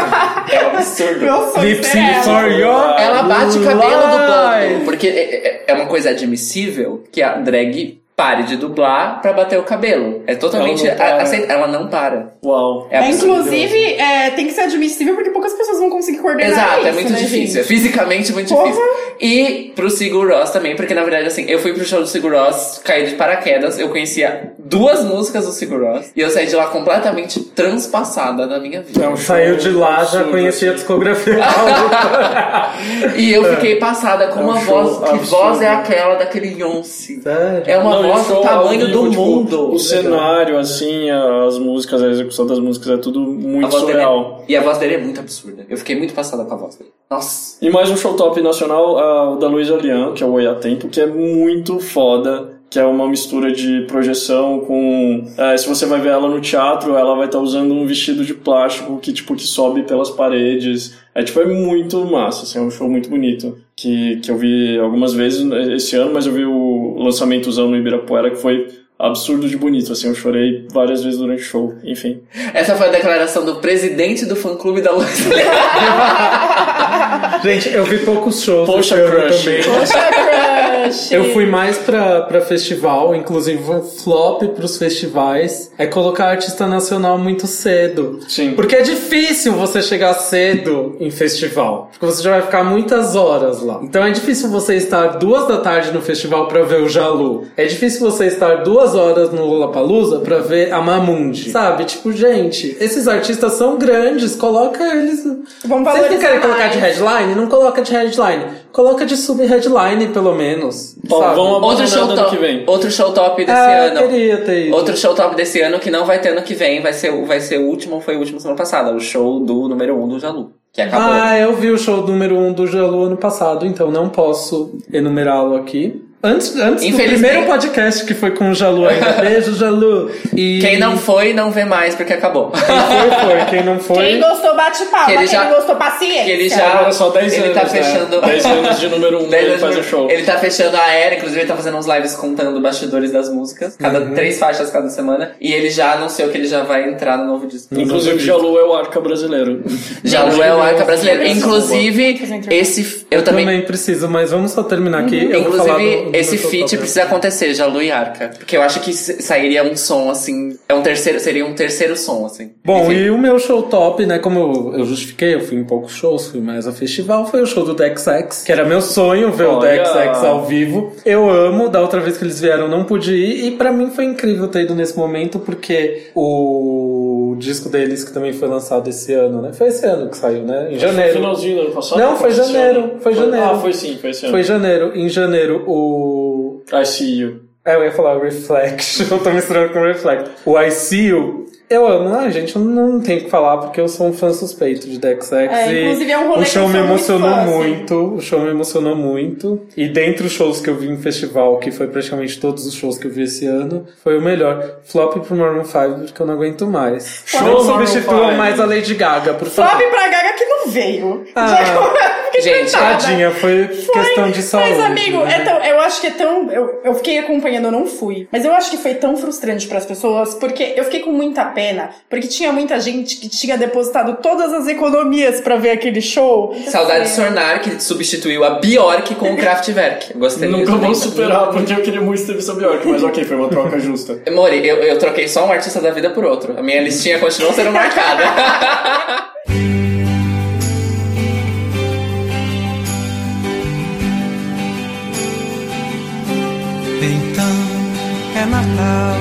S2: É um absurdo.
S4: Meu sonho Lip sync era ela. for your
S2: Ela bate o cabelo
S4: life.
S2: dublando. Porque é, é- é uma coisa admissível que a drag pare de dublar pra bater o cabelo. É totalmente
S4: Ela não para.
S2: a- aceito. Ela não para.
S5: Uau.
S4: É, inclusive, é, tem que ser admissível porque poucas pessoas vão conseguir coordenar.
S2: Exato,
S4: isso,
S2: é muito
S4: né,
S2: difícil. É
S4: gente?
S2: fisicamente muito difícil. E pro Sigur Rós também, porque na verdade, assim, eu fui pro show do Sigur Rós, caí de paraquedas, eu conhecia duas músicas do Sigur Rós, e eu saí de lá completamente transpassada da minha
S5: É
S2: vida.
S5: um
S3: Então, saiu de lá, já conhecia
S5: assim.
S4: <laughs>
S3: a discografia.
S2: e eu fiquei passada com
S3: É um
S2: uma
S3: show
S2: voz. Que
S3: absurdo.
S2: voz é aquela daquele Beyoncé? É uma
S5: Não, e
S2: voz do
S5: show ao
S2: tamanho do
S5: vivo, tipo,
S2: mundo.
S5: O cenário, assim, as músicas, a execução das músicas é tudo
S2: A
S5: muito
S2: voz dele é-
S5: surreal.
S2: e a voz dele é muito absurda. Eu fiquei muito passada com a voz dele. Nossa.
S5: E mais um show top nacional, ah, o da Luísa Leão, que é o Oi a Tempo, que é muito foda. Que é uma mistura de projeção com. eh, se você vai ver ela no teatro, ela vai estar usando um vestido de plástico que, tipo, que sobe pelas paredes. É tipo, é muito massa, assim, é um show muito bonito. Que, que eu vi algumas vezes esse ano, mas eu vi o lançamento usando no Ibirapuera, que foi absurdo de bonito, assim, eu chorei várias vezes durante o show, enfim.
S2: Essa foi a declaração do presidente do fã clube da Luísa Leão.
S3: Gente, eu vi poucos shows
S5: Poxa,
S3: esse ano
S5: crush.
S3: também.
S4: Poxa, crush.
S3: Eu fui mais pra, pra festival, inclusive um flop pros festivais é colocar artista nacional muito cedo.
S5: Sim.
S3: Porque é difícil você chegar cedo em festival. Porque você já vai ficar muitas horas lá. Então é difícil você estar duas da tarde no festival pra ver o Jalu. É difícil você estar duas horas no Lollapalooza pra ver a Mamundi. Sabe? Tipo, gente, esses artistas são grandes, coloca eles.
S4: Vamos
S3: Vocês não
S4: valorizar
S3: querem colocar de
S4: mais.
S3: headline? Não coloca de headline. Coloca de sub-headline, pelo menos. sabe?
S2: Tá, outro show top, outro show top desse
S3: É,
S2: ano.
S3: Eu queria ter ido.
S2: Outro show top desse ano que não vai ter ano que vem, vai ser, o- vai ser o último, foi o último semana passada, o show do número 1 um do Jalu, que acabou.
S3: Ah, eu vi o show número 1 um do Jalu ano passado, então não posso enumerá-lo aqui. Antes, antes do
S2: Infelizmente-
S3: primeiro podcast que foi com o Jalu ainda. Beijo, Jalu. E...
S2: <laughs> Quem não foi, não vê mais, porque acabou. Quem
S3: foi, foi. Quem não foi...
S4: Quem gostou, bate palma.
S2: Que ele
S4: Quem
S2: já-
S4: não gostou, paciência.
S2: que ele já.
S5: Agora só 10
S2: ele tá
S5: anos, né?
S2: fechando.
S5: 10 anos de
S2: <laughs>
S5: número 1 um,
S2: 10
S5: ele
S2: anos
S5: faz
S2: de-
S5: o show.
S2: Ele tá fechando a era, inclusive ele tá fazendo uns lives contando bastidores das músicas, cada
S5: Uhum.
S2: três faixas cada semana. E ele já anunciou que ele já vai entrar no novo disco.
S5: Inclusive, Jalu é o arca brasileiro.
S2: Jalu é o arca brasileiro. Inclusive, esse. Eu também.
S3: preciso, mas vamos só terminar aqui.
S2: Uhum.
S3: Eu vou falar
S2: Inclusive,
S3: do- do
S2: esse
S3: meu
S2: feat
S3: total.
S2: precisa acontecer, Jalu e Arca. Porque eu acho que se- sairia um som, assim. É um terceiro, seria um terceiro som, assim.
S3: Bom, e o meu show top, né? Como eu, eu justifiquei, eu fui em poucos shows, fui mais a festival, foi o show do Dex X, que era meu sonho ver o
S5: Olha!
S3: Dex X ao vivo. Eu amo, da outra vez que eles vieram eu não pude ir, e pra mim foi incrível ter ido nesse momento, porque o disco deles, que também foi lançado esse ano, né? Foi esse ano que saiu, né? Em janeiro.
S5: Finalzinho do ano passado?
S3: Não, foi
S5: esse
S3: janeiro,
S5: ano?
S3: foi janeiro.
S5: Ah, foi sim, foi esse ano.
S3: Foi janeiro. Em janeiro, o.
S5: I See You.
S3: É, eu ia falar Reflection. <laughs> Eu tô misturando com Reflect. O I See You. Eu amo. Ah, gente, eu não tenho o que falar porque eu sou um fã suspeito de Dex X.
S4: É,
S3: e
S4: inclusive é um rolê
S3: O show
S4: que eu sou
S3: me
S4: muito
S3: emocionou
S4: fã, assim.
S3: muito. O show me emocionou muito. E dentre os shows que eu vi em festival, que foi praticamente todos os shows que eu vi esse ano, foi o melhor. Flop pro Maroon 5, porque eu não aguento mais.
S4: Flop
S3: Não
S4: pro Maroon
S3: substitua
S4: 5.
S3: mais a Lady Gaga, por favor.
S4: Flop pra Gaga que não veio. <laughs>
S3: Ah,
S4: Fiquei
S3: gente,
S4: coitada.
S3: tadinha, foi, questão de saúde.
S4: Mas, amigo,
S3: né?
S4: é tão- eu acho que é tão. Eu, eu fiquei acompanhando, eu não fui. Mas eu acho que foi tão frustrante pras pessoas, porque eu fiquei com muita pena, porque tinha muita gente que tinha depositado todas as economias pra ver aquele show.
S2: Saudade de Sornar, que substituiu a Bjork com o Kraftwerk. Gostei
S5: Nunca
S2: disso,
S5: vou
S2: né?
S5: superar, porque eu queria muito ter visto a Bjork, mas ok, foi uma
S2: <laughs>
S5: troca justa.
S2: Mori, eu, eu troquei só um artista da vida por outro. A minha listinha continuou sendo marcada. <laughs>
S22: Então é Natal.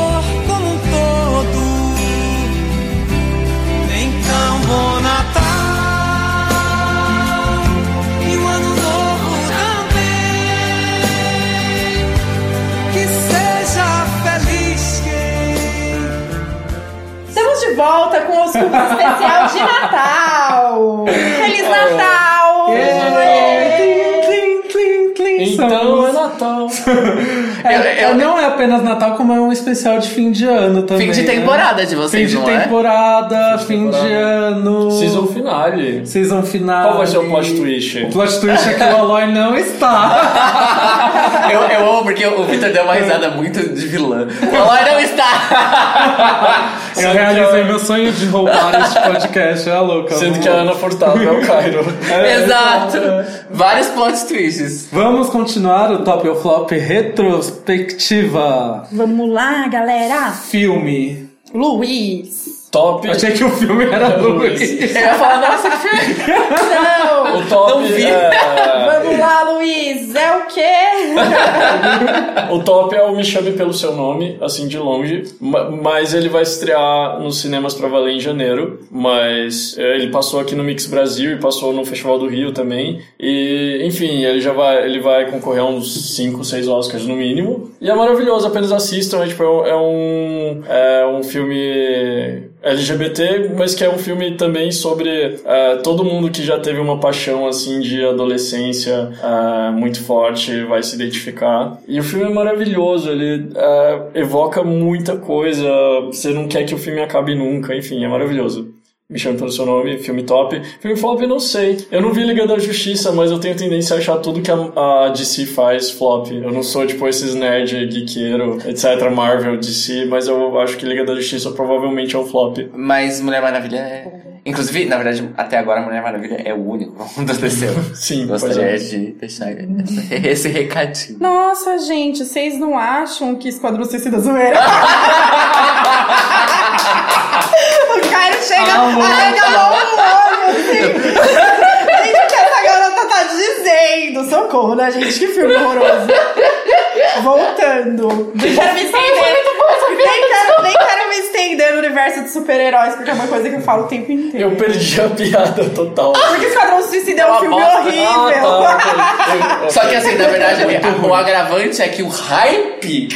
S22: como um todo. Então, bom Natal e um ano novo também. Que seja feliz quem
S4: Estamos de volta com o Oscubo Especial de Natal! Feliz Natal!
S3: Então é Natal. É, é- não é apenas Natal, como é um especial de fim de ano também.
S2: Fim de
S3: né?
S2: temporada de vocês,
S3: Fim de
S2: não é?
S3: temporada, fim de ano.
S5: Season finale.
S3: Season finale.
S5: Qual vai ser o plot twist?
S3: O plot twist é que o Aloy não está.
S2: eu, eu amo porque o Victor deu uma risada muito de vilã. O Aloy não está!
S3: Eu realizei meu sonho de roubar este podcast, é louca.
S2: Sendo que a Ana
S3: Furtado
S2: é o
S3: <laughs>
S2: Cairo. Exato.
S3: Vários plot twists. então, é. Vamos continuar o Top ou Flop retrospectiva.
S4: Vamos lá, galera!
S3: Filme.
S4: Luiz!
S5: Top.
S3: Achei que o filme era Luiz.
S4: Eu ia falar, nossa, que filme! Não!
S5: O top
S3: <laughs>
S5: é-
S4: Vamos lá, Luiz! É o quê?
S5: O top é o Me Chame Pelo Seu Nome, assim de longe, ma- mas ele vai estrear nos cinemas pra valer em janeiro, mas é, ele passou aqui no Mix Brasil e passou no Festival do Rio também, e enfim, ele já vai, ele vai concorrer a uns 5, 6 Oscars no mínimo, e é maravilhoso, apenas assistam, é, tipo, é um- é um, é um filme LGBT, mas que é um filme também sobre eh, todo mundo que já teve uma paixão assim de adolescência eh, muito forte vai se identificar. E o filme é maravilhoso, ele eh, evoca muita coisa, você não quer que o filme acabe nunca, enfim, é maravilhoso. Me chame pelo seu nome, filme top. Filme flop, eu não sei. Eu não vi Liga da Justiça, mas eu tenho tendência a achar tudo que a, a DC faz flop. Eu não sou, tipo, esses nerd, geekeiro, etc, Marvel, DC, mas eu acho que Liga da Justiça provavelmente é um flop.
S2: Mas Mulher Maravilha é. <laughs> Inclusive, na verdade, até agora Mulher Maravilha é o único que aconteceu.
S5: Sim,
S2: Gostaria
S5: pois é.
S2: de deixar esse recadinho.
S4: Nossa, gente, vocês não acham que Esquadrão Suicida é zoeira? o cara chega,
S22: Amo.
S4: arranca lá um olho, assim. Gente, o que essa garota tá dizendo? Socorro, né, gente? Que filme horroroso. Voltando. Nem quero me estender. Nem quero, nem quero me estender no universo de super-heróis, porque é uma coisa que eu falo o tempo inteiro.
S5: Eu perdi a piada total.
S4: Porque Esquadrão Suicida é um filme
S2: bosta.
S4: horrível.
S2: Ah,
S4: tá, <laughs>
S2: Só que assim, na verdade, ali, o agravante é que o hype.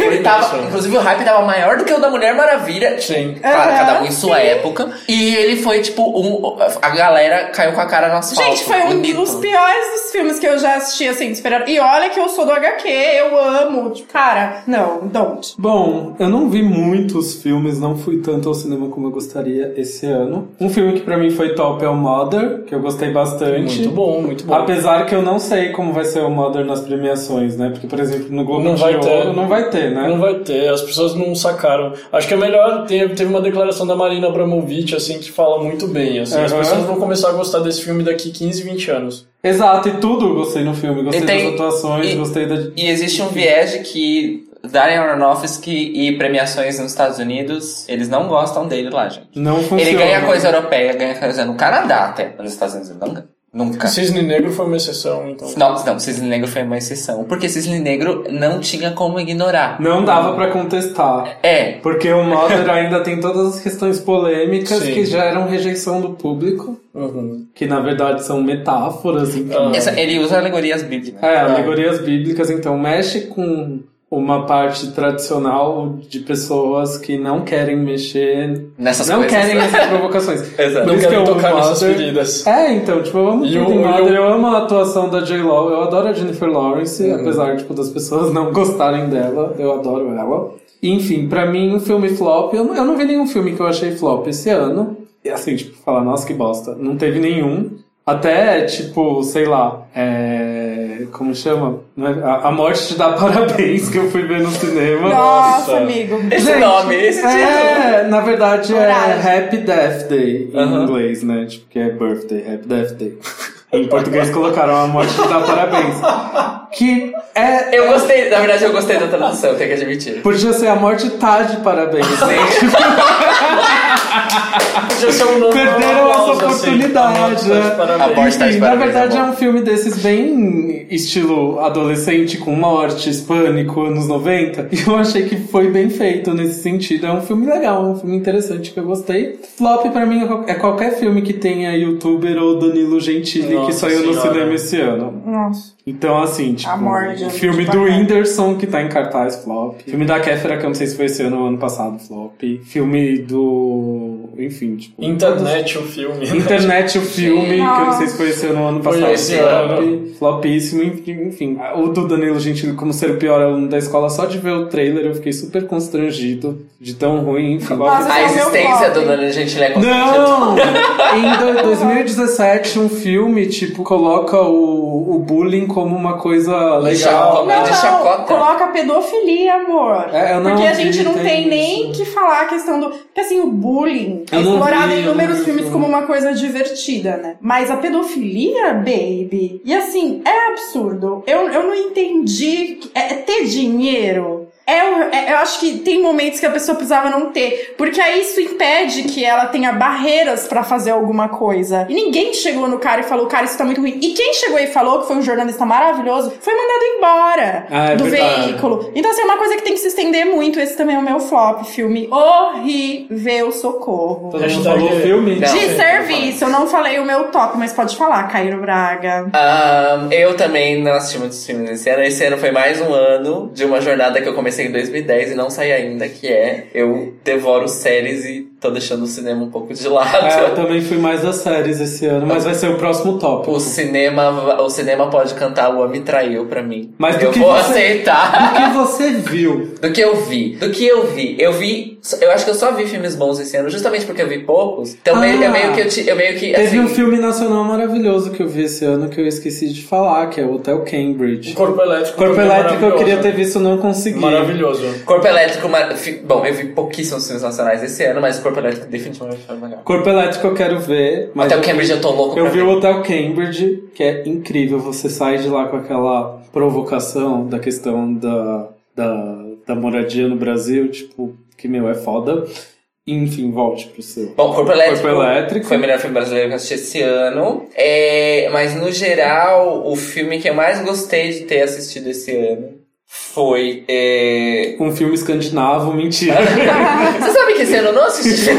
S2: Ele <laughs> tava, inclusive, o hype tava maior do que o da Mulher Maravilha. Sim. Claro,
S4: Aham,
S2: cada um em sua época. E ele foi, tipo, um, a galera caiu com a cara no asfalto.
S4: Gente, foi um dos piores dos filmes que eu já assisti, assim, esperando. E olha que eu sou do HQ, eu amo. Tipo, Cara, não, don't.
S3: Bom, eu não vi muitos filmes, não fui tanto ao cinema como eu gostaria esse ano. Um filme que pra mim foi top é o Mother, que eu gostei bastante.
S5: Muito bom, muito bom.
S3: Apesar que eu não sei como vai ser o Mother nas premiações, né? Porque, por exemplo, no Globo
S5: Não
S3: de
S5: vai
S3: Ouro
S5: ter.
S3: não vai ter, né?
S5: Não vai ter, as pessoas não sacaram. Acho que é melhor. Teve, teve uma declaração da Marina Abramovic, assim, que fala muito bem. assim, As
S3: Aham.
S5: pessoas vão começar a gostar desse filme daqui 15, 20 anos.
S3: Exato, e tudo eu gostei no filme. Gostei
S2: E tem-
S3: das atuações,
S2: e-
S3: gostei da...
S2: E existe um viés de que Darren Aronofsky e premiações nos Estados Unidos, eles não gostam dele lá, gente.
S3: Não funciona. né?
S2: Ele ganha coisa europeia, ganha coisa no Canadá até, mas nos Estados Unidos ele não ganha. Nunca.
S5: Cisne Negro foi uma exceção, então.
S2: Não, não, Cisne Negro foi uma exceção. Porque Cisne Negro não tinha como ignorar.
S3: Não dava pra contestar.
S2: É.
S3: Porque um, o Mother ainda tem todas as questões polêmicas
S2: Sim.
S3: que geram rejeição do público.
S5: Uhum.
S3: Que na verdade são metáforas. então-
S2: Essa- ele usa alegorias bíblicas.
S3: É, alegorias bíblicas, então mexe com uma parte tradicional de pessoas que não querem mexer
S2: Nessas
S3: não
S2: coisas.
S3: querem
S2: <laughs>
S3: essas provocações.
S2: Exato.
S3: Por
S2: Não
S3: isso que é
S2: querem
S3: um eu amo
S2: tocar nessas
S3: Mother.
S5: feridas.
S3: É, então, tipo, eu amo
S5: E
S3: tudo
S5: o-
S3: em
S5: e
S3: Mother,
S5: o- Uhum.
S3: eu amo a atuação da J-Law, eu adoro a Jennifer Lawrence, apesar tipo, das pessoas <laughs> não gostarem dela, eu adoro ela. Enfim, pra mim, um filme flop, eu não, eu não vi nenhum filme que eu achei flop esse ano. E assim, tipo, falar, nossa, que bosta. Não teve nenhum. Até, tipo, sei lá, é... como chama? Não é- A, a Morte Te Dá <laughs> Parabéns, que eu fui ver no cinema.
S4: Nossa, amigo.
S2: Esse
S3: Gente,
S2: nome, esse tipo
S3: É,
S2: título.
S3: na verdade
S4: Coragem.
S3: é Happy Death Day em inglês, né? Tipo, que é birthday, Happy Death Day. Em português colocaram a morte te dá
S5: <laughs>
S3: parabéns. Que é.
S2: Eu gostei, na verdade eu gostei da tradução, tenho que admitir.
S3: <laughs> Podia ser a morte tá de parabéns, né? Podia ser um novo
S5: Perderam essa
S3: aplauso, assim.
S5: oportunidade,
S3: Amor, tá de
S5: né? Amor,
S3: parabéns.
S5: tá de
S3: Enfim, Na
S5: parabéns,
S3: verdade, é
S5: amor.
S3: um filme desses bem estilo adolescente, com morte, hispânico, anos 90. E eu achei que foi bem feito nesse sentido. É um filme legal, é um filme interessante que eu gostei. Flop pra mim é qual- é qualquer filme que tenha youtuber ou Danilo Gentili que
S5: Nossa
S3: saiu no
S5: Senhora.
S3: cinema esse ano.
S4: Nossa.
S3: Então, assim, tipo,
S4: Amor, gente,
S3: filme
S4: pra
S3: do
S4: cá.
S3: Whindersson, que tá em cartaz, flop. Filme da Kéfera, que eu não sei se foi esse ano ou ano passado, flop. Filme do. Enfim, tipo.
S5: Internet o
S2: <laughs>
S5: filme.
S3: Internet o filme, que eu não sei se foi esse ano ou ano
S5: Foi
S3: passado.
S5: esse
S3: flop,
S5: ano.
S3: Flopíssimo, enfim, enfim. O do Danilo Gentili, como ser o pior aluno da escola, só de ver o trailer eu fiquei super constrangido de tão ruim, enfim.
S2: Nossa, A esse é o meu existência flop. do Danilo Gentili é
S3: Não! <laughs>
S2: constrangedora.
S3: em do- 2017, um filme, tipo, coloca o, o bullying como uma coisa legal.
S4: Não, não, coloca pedofilia, amor.
S3: É, eu não
S4: Porque a
S3: vi,
S4: gente não
S3: tem
S4: tem nem que falar a questão do. Porque assim, o bullying é
S3: Eu não
S4: explorado
S3: vi, eu
S4: em
S3: não
S4: inúmeros
S3: vi o
S4: filmes
S3: filme.
S4: como uma coisa divertida, né? Mas a pedofilia, baby. E assim, é absurdo. Eu, eu não entendi. que- É, é ter dinheiro. É, o- é- eu acho que tem momentos que a pessoa precisava não ter. Porque aí isso impede que ela tenha barreiras pra fazer alguma coisa. E ninguém chegou no cara e falou, cara, isso tá muito ruim. E quem chegou e falou, que foi um jornalista maravilhoso, foi mandado embora
S3: Ah, é
S4: do
S3: verdade.
S4: veículo. Então, assim, é uma coisa que tem que se estender muito. Esse também é o meu flop. Filme horrível, socorro.
S3: Todo mundo falou o filme?
S4: De serviço. Eu não falei o meu top, mas pode falar, Cairo Braga.
S2: Ahn, eu também não assisti muitos filmes esse ano. Esse ano foi mais um ano de uma jornada que eu comecei em 2010 e não saí ainda, que é eu devoro séries e tô deixando o cinema um pouco de lado.
S3: É, eu também fui mais das séries esse ano, mas vai ser o próximo tópico.
S2: O cinema, o cinema pode cantar Lua me traiu pra mim.
S3: Mas do
S2: eu
S3: que
S2: vou
S3: você-
S2: aceitar.
S3: do que você viu?
S2: Do que eu vi. Do que eu vi. Eu vi. Eu acho que eu só vi filmes bons esse ano, justamente porque eu vi poucos. Então
S3: Ah.
S2: meio- eu meio que eu, ti- eu meio que.
S3: Teve
S2: assim,
S3: um filme nacional maravilhoso que eu vi esse ano que eu esqueci de falar, que é o Hotel Cambridge.
S5: Corpo Elétrico.
S3: Corpo
S5: também é
S3: Elétrico eu
S5: maravilhoso.
S3: queria ter visto, não consegui.
S5: Maravilhoso.
S2: Corpo Elétrico, mar- fi- bom, eu vi pouquíssimos filmes nacionais esse ano, mas Corpo Elétrico definitivamente foi o melhor.
S3: Corpo Elétrico eu quero ver. Mas
S2: Hotel
S3: vi-
S2: Cambridge eu tô louco
S3: Eu
S2: pra
S3: vi
S2: ver.
S3: o Hotel Cambridge, que é incrível. Você sai de lá com aquela provocação da questão da, da, da moradia no Brasil, tipo, que meu, é foda. Enfim, volte pro seu.
S2: Bom, Corpo Elétrico,
S3: Corpo Elétrico.
S2: foi o melhor filme brasileiro que eu assisti esse ano. É, mas no geral, o filme que eu mais gostei de ter assistido esse ano
S3: <laughs>
S2: foi. é,
S3: Um filme escandinavo,
S2: <laughs>
S3: mentira.
S2: Você sabe que esse ano eu não
S3: <laughs>
S2: assisti.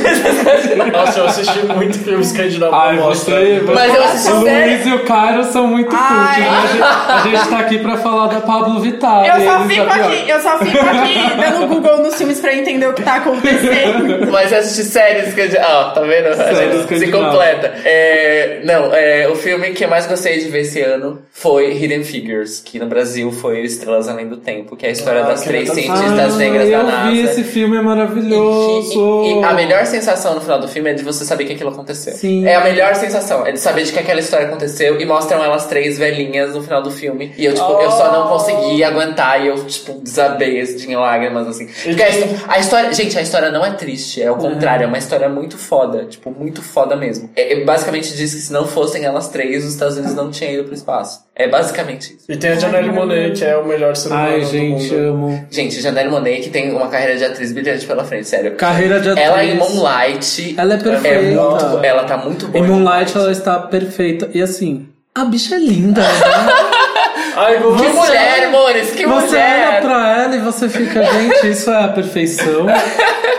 S5: Nossa, eu assisti muito filme escandinavo.
S3: Ai, você,
S2: Mas eu assisti
S3: o Luiz
S2: série.
S3: e o Caro são muito cultos.
S4: Ai.
S3: né? A gente, a gente tá aqui pra falar da Pablo
S2: Ah,
S3: Vittar.
S4: Eu
S3: e
S4: só
S3: eles
S4: fico
S3: a pior.
S4: aqui, eu só fico
S2: <laughs>
S4: aqui dando Google nos filmes pra eu entender o que tá acontecendo.
S2: Mas eu assisti séries que eu- Ah, tá vendo? A
S3: Séries
S2: gente se
S3: escandinavas.
S2: completa. É, não, é, o filme que eu mais gostei de ver esse ano foi Hidden Figures, que no Brasil foi Estrelas Além do Tempo, que é a história
S3: Ah,
S2: das
S3: que
S2: três
S3: eu tô-
S2: cientistas
S3: Ah,
S2: negras da NASA.
S3: Eu vi esse filme, é maravilhoso.
S2: E
S5: Oh.
S2: a melhor sensação no final do filme é de você saber que aquilo aconteceu.
S3: Sim.
S2: É a melhor sensação, é de saber de que aquela história aconteceu e mostram elas três velhinhas no final do filme. E eu, tipo, eu só
S5: Oh.
S2: não consegui aguentar e eu, tipo, desabei assim, em lágrimas, assim. Porque a, histó- a história, gente, a história não é triste, é o contrário, é uma história muito foda, tipo, muito foda mesmo. É, é basicamente diz que se não fossem elas três, os Estados Unidos não tinham ido pro espaço. É basicamente isso.
S5: E tem a Janelle Monáe, que é o melhor ser humano
S3: Ai,
S5: do
S3: gente,
S5: mundo.
S3: amo.
S2: Gente, Janelle Monáe que tem uma carreira de atriz brilhante pela frente, sério.
S3: Carreira de
S2: Ela
S3: atriz.
S2: em Moonlight.
S3: Ela é perfeita.
S2: muito- ela tá muito boa.
S3: Em Moonlight ela está perfeita. E assim, a bicha
S2: <laughs>
S3: é linda. né?
S5: Ai,
S2: Que mulher, amores, que
S3: você
S2: mulher.
S3: olha pra ela e você fica, gente, isso é
S2: <laughs>
S3: a perfeição.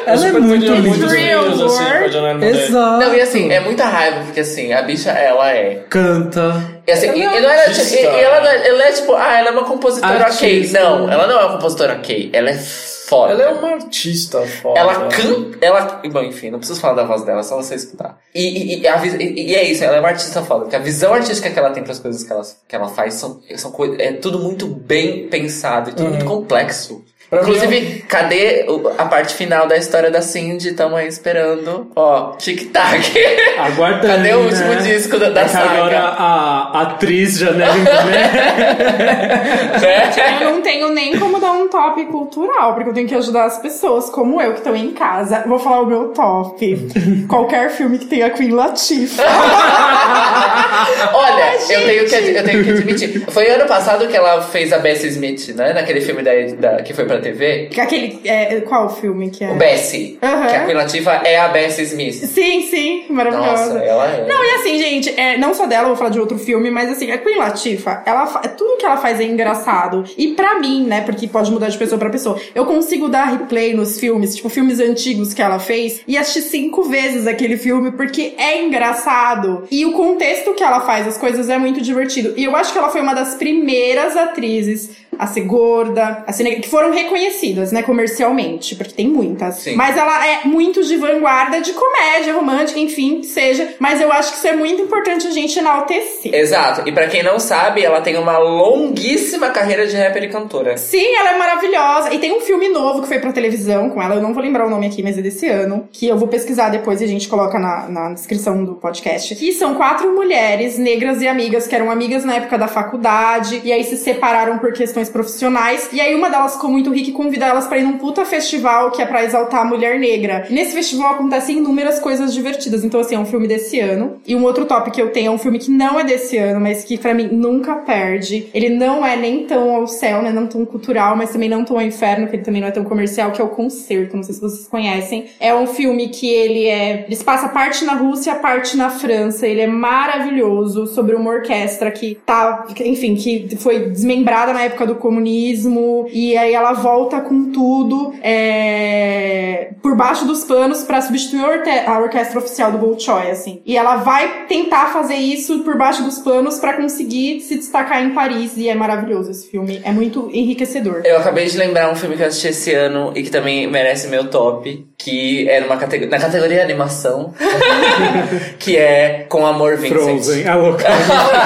S3: ela é muito linda. assim, Exato.
S2: Não, e assim, é muita raiva, porque assim, a bicha, ela é.
S3: Canta.
S2: E assim,
S10: é
S2: e- e não era- e- e ela, não é- ela é tipo, ah, ela é uma compositora ok.
S5: Artista.
S2: Não, ela não é uma compositora ok, ela é foda.
S5: Ela é uma artista foda.
S2: Ela canta. Ela. Bom, enfim, não preciso falar da voz dela, é só você escutar. E, e- e a vis- e- e é isso, ela é uma artista foda, porque a visão artística que ela tem para as coisas que ela, que ela faz são, são coisas. É tudo muito bem pensado e tudo muito complexo.
S5: Uhum. Pra mim, é um
S2: Inclusive, cadê o- a parte final da história da Cindy? Tamo aí esperando. Ó, tic-tac.
S3: Aguardando.
S2: Cadê o último
S3: né?
S2: disco da, da
S3: É que
S2: saga?
S3: Agora
S2: <laughs>
S3: a atriz Janelle Monáe
S2: É?
S4: Eu não tenho nem como dar um um top cultural, porque eu tenho que ajudar as pessoas, como eu, que estão em casa. Vou falar o meu top. Qualquer filme que tenha Queen Latifah.
S2: <laughs> Olha, eu tenho, que, ad- eu tenho que admitir. Foi ano passado que ela fez a Bessie Smith, né? Naquele filme da, da- que foi pra TV.
S4: Que Aquele. É, qual o filme que é?
S2: O Bessie.
S4: Aham.
S2: Que a Queen Latifah é a Bessie Smith.
S4: Sim, sim, maravilhosa.
S2: Nossa, ela é.
S4: Não, e assim, gente, é, não só dela, eu vou falar de outro filme, mas assim, a Queen Latifah, ela fa- tudo que ela faz é engraçado. E pra mim, né, porque pode mudar de pessoa pra pessoa, eu consigo dar replay nos filmes, tipo, filmes antigos que ela fez, e assistir cinco vezes aquele filme, porque é engraçado. E o contexto que ela faz as coisas é muito divertido. E eu acho que ela foi uma das primeiras atrizes a ser gorda, a ser negra, que foram reconhecidas, né, comercialmente, porque tem muitas. Mas ela é muito de vanguarda de comédia, romântica, enfim, que seja. Mas eu acho que isso é muito importante a gente enaltecer.
S2: Exato. E pra quem não sabe, ela tem uma longuíssima carreira de rapper e cantora.
S4: Sim, ela é maravilhosa. E tem um filme novo que foi pra televisão com ela. Eu não vou lembrar o nome aqui, mas é desse ano. Que eu vou pesquisar depois e a gente coloca na, na descrição do podcast. Que são quatro mulheres negras e amigas, que eram amigas na época da faculdade. E aí se separaram por questões profissionais. E aí uma delas ficou muito rica e convida elas pra ir num puta festival que é pra exaltar a mulher negra. E nesse festival acontecem inúmeras coisas divertidas. Então, assim, é um filme desse ano. E um outro top que eu tenho é um filme que não é desse ano, mas que pra mim nunca perde. Ele não é nem tão ao céu, né? Não tão cultural, mas também não tão ao inferno, que ele também não é tão comercial, que é o Concerto. Não sei se vocês conhecem. É um filme que ele é. Ele se passa parte na Rússia, parte na França. Ele é maravilhoso sobre uma orquestra que tá. Enfim, que foi desmembrada na época do comunismo. E aí ela volta com tudo é, por baixo dos panos pra substituir a orte- a orquestra oficial do Bolshoi, assim. E ela vai tentar fazer isso por baixo dos panos pra conseguir se destacar em Paris. E é maravilhoso esse filme. É muito enriquecedor.
S2: Eu acabei de lembrar um filme que eu assisti esse ano e que também merece meu top, que é numa categ na categoria animação, <laughs> que é Com Amor Vincent.
S3: Frozen, Ah, a louca.
S2: <laughs>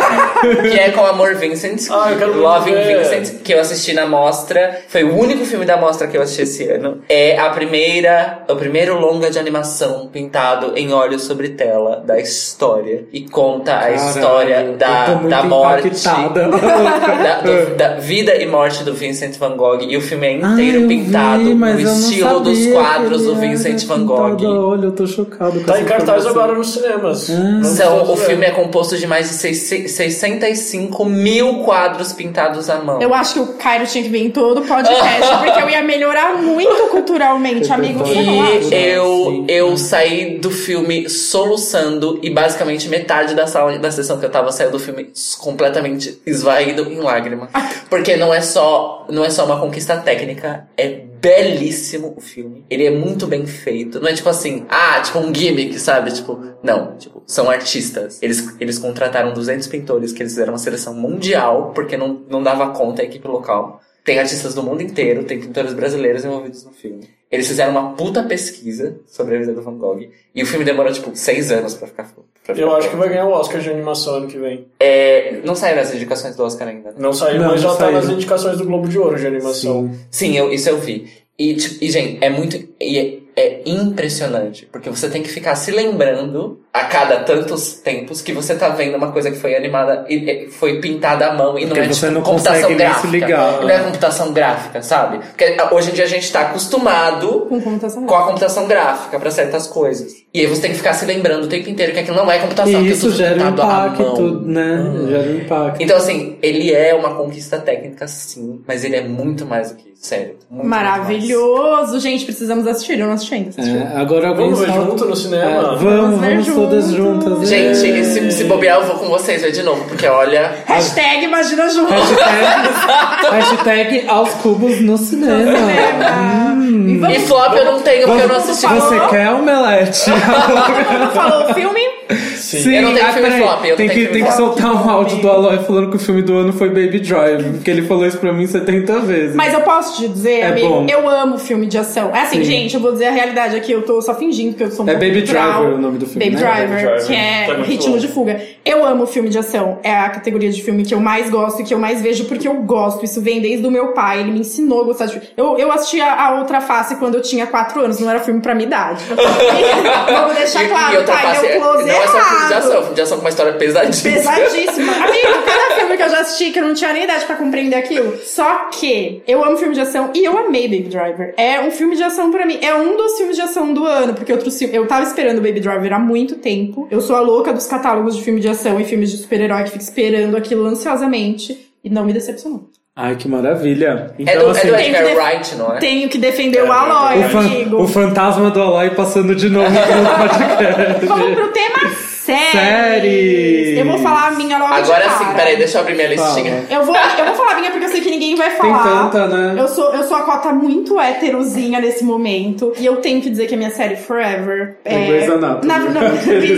S2: que é Com Amor Vincent, Loving Vincent, que eu assisti na mostra. Foi o único filme da mostra que eu assisti esse ano. É a primeira, o primeiro longa de animação pintado em óleo sobre tela da história e conta a
S3: Caralho,
S2: história da,
S3: eu tô muito
S2: da morte,
S3: impactada.
S2: <laughs> da, do- da vida e morte do Vincent Van Gogh. E o filme é inteiro
S3: Ah, eu
S2: pintado
S3: vi, mas
S2: no
S3: eu não
S2: estilo
S3: sabia
S2: dos
S3: que
S2: quadros
S3: ele
S2: do
S3: era assim,
S2: Vincent Van Gogh.
S3: Olha, eu tô chocado. com
S5: Tá em
S3: essa
S5: cartaz
S3: informação.
S5: agora nos cinemas. Não
S2: São,
S5: estou
S2: o filme é
S5: vendo.
S2: composto de mais de 6 65 mil quadros pintados à mão.
S4: Eu acho que o Cairo tinha que vir em todo o podcast, porque eu ia melhorar muito culturalmente, amigo. Você não
S2: E é
S4: acha?
S2: eu, eu saí do filme soluçando e basicamente metade da sala da sessão que eu tava saiu do filme completamente esvaído em
S4: <laughs>
S2: lágrima. Porque não é só, não é só uma conquista técnica, é belíssimo o filme. Ele é muito bem feito. Não é tipo assim, ah, tipo um gimmick, sabe? Tipo, não, tipo, são artistas. Eles, eles contrataram 200 pintores que eles fizeram uma seleção mundial porque não, não dava conta a equipe local. Tem artistas do mundo inteiro, tem pintores brasileiros envolvidos no filme. Eles fizeram uma puta pesquisa sobre a vida do Van Gogh. E o filme demorou, tipo, seis anos pra ficar. Pra ficar
S5: Eu acho que vai ganhar o Oscar de animação ano que vem.
S2: É, não saíram as indicações do Oscar ainda. né?
S5: Não saiu, mas já tá nas indicações do Globo de Ouro de animação.
S2: Sim, eu, isso eu vi. E, tipo, e, gente, é muito. e é, é impressionante. Porque você tem que ficar se lembrando a cada tantos tempos que você tá vendo uma coisa que foi animada e e foi pintada à mão e não
S3: Porque
S2: é
S3: você
S2: tipo,
S3: não
S2: computação
S3: consegue nem se
S2: gráfica.
S3: ligar,
S2: Não
S3: né?
S2: é computação gráfica, sabe? Porque a- hoje em dia a gente tá acostumado
S4: com, computação
S2: a computação gráfica pra certas coisas. E aí você tem que ficar se lembrando o tempo inteiro que aquilo não é computação,
S3: E
S2: que é
S3: isso
S2: tudo
S3: gera um
S2: pintado à mão.
S3: impacto, né?
S5: Hum.
S3: Gera um impacto.
S2: Então, assim, ele é uma conquista técnica, sim, mas ele é muito mais do que isso, sério. Muito,
S4: Maravilhoso, gente, precisamos assistir. Eu não assisti ainda.
S3: É, agora alguém
S5: Vamos ver
S3: salta-
S5: junto no cinema.
S3: É, vamos,
S5: Vamos ver
S3: vamos todas juntas.
S2: Gente,
S3: É.
S2: se, se bobear, eu vou com vocês ver de novo, porque olha.
S4: Hashtag imagina junto.
S3: <laughs> Hashtag aos cubos no cinema. Hum.
S2: E flop eu não tenho, porque eu não assisti. Uhum.
S3: Você quer um?
S2: <laughs>
S3: omelete?
S4: Falou o filme?
S3: Sim,
S2: Eu não tenho
S3: ah,
S2: filme
S3: peraí,
S2: flop, eu
S3: tem
S2: não tenho
S3: que, tem
S2: filme
S3: que
S2: flop.
S3: soltar um áudio do Aloy falando que o filme do ano foi Baby Drive, porque ele falou isso pra mim 70 vezes.
S4: Mas eu posso te dizer,
S3: É
S4: amigo,
S3: bom.
S4: eu amo filme de ação. É assim,
S3: Sim.
S4: gente, eu vou dizer a realidade aqui, eu tô só fingindo que eu sou um
S3: É
S4: pouco
S3: Baby
S4: cultural.
S3: Driver o nome do filme,
S4: Baby
S3: né?
S4: Driver, que é
S2: tá
S4: Ritmo de Fuga. Eu amo filme de ação. É a categoria de filme que eu mais gosto e que eu mais vejo porque eu gosto. Isso vem desde o meu pai. Ele me ensinou a gostar de filme. Eu, eu assistia a Outra Face quando eu tinha 4 anos. Não era filme pra minha
S3: <laughs>
S4: idade. <laughs> Vamos deixar
S2: E-
S4: claro,
S2: e outra
S4: tá?
S2: face
S4: Deu close
S2: Não é só filme de
S4: errado.
S2: ação, filme de ação com uma história pesadíssima. <laughs>
S4: Pesadíssima. Amigo, cada filme que eu já assisti, que eu não tinha nem idade pra compreender aquilo. Só que eu amo filme de ação e eu amei Baby Driver. É um filme de ação pra mim. É um dos filmes de ação do ano, porque outros filmes. Eu tava esperando Baby Driver há muito tempo. Eu sou a louca dos catálogos de filme de ação e filmes de super-herói que fica esperando aquilo ansiosamente. E não me decepcionou.
S3: Ai, que maravilha. Então, assim,
S2: É do, é
S4: Tem
S2: do
S4: que
S2: Edgar
S4: def-
S2: Wright, não é?
S4: Tenho que defender o Aloy,
S3: O, fan-
S4: amigo.
S3: o fantasma do Aloy passando de novo pelo
S4: Vamos
S3: <laughs> podcast.
S4: pro tema é sério.
S3: Séries.
S4: Eu vou falar a minha logo
S2: Agora
S4: de cara.
S2: sim, tá. peraí, deixa eu abrir minha listinha.
S4: Eu vou, eu vou falar a minha porque eu sei que ninguém vai falar.
S2: tanta, né?
S4: Eu sou, eu sou a cota muito héterozinha nesse momento. E eu tenho que dizer que a minha série Forever
S3: Tem
S4: é.
S3: Grey's Anatomy.
S4: Na, não, mentira.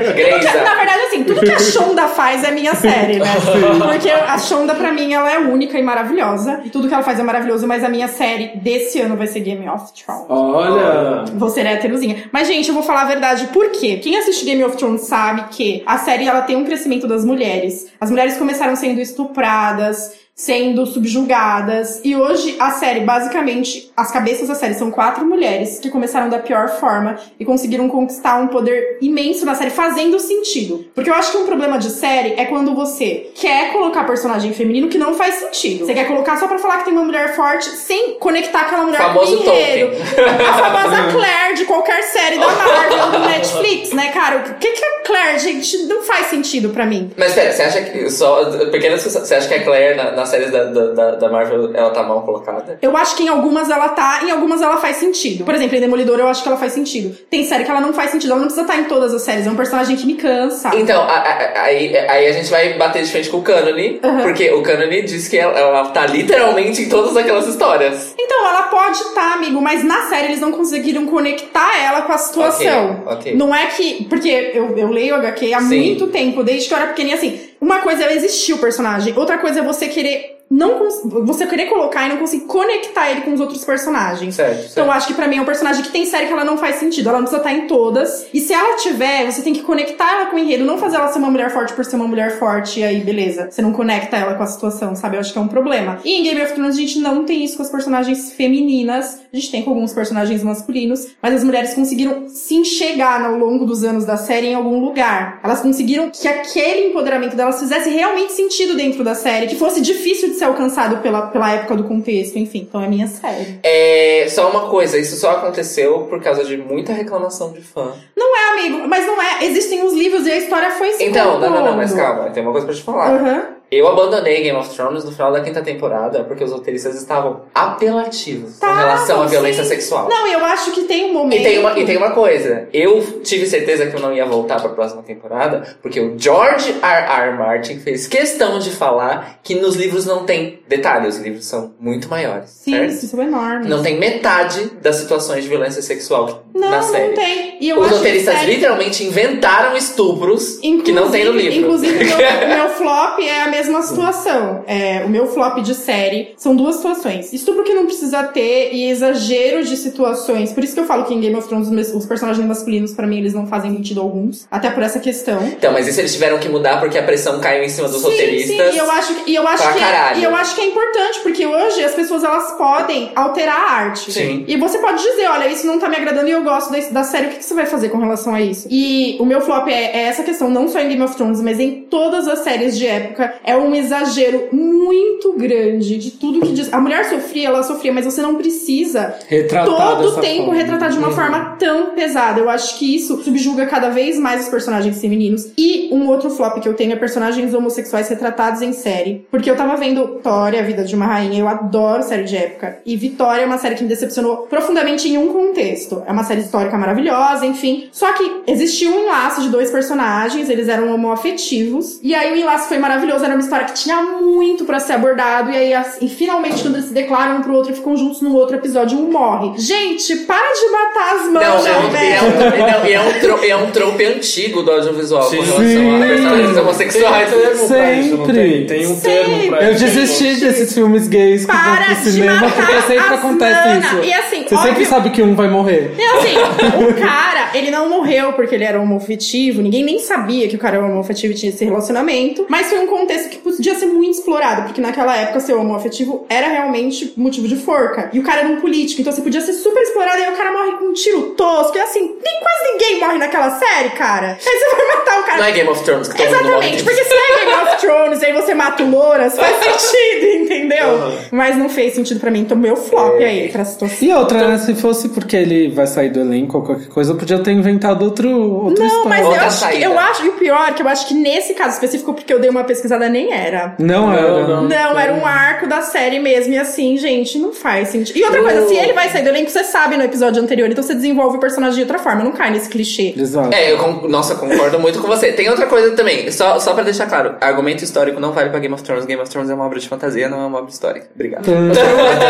S4: Tudo
S3: Grey's
S4: que- na verdade, assim, tudo que a Shonda faz é minha série, né?
S3: Sim.
S4: Porque a Shonda, pra mim, ela é única e maravilhosa. E tudo que ela faz é maravilhoso, mas a minha série desse ano vai ser Game of Thrones.
S3: Olha!
S4: Vou ser héterozinha. Mas, gente, eu vou falar a verdade. Por quê? Quem assiste Game of Thrones sabe que a série ela tem um crescimento das mulheres. As mulheres começaram sendo estupradas, sendo subjugadas. E hoje a série, basicamente, as cabeças da série são quatro mulheres que começaram da pior forma e conseguiram conquistar um poder imenso na série, fazendo sentido. Porque eu acho que um problema de série é quando você quer colocar personagem feminino que não faz sentido. Você quer colocar só pra falar que tem uma mulher forte sem conectar aquela mulher
S2: Famoso
S4: com o enredo.
S2: Tolkien.
S4: A famosa Claire de qualquer série da
S2: <laughs>
S4: Marvel do Netflix, né, cara? O que, que é Claire, gente? Não faz sentido pra mim.
S2: Mas pera, você acha que. Só. Pequena discussão. Você acha que a Claire na, nas séries da, da, da- da Marvel ela tá mal colocada?
S4: Eu acho que em algumas ela tá, em algumas ela faz sentido. Por exemplo, em Demolidor eu acho que ela faz sentido. Tem série que ela não faz sentido, ela não precisa estar em todas as séries, é um personagem que me cansa.
S2: Então, a- a- aí, aí a gente vai bater de frente com o Cânone,
S4: Aham.
S2: porque o Cânone diz que ela, ela tá literalmente em todas aquelas histórias.
S4: Então, ela pode estar, amigo, mas na série eles não conseguiram conectar ela com a situação.
S2: Ok, ok.
S4: Não é que. Porque eu, eu leio HQ há
S2: Sim.
S4: muito tempo, desde que eu era pequenininha, assim. Uma coisa é existir o personagem, outra coisa é você querer. Não cons- você querer colocar e não conseguir conectar ele com os outros personagens. Então eu acho que pra mim é um personagem que tem série que ela não faz sentido. Ela não precisa estar em todas. E se ela tiver, você tem que conectar ela com o enredo, não fazer ela ser uma mulher forte por ser uma mulher forte e aí beleza. Você não conecta ela com a situação, sabe? Eu acho que é um problema. E em Game of Thrones a gente não tem isso com as personagens femininas. A gente tem com alguns personagens masculinos, mas as mulheres conseguiram se enxergar ao longo dos anos da série em algum lugar. Elas conseguiram que aquele empoderamento delas fizesse realmente sentido dentro da série, que fosse difícil de ser alcançado pela, pela época do contexto, enfim. Então é minha série.
S2: É. Só uma coisa, isso só aconteceu por causa de muita reclamação de fã.
S4: Não é, amigo, mas não é. Existem os livros e a história foi se
S2: Então, não, não, não, mas
S4: compondo.
S2: calma, tem uma coisa pra te falar.
S4: Aham.
S2: Eu abandonei Game of Thrones no final da quinta temporada porque os roteiristas estavam apelativos com relação à violência sexual.
S4: Não, eu acho que tem um momento.
S2: E tem, uma, e tem uma coisa, eu tive certeza que eu não ia voltar pra próxima temporada, porque o George R. R. Martin fez questão de falar que nos livros não tem detalhe, os livros são muito maiores,
S4: Sim,
S2: certo?
S4: isso é enorme.
S2: Não tem metade das situações de violência sexual
S4: Não,
S2: na série.
S4: não tem. E eu
S2: Os
S4: acho que
S2: roteiristas
S4: série-
S2: literalmente inventaram estupros que não tem no livro.
S4: Inclusive,
S2: <laughs>
S4: meu, meu flop é a mesma situação. É, o meu flop de série são duas situações. Estupro que não precisa ter e exagero de situações. Por isso que eu falo que em Game of Thrones os mes- os personagens masculinos, pra mim, eles não fazem sentido alguns. Até por essa questão.
S2: Então, mas isso eles tiveram que mudar porque a pressão caiu em cima dos roteiristas.
S4: Sim, e eu acho que, e eu acho
S2: pra
S4: que é,
S2: caralho.
S4: e eu acho que é importante, porque hoje as pessoas elas podem alterar a arte.
S2: Sim.
S4: E você pode dizer, olha, isso não tá me agradando e eu gosto desse- da série, o que, que você vai fazer com relação a isso? E o meu flop é, é essa questão, não só em Game of Thrones, mas em todas as séries de época, é um exagero muito grande de tudo que diz. A mulher sofria, ela sofria, mas você não precisa
S3: Retratar
S4: todo
S3: dessa
S4: o tempo
S3: forma.
S4: retratar de uma
S3: Uhum.
S4: forma tão pesada. Eu acho que isso subjuga cada vez mais os personagens femininos. E um outro flop que eu tenho é personagens homossexuais retratados em série. Porque eu tava vendo Vitória, A Vida de uma Rainha, eu adoro série de época. E Vitória é uma série que me decepcionou profundamente em um contexto. É uma série histórica maravilhosa, enfim. Só que existia um enlace de dois personagens, eles eram homoafetivos. E aí o enlace foi maravilhoso, era uma história que tinha muito pra ser abordado, e aí, assim, finalmente, quando eles se declaram um pro outro e ficam juntos no outro episódio, um morre. Gente, para de matar as né?
S2: Não,
S4: mãos,
S2: é um, e é um,
S4: velho.
S2: não, e é um, tro- e é um trope antigo do audiovisual com relação a personagens homossexuais.
S3: um Sempre. Tem um termo pra Eu
S2: isso.
S3: desisti desses filmes gays que vão pro cinema porque sempre acontece
S4: mana.
S3: isso.
S4: E assim,
S3: Você sempre
S4: óbvio-
S3: sabe que um vai morrer.
S4: E assim, o cara, ele não morreu porque ele era homofetivo, ninguém nem sabia que o cara era homofetivo e tinha esse relacionamento, mas foi um contexto que podia ser muito explorado, porque naquela época ser homofetivo era realmente motivo de forca. E o cara era um político, então você podia ser super explorado, e aí o cara morre com um tiro tosco, e assim, nem quase ninguém morre naquela série, cara. Aí você vai matar o cara.
S2: Não é Game of Thrones que todo mundo morre.
S4: Exatamente, porque se é Game of Thrones e aí você mata o Louras, faz sentido, entendeu?
S3: Aham.
S4: Mas não fez sentido pra mim, então meu
S2: É.
S4: flop aí pra situação.
S3: E outra, né, se fosse porque ele vai sair do elenco ou qualquer coisa, eu podia ter inventado outro, outra
S4: Não,
S3: história.
S4: mas eu acho, que, eu acho. E o pior, é que eu acho que nesse caso específico, porque eu dei uma pesquisada, nem era.
S3: Não era.
S4: Não, era um arco da série mesmo. E assim, gente, não faz sentido. E outra coisa, se ele vai sair do elenco, você sabe no episódio anterior, então você desenvolve o personagem de outra forma. Não cai nesse clichê.
S3: Exato.
S2: É, eu con- nossa, eu concordo muito com você. Tem outra coisa também, só, só pra deixar claro: argumento histórico não vale pra Game of Thrones. Game of Thrones é uma obra de fantasia, não é uma obra histórica. Obrigado.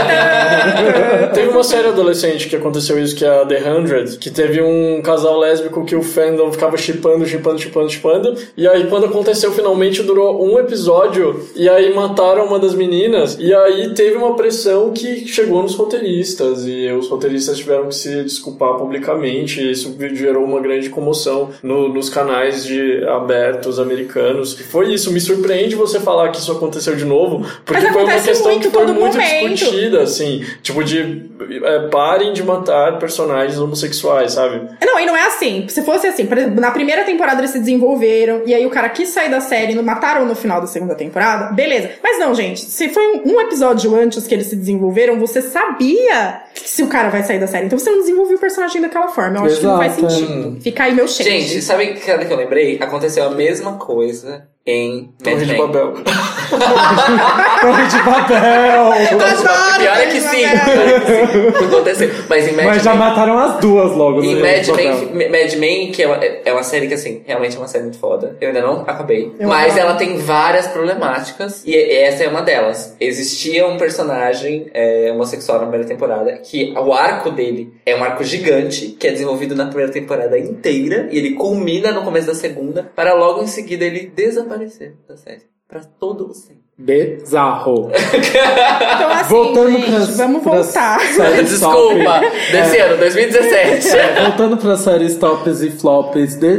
S5: <laughs> Teve uma série adolescente que aconteceu isso, que é a The Hundred, que teve um casal lésbico que o fandom ficava chipando, chipando, chipando, chipando. E aí, quando aconteceu, finalmente durou um episódio. E aí mataram uma das meninas. E aí teve uma pressão que chegou nos roteiristas. E os roteiristas tiveram que se desculpar publicamente. E isso gerou uma grande comoção no- nos canais de abertos americanos. Foi isso. Me surpreende você falar que isso aconteceu de novo, porque
S4: Mas
S5: foi uma
S4: acontece
S5: questão
S4: muito
S5: que foi
S4: todo
S5: muito
S4: momento.
S5: discutida, assim, tipo de é, parem de matar personagens homossexuais, sabe?
S4: Não, e não é assim. Se fosse assim, por exemplo, na primeira temporada eles se desenvolveram, e aí o cara quis sair da série, não mataram no final da segunda temporada, beleza. Mas não, gente, se foi um, um episódio antes que eles se desenvolveram, você sabia que se o cara vai sair da série. Então você não desenvolveu o personagem daquela forma. Eu acho que não faz
S2: Exato, é.
S4: sentido. Fica aí meu cheiro.
S2: Gente, sabe que que eu lembrei? Aconteceu a mesma coisa em
S5: Torre de
S2: Babel. <laughs>
S3: Torre
S4: <laughs>
S3: de papel.
S2: Pior é que sim. pior é que sim, Aconteceu. Mas em Mad
S3: Mas já mataram as duas logo.
S2: E
S3: né,
S2: Mad
S3: no papel.
S2: Men, Mad Men, que é uma, é uma série que, assim, realmente é uma série muito foda. Eu ainda não acabei.
S15: Eu
S2: mas
S15: amo.
S2: ela tem várias problemáticas. E essa é uma delas. Existia um personagem é, homossexual na primeira temporada, que o arco dele é um arco gigante, que é desenvolvido na primeira temporada inteira. E ele culmina no começo da segunda, para logo em seguida ele desaparecer da série. Pra todo o sempre.
S3: Bizarro.
S4: <laughs> Então assim,
S3: Voltando
S4: gente,
S3: pras-
S4: vamos
S3: pras
S4: voltar.
S3: séries
S4: <laughs>
S2: Desculpa,
S3: top.
S2: desse
S3: É.
S2: ano, 2017.
S3: É, voltando para séries tops e flops de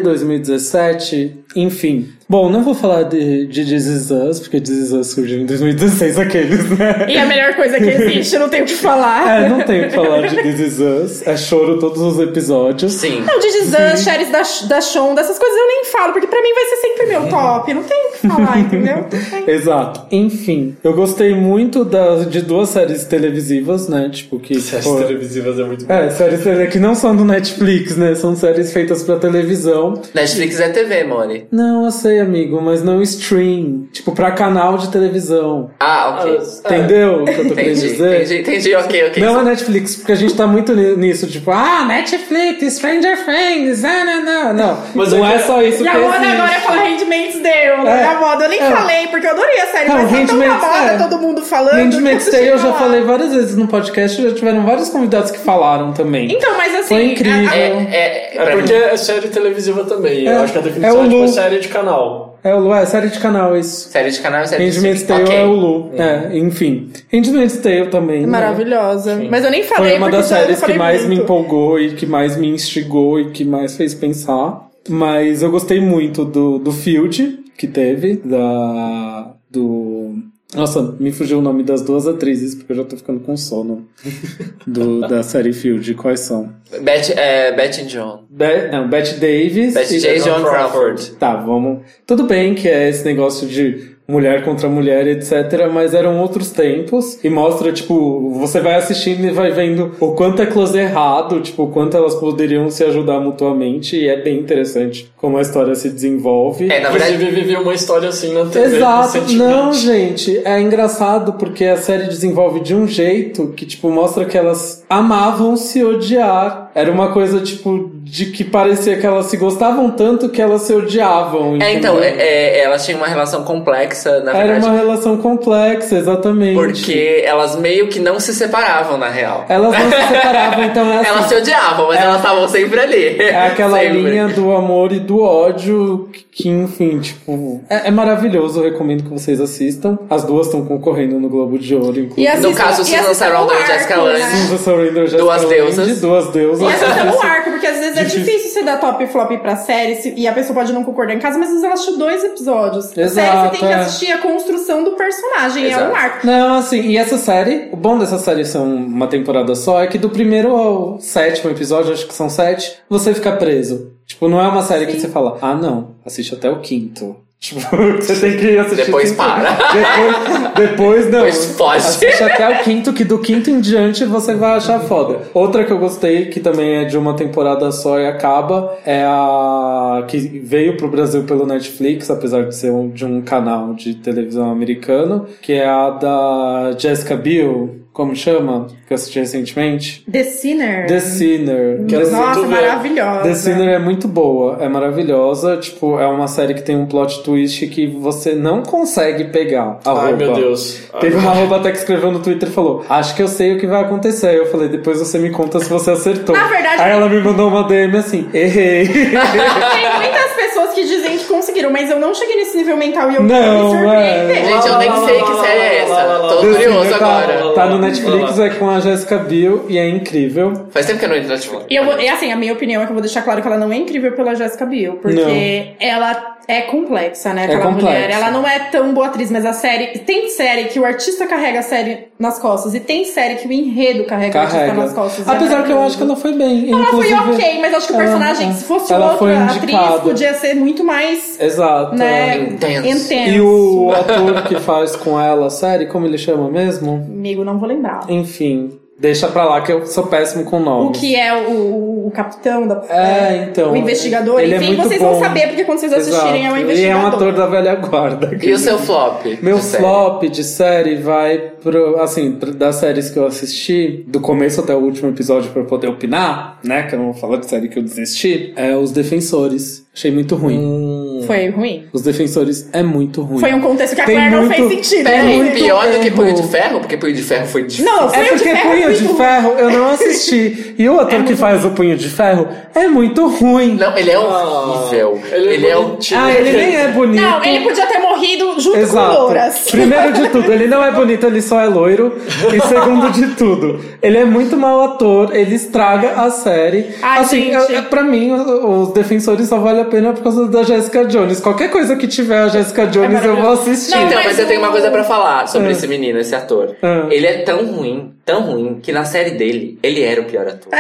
S3: 2017, enfim. Bom, não vou falar de, de This Is Us, porque This Is Us surgiu em 2016, aqueles, né?
S4: E a melhor coisa que existe, eu não tenho o que falar.
S3: É, não tenho o que falar de This Is Us. É choro todos os episódios.
S2: Sim.
S4: Não, de Gizan, Sheris da, da Shonda, essas coisas eu nem falo, porque pra mim vai ser sempre meu top. Não tem o que falar, entendeu?
S3: Exato. Enfim, eu gostei muito das, de duas séries televisivas, né? Tipo, que.
S5: Séries
S3: foram-
S5: televisivas é muito bom.
S3: É, séries tele- que não são do Netflix, né? São séries feitas pra televisão.
S2: Netflix é TV, Mone.
S3: Não, eu sei, amigo, mas não stream. Tipo, pra canal de televisão.
S2: Ah, ok.
S3: Entendeu o que eu tô querendo
S2: <laughs> entendi,
S3: dizer?
S2: Entendi, entendi, ok, ok.
S3: Não é Netflix, porque a gente tá muito ni- nisso, tipo, ah, Netflix, Stranger Things, ah, não, não, não.
S4: Mas
S3: não
S4: eu
S3: é
S4: que-
S3: só isso
S4: E
S3: que
S4: a Mona
S3: existe.
S4: agora é fala Handmaid's Tale,
S3: É.
S4: né? da moda. Eu nem
S3: É.
S4: falei, porque eu adorei a série,
S3: Não,
S4: mas tá tão
S3: Handmaid's-
S4: acabada,
S3: é.
S4: todo mundo falando.
S3: Handmaid's
S4: que
S3: Tale eu já
S4: chega lá.
S3: falei várias vezes no podcast, já tiveram vários convidados que falaram também.
S4: Então, mas assim...
S3: Foi incrível.
S4: a- a-
S2: É,
S5: É porque é série televisiva também.
S3: É,
S5: Eu acho que a
S3: é
S5: definição
S3: o
S5: é, tipo,
S3: Lu.
S5: é série de canal.
S3: É o Lu, é série de canal, é isso.
S2: Série de canal é série de
S3: Handmaid's Tale
S2: streaming. Ok. Uhum.
S3: é o Lu. É, enfim. Handmaid's Tale também.
S4: É
S3: né?
S4: Maravilhosa. Mas eu nem falei,
S3: Foi uma
S4: porque
S3: das
S4: já- eu
S3: séries que
S4: falei
S3: mais me
S4: muito.
S3: empolgou e que mais me instigou e que mais fez pensar. Mas eu gostei muito do, do Field que teve, da. do. Nossa, me fugiu o nome das duas atrizes, porque eu já tô ficando com sono <laughs> do, da série Field. Quais são?
S2: Betty, é, Betty John.
S3: Be- não, Betty Davis.
S2: Betty
S3: e-
S2: J. John Crawford.
S3: Tá, vamos. Tudo bem que é esse negócio de mulher contra mulher, etc. Mas eram outros tempos. E mostra, tipo, você vai assistindo e vai vendo o quanto é close errado, tipo, o quanto elas poderiam se ajudar mutuamente. E é bem interessante como a história se desenvolve.
S5: É, na verdade... Inclusive, vivi uma história assim na TV.
S3: Exato,
S5: recentemente.
S3: não, gente. É engraçado porque a série desenvolve de um jeito que, tipo, mostra que elas amavam se odiar. Era uma coisa, tipo, de que parecia que elas se gostavam tanto que elas se odiavam.
S2: É, então,
S3: entendeu?
S2: é, é, elas tinham uma relação complexa complexa, na
S3: Era
S2: verdade.
S3: uma relação complexa, exatamente.
S2: Porque elas meio que não se separavam, na real.
S3: Elas
S2: <laughs>
S3: não se separavam, então é assim.
S2: Elas se odiavam, mas elas estavam sempre ali.
S3: É aquela
S2: Sempre.
S3: linha do amor e do ódio que- que, enfim, tipo, é, é maravilhoso. Eu recomendo que vocês assistam. As duas estão concorrendo no Globo de Ouro, inclusive.
S2: assistam- No caso, e Susan assistam Sarandon e o Jessica arco, Lange. né?
S3: Susan Sarandon e Jessica
S2: Duas
S3: Lange,
S2: deusas.
S3: Duas deusas.
S4: E
S2: é
S4: essa o
S3: Assistam.
S4: arco, porque às vezes é
S3: Difícil.
S4: difícil você dar top e flop pra série se- e a pessoa pode não concordar em casa, mas às vezes ela assistiu dois episódios. A série
S3: Exato,
S4: você tem que
S3: é.
S4: assistir a construção do personagem, é um arco.
S3: Não, assim, e essa série, o bom dessa série ser um, uma temporada só é que do primeiro ao sétimo episódio, acho que são sete, você fica preso. Tipo, não é uma série que você fala, ah não, assiste até o quinto. <laughs> Tipo, você tem que assistir.
S2: Depois
S3: o quinto.
S2: para.
S3: Depois, depois não.
S2: Depois foge.
S3: Assiste até o quinto, que do quinto em diante você vai achar foda. Outra que eu gostei, que também é de uma temporada só e acaba, é a. que veio pro Brasil pelo Netflix, apesar de ser um- de um canal de televisão americano, que é a da Jessica Biel, como chama? Que eu assisti recentemente.
S4: The Sinner.
S3: The Sinner. que eu
S4: Nossa,
S3: sinto ver.
S4: maravilhosa.
S3: The Sinner é muito boa, é maravilhosa. Tipo, é uma série que tem um plot twist que você não consegue pegar.
S5: Ai,
S3: Arroba.
S5: meu Deus.
S3: Teve
S5: Ai.
S3: uma arroba até que escreveu no Twitter e falou: Acho que eu sei o que vai acontecer. Aí eu falei: Depois você me conta se você acertou.
S4: Na verdade-
S3: Aí ela me mandou uma DM assim:
S4: <laughs>
S3: Errei.
S4: Tem muitas pessoas que dizem que conseguiram, mas eu não cheguei nesse nível mental e eu
S3: Não,
S4: me surpreender.
S3: é. Gente, eu nem sei que série
S2: é essa. Tô
S3: The
S2: curioso
S3: Sinner tá-
S2: agora.
S3: Tá no Netflix, é com a Jessica Biel e é incrível.
S2: Faz tempo que eu não entro no Netflix.
S4: E eu vou- e assim, a minha opinião é que eu vou deixar claro que ela não é incrível pela Jessica Biel, porque ela é complexa, né?
S3: É
S4: Aquela
S3: complexa.
S4: mulher. Ela não é tão boa atriz, mas a série. Tem série que o artista carrega a série nas costas, e tem série que o enredo carrega, o artista nas
S3: Carrega.
S4: costas. É
S3: Apesar que eu
S4: maravilhoso.
S3: acho que ela foi bem.
S4: Ela foi
S3: inclusive-
S4: ok, mas acho que o
S3: Ela-
S4: personagem, se fosse
S3: ela foi
S4: outra atriz,
S3: indicada.
S4: podia ser muito mais.
S3: Exato. é.
S4: Né? Intenso. Intenso.
S3: E o ator que faz com ela a série, como ele chama mesmo?
S4: Amigo, não vou lembrar.
S3: Enfim, deixa pra lá que eu sou péssimo com
S4: O
S3: nomes.
S4: que é o, o capitão da.
S3: É, então.
S4: O investigador,
S3: ele é
S4: enfim,
S3: muito
S4: vocês
S3: bom.
S4: vão saber, porque quando vocês assistirem é
S3: Exato.
S4: o
S3: E é um
S4: investigador.
S3: ator da velha guarda.
S2: E o seu flop?
S3: Meu
S2: de série?
S3: flop de série vai pro. Assim, pro- das séries que eu assisti, do começo até o último episódio pra eu poder opinar, né? Que eu não vou falar de série que eu desisti. É Os Defensores. Achei muito ruim.
S4: Foi ruim.
S3: Os Defensores é muito ruim.
S4: Foi um contexto que a
S3: Tem
S4: Claire não
S3: muito-
S4: fez sentido.
S3: Peraí,
S4: né?
S3: muito
S2: É Pior do que
S3: erro.
S2: Punho de Ferro, porque Punho de Ferro foi difícil.
S4: Não,
S3: É
S4: Punho de
S3: porque
S4: Ferro é
S3: Punho de
S4: muito É
S3: Ferro eu não assisti. E o ator que faz o Punho de Ferro é muito ruim.
S2: Não, ele é horrível. ele, é um
S3: Ah, ele nem é bonito.
S4: Não, ele podia ter morrido junto com Louras. <laughs>
S3: Primeiro de tudo, ele não é bonito, ele só é loiro. E segundo de tudo, ele é muito mau ator, ele estraga a série.
S4: Ai,
S3: assim,
S4: gente.
S3: é- é- pra mim, o- os defensores só vale a pena por causa da Jessica Jones. Qualquer coisa que tiver a Jessica Jones, eu vou assistir.
S2: então, mas, eu tenho uma coisa pra falar sobre
S3: Ah.
S2: esse menino, esse ator. Ele é tão ruim, tão ruim, que na série dele, ele era o pior
S4: <laughs>
S2: ator.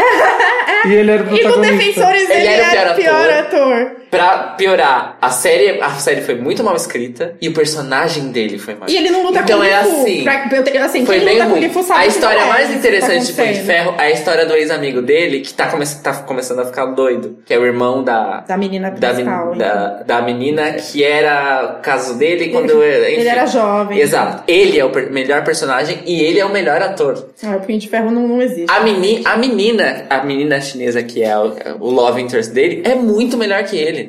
S3: E ele era o
S4: E no
S3: protagonista.
S4: Defensores ele, era o pior ator.
S2: Pra piorar, a série, a série foi muito mal escrita e o personagem dele foi mal.
S4: E ele não luta
S2: então
S4: com o
S2: é
S4: Gifu.
S2: assim.
S4: Pra- eu te- assim,
S2: foi
S4: quem
S2: bem
S4: luta com o
S2: ruim.
S4: Gifu sabe
S2: A
S4: que não
S2: história
S4: é
S2: mais
S4: isso que tá
S2: interessante de Punho de
S4: acontecendo.
S2: Ferro é a história do ex-amigo dele que tá, come tá começando a ficar doido. Que é o irmão da.
S4: Da menina
S2: Da, men-
S4: principal.
S2: da, da menina que era caso dele quando.
S4: <laughs>
S2: enfim.
S4: ele era jovem.
S2: é
S4: né?
S2: Exato. Ele é o per- melhor personagem e ele é o melhor ator.
S4: Ah, o Punho de Ferro não, não existe.
S2: A, meni, a menina, a menina chinesa que é o, o love interest dele, é muito melhor que ele.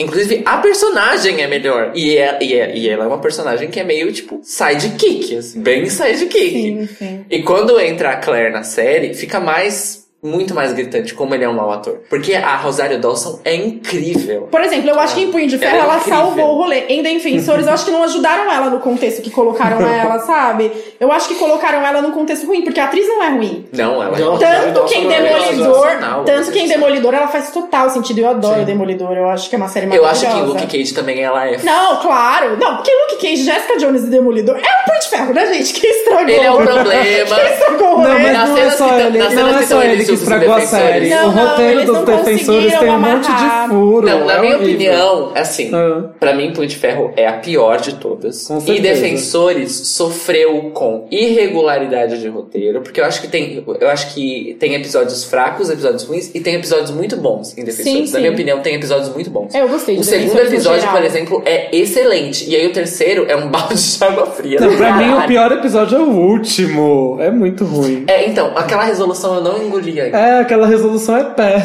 S2: Inclusive, a personagem é melhor. E, é, e, é, e ela é uma personagem que é meio, tipo, sidekick, assim. Bem sidekick.
S4: Sim, sim.
S2: E quando entra a Claire na série, fica mais... Muito mais gritante como ele é um mau ator. Porque a Rosário Dawson é incrível.
S4: Por exemplo, eu acho que em Punho de Ferro
S2: Ela é
S4: ela
S2: incrível.
S4: salvou o rolê. Em Defensores, eu acho que não ajudaram ela no contexto que
S2: <laughs>
S4: colocaram ela, sabe? Eu acho que colocaram ela num contexto ruim, porque a atriz não é ruim.
S2: Não, ela é
S4: Tanto que em Demolidor,
S2: Sensacional. né?
S4: tanto que em Demolidor ela faz total sentido. Eu adoro Demolidor, eu acho que é uma série
S2: Eu
S4: maravilhosa.
S2: acho que em Luke Cage também ela é
S4: Não, claro. Não, porque Luke Cage, Jessica Jones e Demolidor é um punho de ferro, né, gente? <laughs> Que estragou.
S2: Ele é o problema.
S4: Que estragou o
S3: Não,
S4: rolê.
S3: mas não é só ele, não é só ele que estragou a série.
S2: Não,
S3: o
S2: não,
S3: roteiro
S2: eles
S3: dos
S2: não
S3: defensores
S2: conseguiram
S3: tem um monte de
S2: amarrar.
S3: furo.
S2: Não, na
S3: é
S2: minha
S3: horrível.
S2: opinião, assim, pra mim, Punho de Ferro é a pior de todas. E
S3: certeza.
S2: Defensores sofreu com irregularidade de roteiro, porque eu acho que tem, eu acho que tem episódios fracos, episódios ruins, e tem episódios muito bons em Defensores.
S4: Sim,
S2: na
S4: sim.
S2: minha opinião, tem episódios muito bons.
S4: É, eu gostei.
S2: O
S4: de
S2: segundo
S4: Defensores no
S2: episódio,
S4: geral.
S2: por exemplo, é excelente. E aí o terceiro é um <laughs> balde de água fria.
S3: Não, pra mim, o pior episódio é o último. É muito ruim.
S2: É, então, Então, aquela resolução eu não engoli ainda.
S3: É, aquela resolução é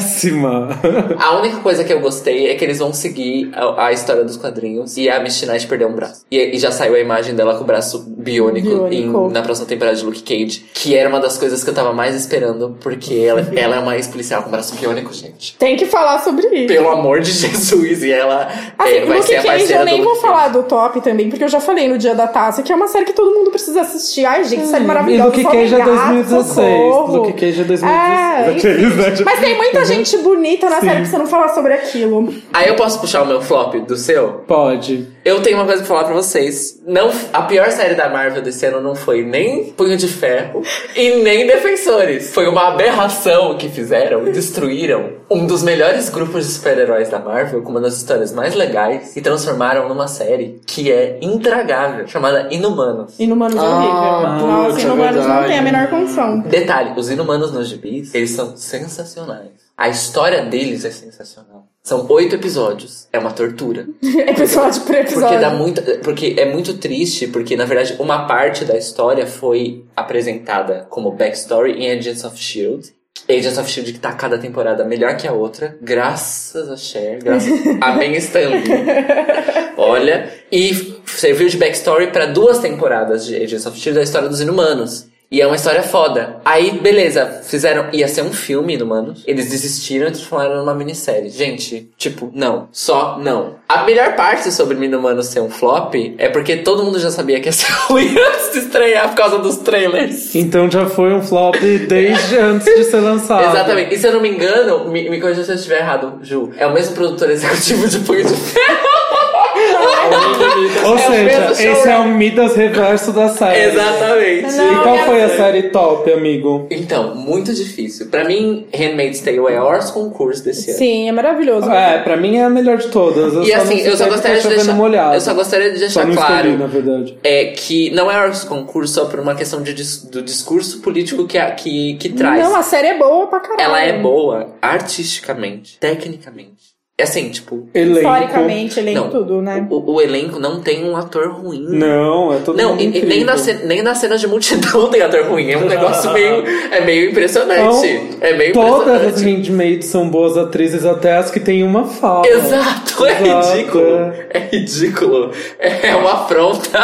S3: péssima.
S2: <laughs> A única coisa que eu gostei é que eles vão seguir a, a história dos quadrinhos e a Miss Knight perdeu um braço. E, e já saiu a imagem dela com o braço biônico,
S4: Biônico.
S2: em- na próxima temporada de Luke Cage, que era uma das coisas que eu tava mais esperando, porque
S4: <laughs>
S2: ela, ela é uma ex-policial com braço biônico, gente.
S4: Tem que falar Ah, sobre isso. Ah,
S2: Pelo amor de <laughs> Jesus, e ela é, vai
S4: Luke
S2: ser a
S4: Cage,
S2: parceira
S4: eu nem
S2: do
S4: vou falar do top também, porque eu já falei no Dia da Taça, que é uma série que todo mundo precisa assistir. Ai, gente, série
S3: E
S4: maravilhosa.
S3: Luke
S4: só
S3: Cage é
S4: gato,
S3: 2016.
S4: socorro.
S3: Luke Cage é
S4: É,
S3: 2016.
S2: né?
S4: enfim. mas tem
S3: Uhum.
S4: muita gente bonita na
S2: Sim.
S4: série que você não fala sobre aquilo.
S2: Aí eu posso puxar o meu flop do seu?
S3: Pode.
S2: Eu tenho uma coisa pra falar pra vocês. Não, a pior série da Marvel desse ano não foi nem Punho de Ferro e nem Defensores. Foi uma aberração que fizeram e destruíram um dos melhores grupos de super-heróis da Marvel, com uma das histórias mais legais, e transformaram numa série que é intragável, chamada Inumanos.
S4: Inumanos é
S2: Ah,
S4: horrível. Nossa,
S2: putz,
S4: Inumanos não
S2: é verdade.
S4: tem a menor condição.
S2: Detalhe, os inumanos nos gibis, eles são sensacionais. A história deles é sensacional. São oito episódios. É uma tortura.
S4: <laughs> episódio por episódio.
S2: Porque, dá muito, porque é muito triste, porque na verdade uma parte da história foi apresentada como backstory em Agents of Shield. Agents of Shield que tá cada temporada melhor que a outra. Graças a Cher, graças a Ben Stanley. Olha, e f- serviu de backstory pra duas temporadas de Agents of Shield, a história dos inumanos. E é uma história foda. Aí, beleza, fizeram. Ia ser um filme, Inumanos. Eles desistiram e transformaram numa minissérie. Gente, tipo, não. Só não. A melhor parte sobre Inumanos ser um flop é porque todo mundo já sabia que ia ser <laughs> ruim antes de estrear por causa dos trailers.
S4: É.
S3: Então já foi um flop desde antes de ser lançado.
S2: Exatamente. E se eu não me engano, me, me corrija se eu estiver errado, Ju. É o mesmo produtor executivo de Punho de Ferro.
S3: Ou
S2: É o
S3: seja,
S2: mesmo
S3: esse é o Midas reverso da série.
S2: Exatamente.
S3: e qual
S4: é
S3: foi a série top, amigo?
S2: Então, muito difícil. Pra mim, Handmaid's Tale é o maior concurso desse ano.
S4: Sim, é maravilhoso.
S3: É, pra mim é a melhor de todas. Eu
S2: E
S3: só
S2: assim,
S3: não
S2: eu
S3: sei
S2: só
S3: se é
S2: gostaria de
S3: chovendo
S2: deixar,
S3: molhado.
S2: eu só gostaria de
S3: Só
S2: deixar
S3: não
S2: claro
S3: escolhi, na verdade.
S2: é que não é o concurso só por uma questão de dis- do discurso político que, a- que, que traz.
S4: Não, a série é boa pra caralho.
S2: Ela é boa artisticamente, tecnicamente. É assim, tipo.
S3: Elenco.
S4: Historicamente, elenco
S2: Não,
S4: tudo, né?
S2: O, o elenco não tem um ator ruim.
S3: Não, é todo
S2: Não,
S3: mundo
S2: e, e nem,
S3: incrível.
S2: na, ce- nem nas cenas de multidão tem ator ruim. É um
S3: <laughs>
S2: negócio meio. É meio impressionante. é meio
S3: Então, Todas
S2: impressionante.
S3: as Handmaids são boas atrizes, até as que tem uma fala.
S2: Exato, <laughs> é
S3: Exato,
S2: ridículo.
S3: é.
S2: É ridículo. É uma afronta.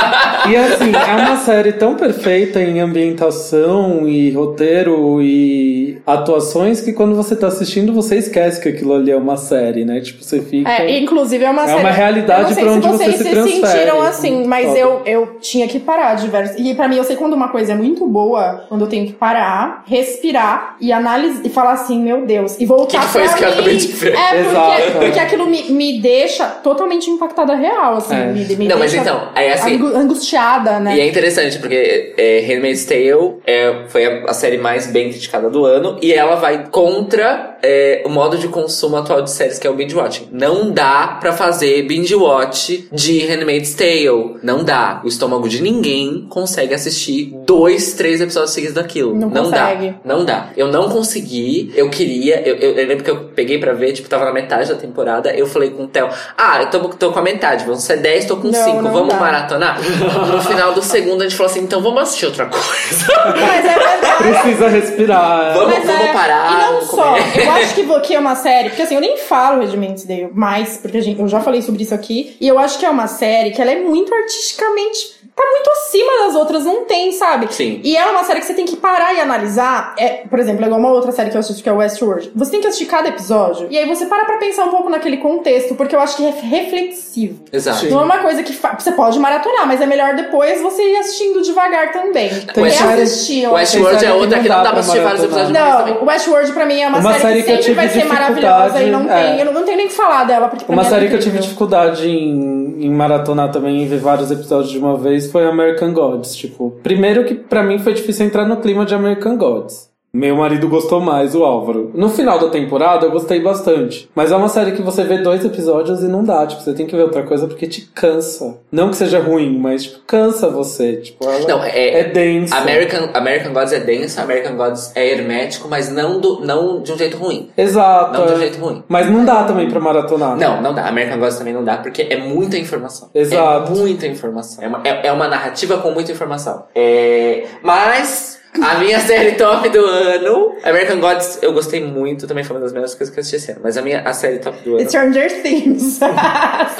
S3: E assim, é uma série tão perfeita em ambientação e roteiro e atuações que quando você tá assistindo, você esquece que aquilo ali é uma série, né? Tipo, você fica.
S4: É, inclusive é uma
S3: É
S4: série.
S3: uma realidade
S4: eu não sei
S3: pra onde
S4: se vocês
S3: você se transfere.
S4: sentiram assim, mas
S3: Foda.
S4: eu, eu tinha que parar de ver. E pra mim, eu sei quando uma coisa é muito boa, quando eu tenho que parar, respirar e analisar e falar assim, meu Deus, e voltar
S2: Que que foi
S4: pra
S2: esse que eu
S4: mim.
S2: acabei de ver?
S4: É,
S2: Exato.
S4: porque, porque aquilo me, me deixa totalmente impactada real, assim,
S2: É.
S4: me, me
S2: Não, mas
S4: deixa
S2: então, aí assim-
S4: angu- angustiada, né?
S2: E é interessante, porque é, Handmaid's Tale é, foi a, a série mais bem criticada do ano e ela vai contra é, o modo de consumo atual de séries, que é o binge-watching. Não dá pra fazer binge-watch de Handmaid's Tale. Não dá. O estômago de ninguém consegue assistir dois, três episódios seguidos daquilo.
S4: Não consegue.
S2: dá. Não dá. Eu não consegui. Eu queria. Eu, eu- eu lembro que eu peguei pra ver, tipo, tava na metade da temporada. Eu falei com o Theo: Ah, eu tô, tô com a metade. Vão ser 10, tô com
S4: Não,
S2: 5.
S4: não
S2: Vamos
S4: dá.
S2: maratonar? No final do segundo, a gente falou assim: Então vamos assistir outra coisa.
S3: Precisa respirar.
S2: Vamos,
S4: Mas
S2: vamos
S4: é,
S2: parar.
S4: E não
S2: vamos
S4: só.
S2: comer.
S4: Eu acho que, vo- que é uma série. Porque assim, eu nem falo Regimentos Dale mais, porque a gente, eu já falei sobre isso aqui. E eu acho que é uma série que ela é muito artisticamente. Tá muito acima das outras, não tem, sabe?
S2: Sim.
S4: E ela é uma série que você tem que parar e analisar. É, por exemplo, é igual uma outra série que eu assisto que é Westworld. Você tem que assistir cada episódio. E aí você para pra pensar um pouco naquele contexto, porque eu acho que é reflexivo.
S2: Exato.
S4: Não é uma coisa que fa- você pode maratonar, mas é melhor depois você ir assistindo devagar também.
S2: Tem série-
S4: Reassistir, eu acho.
S2: Westworld
S3: Tem
S2: é
S3: série
S2: outra
S3: que
S2: que
S3: não
S2: não
S3: dá
S2: dá pra
S3: pra
S2: assistir vários
S3: maratonar.
S2: episódios de uma
S4: Não, Westworld pra mim é uma,
S3: Uma série
S4: série,
S3: que eu
S4: que sempre
S3: tive
S4: vai ser
S3: dificuldade,
S4: maravilhosa e não
S3: é.
S4: tem. Eu não, não tenho nem o que falar dela, porque pra
S3: Uma
S4: mim
S3: série
S4: é
S3: que eu tive dificuldade em, em maratonar também, em ver vários episódios de uma vez, foi American Gods. Tipo, primeiro que pra mim foi difícil entrar no clima de American Gods. Meu marido gostou mais, o Álvaro. No final da temporada eu gostei bastante. Mas é uma série que você vê dois episódios e não dá. Tipo, você tem que ver outra coisa porque te cansa. Não que seja ruim, mas tipo, cansa você. Tipo, ela
S2: Não, é,
S3: densa.
S2: American, American Gods é denso, American Gods é hermético, mas não, do, não de um jeito ruim.
S3: Exato.
S2: Não de um
S3: é.
S2: jeito ruim.
S3: Mas não dá também pra maratonar.
S2: Não, não dá. American Gods também não dá, porque é muita informação.
S3: Exato.
S2: É muita informação. É uma, é, é uma narrativa com muita informação. É, mas A minha <laughs> série top do ano. American Gods, eu gostei muito, também foi uma das melhores coisas que eu assisti esse ano. Mas a minha a série top do ano.
S4: It's Stranger Things. <laughs>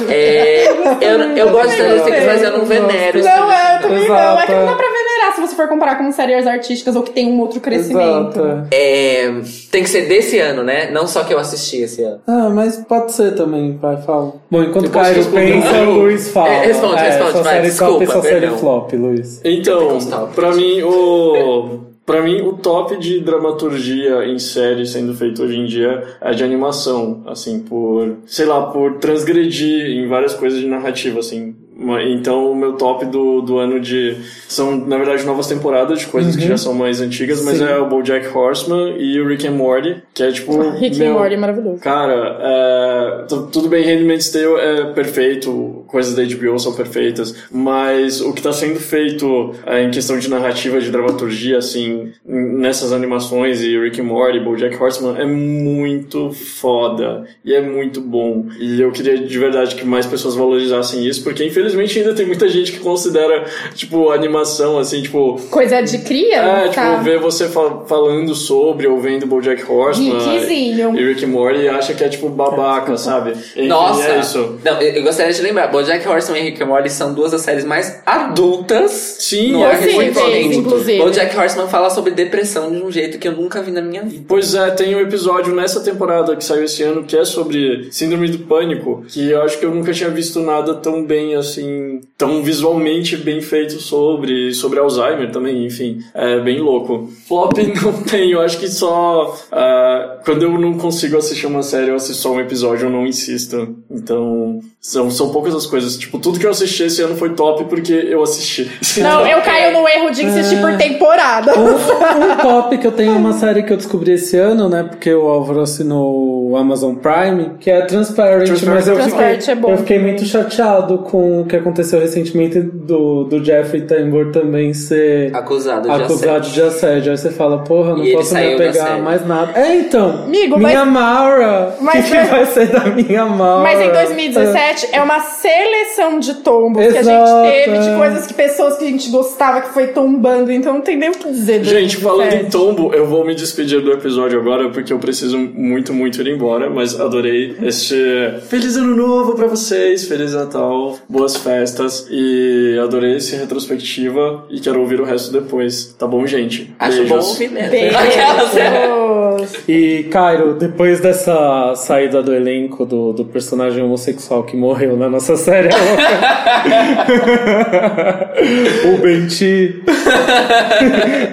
S2: É, eu, eu gosto de Stranger Things, mas eu não venero. isso.
S4: Não, é, eu também não. É que não dá pra venerar se você for comparar com séries artísticas ou que tem um outro crescimento.
S2: É, tem que ser desse ano, né? Não só que eu assisti esse ano.
S3: Ah, mas pode ser também, vai, fala. Bom, enquanto o
S2: Depois
S3: Caio
S2: que eu
S3: pensa,
S2: explico.
S3: o Luiz fala.
S2: É, responde, responde,
S3: sua
S2: vai,
S3: série top
S2: desculpa,
S3: e sua série
S2: perdão.
S3: flop, Luiz.
S5: Então, pra mim, o. Pra mim, o top de dramaturgia em série sendo feito hoje em dia é de animação, assim, por, sei lá, por transgredir em várias coisas de narrativa, assim. Ma- Então, o meu top do, do ano de. São, na verdade, novas temporadas de coisas que
S4: Uhum.
S5: já são mais antigas, mas
S4: Sim.
S5: é o Bojack Horseman e o Rick and Morty, que é tipo.
S4: Rick and
S5: meu,
S4: Morty é maravilhoso.
S5: Cara, é, tu- tudo bem, Handmaid's Tale é perfeito, coisas da HBO são perfeitas, mas o que está sendo feito é, em questão de narrativa, de dramaturgia, assim, n- nessas animações e Rick and Morty, BoJack Horseman, é muito foda e é muito bom. E eu queria de verdade que mais pessoas valorizassem isso, porque infelizmente ainda tem muita gente que considera, tipo, animação, assim, tipo...
S4: Coisa de cria,
S5: É, tipo,
S4: tá?
S5: ver você fa- falando sobre ou vendo BoJack Horseman
S4: Geekzinho.
S5: e Rick and Morty e acha que é tipo babaca, sabe? Enfim,
S2: Nossa!
S5: É isso.
S2: Não, eu eu gostaria de lembrar, Bojack Horseman e Rick and Morty são duas das séries mais adultas.
S5: Sim,
S2: no ar
S5: possíveis,
S2: recentemente.
S5: inclusive.
S2: Bojack Horseman fala sobre depressão de um jeito que eu nunca vi na minha vida.
S5: Pois é, tem um episódio nessa temporada que saiu esse ano que é sobre Síndrome do Pânico, que eu acho que eu nunca tinha visto nada tão bem assim, tão visualmente bem feito sobre, sobre Alzheimer também, enfim, é bem louco. Flop <laughs> não tem, eu acho que só ah, quando eu não consigo assistir uma série, eu assisto só um episódio, eu não insisto. Então, são, são poucas as coisas. Tipo, tudo que eu assisti esse ano foi top porque eu assisti.
S4: Não, eu caio no erro de insistir por temporada.
S3: Um top que eu tenho é uma série que eu descobri esse ano, né? Porque o Álvaro assinou o Amazon Prime, que é Transparent,
S4: Transparent.
S3: mas eu
S4: Transparent
S3: fiquei,
S4: é bom.
S3: eu fiquei muito chateado com o que aconteceu recentemente do, do Jeffrey Tambor também ser
S2: Acusado de
S3: acusado de assédio. Aí você fala, porra, não
S2: E ele
S3: posso me
S2: saiu da
S3: apegar a
S2: série.
S3: mais nada. É, então,
S4: Amigo,
S3: minha
S4: mas-
S3: Maura! O que,
S4: Mas-
S3: que vai ser da minha Maura?
S4: Mas em 2017 é uma seleção de tombos que a
S3: Exato,
S4: gente teve, de
S3: é.
S4: coisas que pessoas que a gente gostava que foi tombando, então não tem nem o que dizer. do-
S5: Gente, falando
S4: É.
S5: em tombo, eu vou me despedir do episódio agora porque eu preciso muito, muito ir embora. Mas adorei este Feliz Ano Novo pra vocês, Feliz Natal, boas festas e adorei esse retrospectiva e quero ouvir o resto depois. Tá bom, gente?
S2: Acho
S5: Beijos.
S2: bom ouvir mesmo.
S4: Beijos.
S2: Aquelas, né?
S3: E, Cairo, depois dessa saída do elenco do, do personagem homossexual que morreu na nossa série, <laughs> o Benti,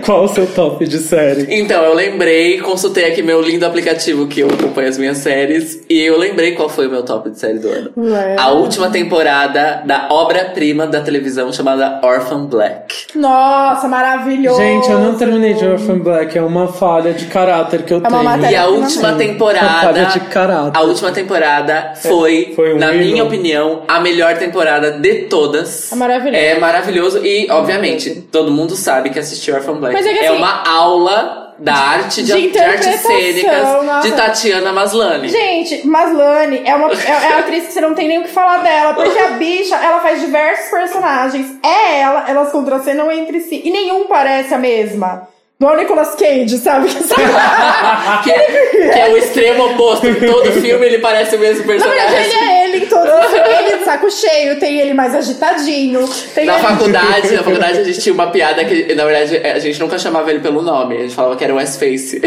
S3: qual o seu top de série?
S2: Então, eu lembrei, consultei aqui meu lindo aplicativo que eu acompanho as minhas séries, e eu lembrei qual foi o meu top de série do ano.
S4: Ué.
S2: A última temporada da obra-prima da televisão chamada Orphan Black.
S4: Nossa, maravilhoso.
S3: Gente, eu não terminei de Orphan Black, é uma falha de caráter que eu
S4: É uma
S3: tenho.
S4: matéria
S2: E a última
S3: Uma falha de
S2: temporada.
S3: caráter.
S2: A última temporada
S4: É,
S2: foi,
S4: um
S2: na minha opinião, a melhor temporada de todas.
S4: É maravilhoso.
S2: É maravilhoso e, obviamente, todo mundo sabe que assistiu Orphan Black.
S4: Mas é que, assim,
S2: uma aula da arte
S4: de
S2: de, de artes
S4: interpretação,
S2: cênicas de
S4: nossa.
S2: Tatiana Maslany.
S4: Gente, Maslane é uma é, é uma atriz que você não tem nem o que falar dela, porque a bicha, ela faz diversos personagens. É ela, elas contracenam entre si. E nenhum parece a mesma. Não é o Nicolas Cage, sabe? <laughs>
S2: <laughs> que, que é o extremo oposto. Em todo filme ele parece o mesmo
S4: Na verdade, ele
S2: personagem.
S4: é ele em todos os filmes. Ele de saco cheio, tem ele mais agitadinho. Tem
S2: Na
S4: ele...
S2: faculdade, na faculdade a gente tinha uma piada que, na verdade, a gente nunca chamava ele pelo nome. A gente falava que era o S-Face.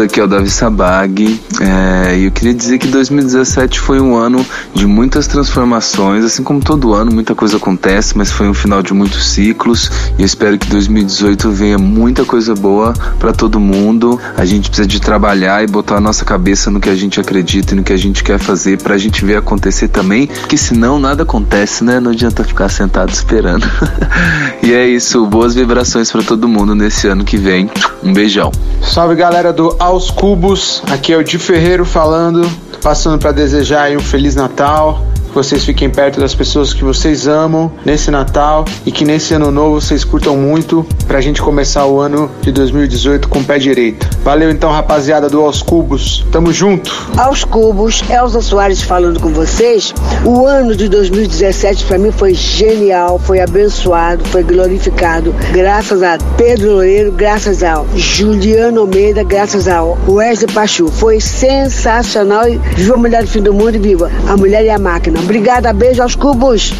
S13: Aqui é o Davi Sabag é, e eu queria dizer que 2017 foi um ano de muitas transformações, assim como todo ano muita coisa acontece, mas foi um final de muitos ciclos e eu espero que 2018 venha muita coisa boa pra todo mundo. A gente precisa de trabalhar e botar a nossa cabeça no que a gente acredita e no que a gente quer fazer pra gente ver acontecer também, que senão nada acontece, né? Não adianta ficar sentado esperando. <laughs> e é isso, boas vibrações pra todo mundo nesse ano que vem. Um beijão.
S1: Salve galera do Aos Cubos, aqui é o Di Ferreiro falando, passando para desejar aí um Feliz Natal, vocês fiquem perto das pessoas que vocês amam nesse Natal e que nesse ano novo vocês curtam muito pra gente começar o ano de 2018 com o pé direito. Valeu então, rapaziada do Aos Cubos. Tamo junto.
S6: Aos cubos, Elza Soares falando com vocês. O ano de 2017 para mim foi genial, foi abençoado, foi glorificado. Graças a Pedro Loureiro, graças ao Juliano Almeida, graças ao Wesley Pachu. Foi sensacional. e Viva a mulher do fim do mundo e viva a mulher e a máquina. Obrigada, beijo aos cubos.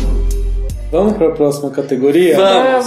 S3: Vamos para a próxima categoria?
S4: Vamos.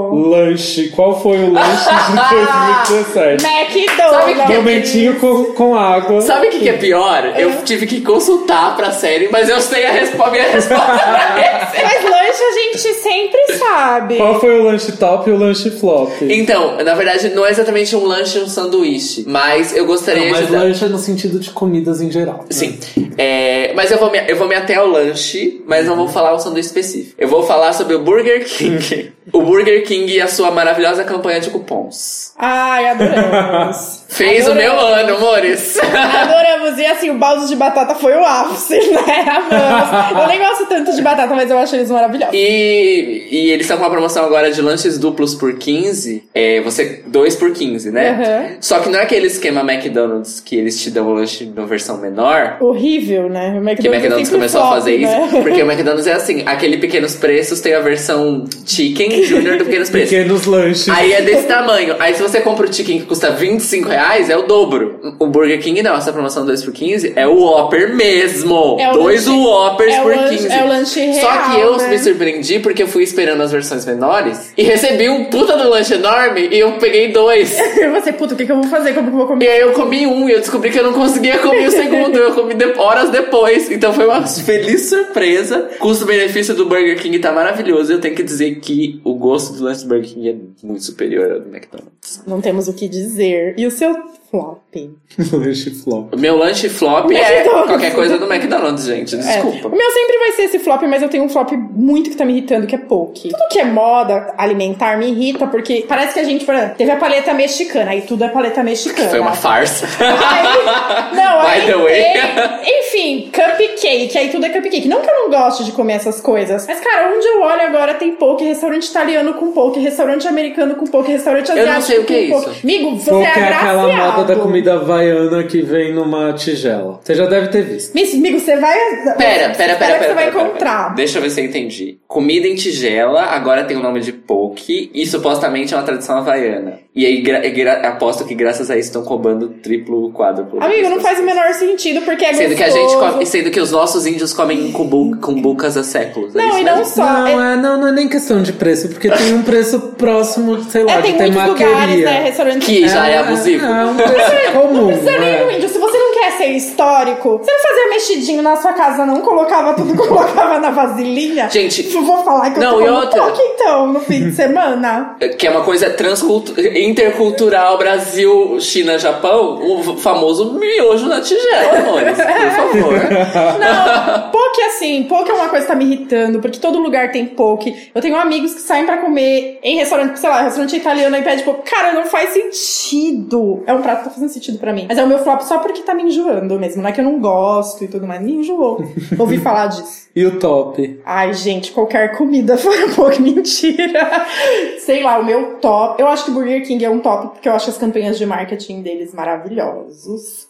S3: Lanche. Qual foi o
S4: <laughs>
S3: lanche de 2017?
S4: McDonald's.
S2: Sabe o que é
S3: Momentinho com, com água.
S2: Sabe o que, que é pior? Eu tive que consultar pra série, mas eu sei a, respo a minha
S3: <laughs>
S2: resposta.
S4: Mas lanche a gente sempre sabe.
S3: Qual foi o lanche top e o lanche flop?
S2: Então, na verdade, não é exatamente um lanche e um sanduíche, mas eu gostaria
S3: Não,
S2: de
S3: mas
S2: ajudar.
S3: lanche é no sentido de comidas em geral. né?
S2: Sim. É, mas eu vou, me, eu vou me até ao lanche, mas não vou falar um sanduíche específico. Eu vou falar sobre o Burger
S3: <laughs>
S2: King. o Burger King e a sua maravilhosa campanha de
S3: <laughs>
S2: cupons.
S4: Ai, adoramos.
S2: Fez o meu ano,
S3: <laughs>
S2: amores.
S4: Adoramos. E assim, o balde de batata foi o ápice, né? Amamos. Eu nem gosto tanto de batata, mas eu acho eles maravilhosos.
S2: E, e eles estão com uma promoção agora de lanches duplos por 15. É, você, dois por 15, né?
S4: Uhum.
S2: Só que não é aquele esquema McDonald's que eles te dão o lanche na versão menor.
S4: Horrível, né? O McDonald's,
S2: Que o McDonald's
S4: sempre
S2: começou a
S4: flop,
S2: fazer isso.
S4: né?
S2: Porque o McDonald's é assim, aquele Pequenos Preços tem a versão Chicken Junior do
S3: <laughs>
S2: Pequenos Preços.
S3: Pequenos lanches.
S2: Aí é desse tamanho. Aí se você compra o chicken que custa 25 reais, é o dobro. O Burger King não, essa promoção 2 por 15 é o Whopper mesmo.
S4: É o
S2: Dois
S4: lanche-
S2: Whoppers
S4: é o
S2: por
S4: lanche-
S2: 15.
S4: é o lanche
S2: Só que
S4: real,
S2: eu
S4: né?
S2: me surpreendi porque eu fui esperando as versões menores e recebi um puta do lanche enorme e eu peguei dois.
S4: <laughs> E você, puta, o que, que eu vou fazer? Como que eu vou comer?
S2: E aí eu comi um e eu descobri que eu não conseguia comer o segundo, eu comi de- horas depois. Então foi uma feliz surpresa. Custo-benefício do Burger King tá maravilhoso. Eu tenho que dizer que o gosto do lanche do Burger King é muito superior ao do McDonald's.
S4: Não temos o que dizer. E o seu flop?
S3: <laughs> lanche flop.
S2: O meu lanche flop é
S4: McDonald's.
S2: qualquer coisa do McDonald's, gente.
S4: É,
S2: Desculpa.
S4: o meu sempre vai ser esse flop, mas eu tenho um flop muito que tá me irritando, que é poke. Tudo que é moda alimentar me irrita, porque parece que a gente, por exemplo, teve a paleta mexicana, aí tudo é paleta mexicana.
S2: Foi uma farsa.
S4: Não,
S2: <laughs> By
S4: aí
S2: the way.
S4: tem- enfim, cupcake, aí tudo é cupcake. Não que eu não goste de comer essas coisas, mas cara, onde eu olho agora tem poke, restaurante italiano com poke, restaurante americano com poke, restaurante
S2: Eu
S4: asiático
S2: não sei o que é
S4: com poke.
S2: isso.
S4: Amigo, você
S3: Qual
S4: é
S3: que é aquela
S4: agraciado.
S3: moda da comida havaiana que vem numa tigela? Você já deve ter visto.
S4: Miss, amigo, você vai...
S2: Pera, pera, pera,
S4: espera
S2: pera.
S4: que você vai
S2: pera, pera, pera.
S4: encontrar.
S2: Deixa eu ver se eu entendi. Comida em tigela, agora tem o nome de poke, e supostamente é uma tradição havaiana. E aí gra- e gra- aposto que graças a isso estão roubando triplo, quádruplo.
S4: Amigo, não faz o menor sentido, porque é
S2: Sendo
S4: gostoso.
S2: que a gente come, sendo que os nossos índios comem cumbu, cumbucas há séculos. é
S4: Não,
S2: isso
S4: e
S2: mesmo?
S4: não só.
S3: Não,
S4: é,
S3: é, não, não é nem questão de preço, porque tem um preço próximo, sei lá,
S4: é, tem
S3: de ter
S4: muitos
S3: maqueria.
S4: lugares, né? Restaurantes.
S2: Que já é abusivo.
S3: É, um preço comum.
S4: Não precisa nem
S3: né?
S4: do é índio. Se você não quer ser histórico, você não fazia mexidinho na sua casa, não colocava tudo, <laughs> colocava na vasilhinha.
S2: Gente,
S4: Eu vou falar que eu
S2: não,
S4: tô
S2: e
S4: comendo
S2: outra?
S4: poke, então, no fim de
S2: <laughs>
S4: semana.
S2: Que é uma coisa transcultu- intercultural Brasil, China, Japão, o famoso miojo na tigela, amores. Por favor.
S4: Não, poke assim, poke é uma coisa que tá me irritando, porque todo lugar tem poke. Eu tenho amigos que saem pra comer em restaurante, sei lá, restaurante italiano e pede poke. Cara, não faz sentido. É um prato que tá fazendo sentido pra mim. Mas é o meu flop só porque tá me enjoando mesmo. Não é que eu não gosto e tudo mais. Me enjoou. Ouvi falar disso.
S3: E o top?
S4: Ai, gente, qualquer comida <laughs> foi um pouco mentira. Sei lá, o meu top. Eu acho que Burger King é um top, porque eu acho as campanhas de marketing deles maravilhosos.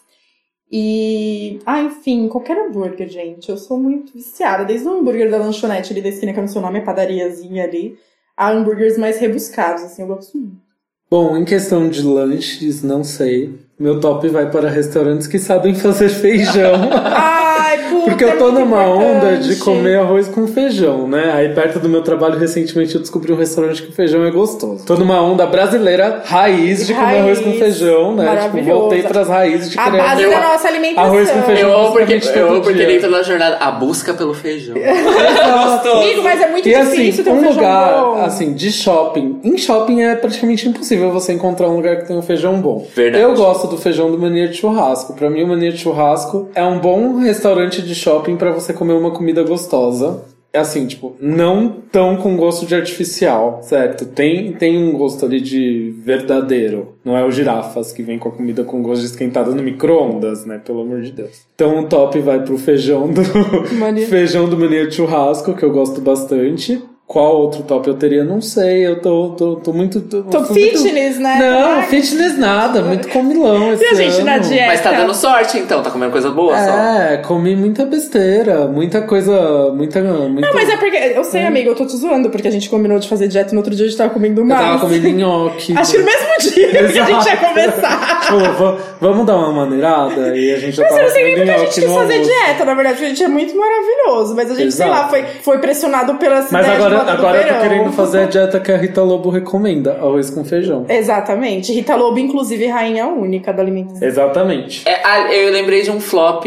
S4: E, ah, enfim, qualquer hambúrguer, gente. Eu sou muito viciada. Desde o hambúrguer da lanchonete ali da esquina, que eu não sei o nome, é padariazinha ali, a hambúrgueres mais rebuscados, assim, eu gosto
S3: <laughs>
S4: muito.
S3: Bom, em questão de lanches, não sei. Meu top vai para restaurantes que sabem fazer <laughs> feijão.
S4: Ai, puta,
S3: Porque eu tô
S4: é muito
S3: numa onda
S4: importante.
S3: de comer arroz com feijão, né? Aí perto do meu trabalho, recentemente, eu descobri um restaurante que feijão é gostoso. Tô numa onda brasileira raiz de comer
S4: Raiz,
S3: arroz com feijão, né? Tipo,
S4: maravilhosa.
S3: voltei pras raízes de
S4: A
S3: criar-
S4: base da nossa alimentação.
S3: Arroz com feijão.
S2: Eu amo porque,
S3: basicamente
S2: eu
S3: todo
S2: amo porque
S3: dia.
S2: dentro da jornada, a busca pelo feijão.
S4: Amigo, mas é muito
S3: e
S4: difícil
S3: assim,
S4: ter um,
S3: um
S4: feijão
S3: lugar
S4: bom.
S3: assim de shopping. Em shopping é praticamente impossível você encontrar um lugar que tenha um feijão bom.
S2: Verdade.
S3: Eu gosto do feijão do Mania de Churrasco. Pra mim, o Mania de Churrasco é um bom restaurante de shopping pra você comer uma comida gostosa. assim, tipo, não tão com gosto de artificial, certo? Tem, tem um gosto ali de verdadeiro. Não é o girafas que vem com a comida com gosto de esquentada no micro-ondas, né? Pelo amor de Deus. Então o top vai pro feijão do. <laughs> feijão do mania de churrasco, que eu gosto bastante. Qual outro top eu teria? Não sei, eu tô, tô, tô muito. Tô,
S4: Tô fitness, né?
S3: Não,
S4: Ai,
S3: fitness nada, muito comilão esse
S4: E a gente
S3: ano.
S4: na dieta?
S2: Mas tá dando sorte, então. Tá comendo coisa boa só.
S3: É, comi muita besteira, muita coisa, muita... muita...
S4: Não, mas é porque. Eu sei, amigo, eu tô te zoando, porque a gente combinou de fazer dieta e no outro dia a gente tava comendo
S3: Eu
S4: mais.
S3: tava comendo nhoque.
S4: <laughs> Acho que no mesmo dia que a gente
S3: Exato.
S4: ia começar.
S3: Pô, va- vamos dar uma maneirada e a gente já
S4: Mas eu
S3: tava
S4: não sei nem porque
S3: comendo
S4: a
S3: nhoque
S4: gente quis
S3: no
S4: fazer
S3: almoço.
S4: dieta, na verdade, porque a gente é muito maravilhoso. Mas a gente, sei
S3: Exato.
S4: lá, foi, foi pressionado pela cidade.
S3: Mas agora,
S4: moda do
S3: agora eu tô
S4: né? Tipo, verão.
S3: querendo fazer a dieta que a Rita Lobo recomenda, arroz com feijão.
S4: Exatamente. Rita Lobo, inclusive, rainha única da alimentação.
S3: Exatamente.
S2: É, ah, eu lembrei de um flop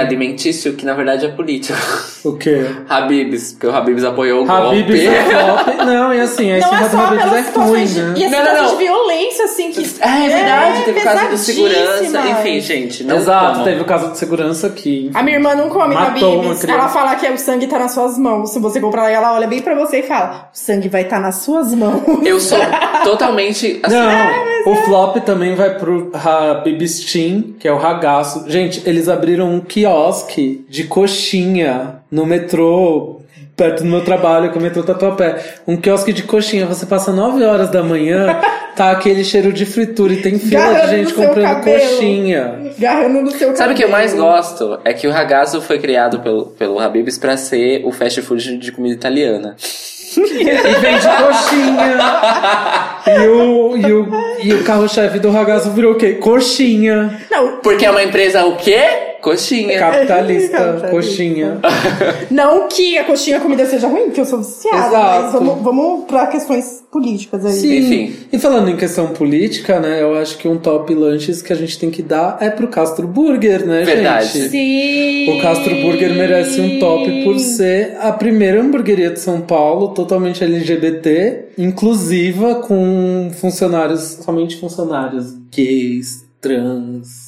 S2: alimentício que na verdade é político.
S3: Hum. O quê?
S2: <laughs> Habibs, porque o Habibs apoiou o golpe.
S3: Habib's é flop. Não, e assim, a
S4: Não é
S3: estima do
S4: só pelas
S3: Habib's é ruim,
S4: situações de,
S3: né?
S4: e assim, as situações de violência, assim, que.
S2: É verdade, teve o caso do
S4: pesadíssima.
S2: segurança. Enfim, gente, não
S3: Exato,
S2: como.
S3: teve o caso de segurança que...
S4: A minha irmã não come
S3: Matou uma
S4: Habib's.
S3: criança.
S4: Ela fala que o sangue tá nas suas mãos. Se você comprar, ela olha bem pra você e fala: o sangue vai estar nas suas mãos.
S2: Eu
S4: <laughs>
S2: sou <laughs> totalmente
S4: Ah,
S2: assim.
S3: Não, o flop também vai pro Habib's Team, que é o ragaço. Gente, eles abriram um quiosque de coxinha no metrô, perto do meu trabalho, que é o metrô Tatuapé. Um quiosque de coxinha, você passa 9 horas
S4: <laughs>
S3: da manhã, tá aquele cheiro de fritura e tem fila
S4: Garra
S3: de
S4: no
S3: gente
S4: seu
S3: comprando
S4: cabelo.
S3: coxinha.
S4: Garrando no seu
S2: Sabe o que eu
S4: cabelo.
S2: mais gosto? É que o ragazzo foi criado pelo, pelo Habibs pra ser o fast food de comida italiana.
S3: E vende coxinha. E o, e o, e o carro-chefe do ragazzo virou o quê? Coxinha.
S2: Porque é uma empresa o quê? Coxinha.
S4: <laughs> É,
S3: Capitalista, coxinha.
S4: Não que a coxinha comida seja ruim, que eu sou viciada.
S3: Exato.
S4: Mas vamos, vamos pra questões políticas aí.
S3: Sim. E falando em questão política, né? Eu acho que um top lanches que a gente tem que dar é pro Castro Burger, né,
S2: Verdade.
S3: gente?
S4: Sim.
S3: O Castro Burger merece um top por ser a primeira hamburgueria de São Paulo, totalmente LGBT, inclusiva com funcionários, somente funcionários gays, trans,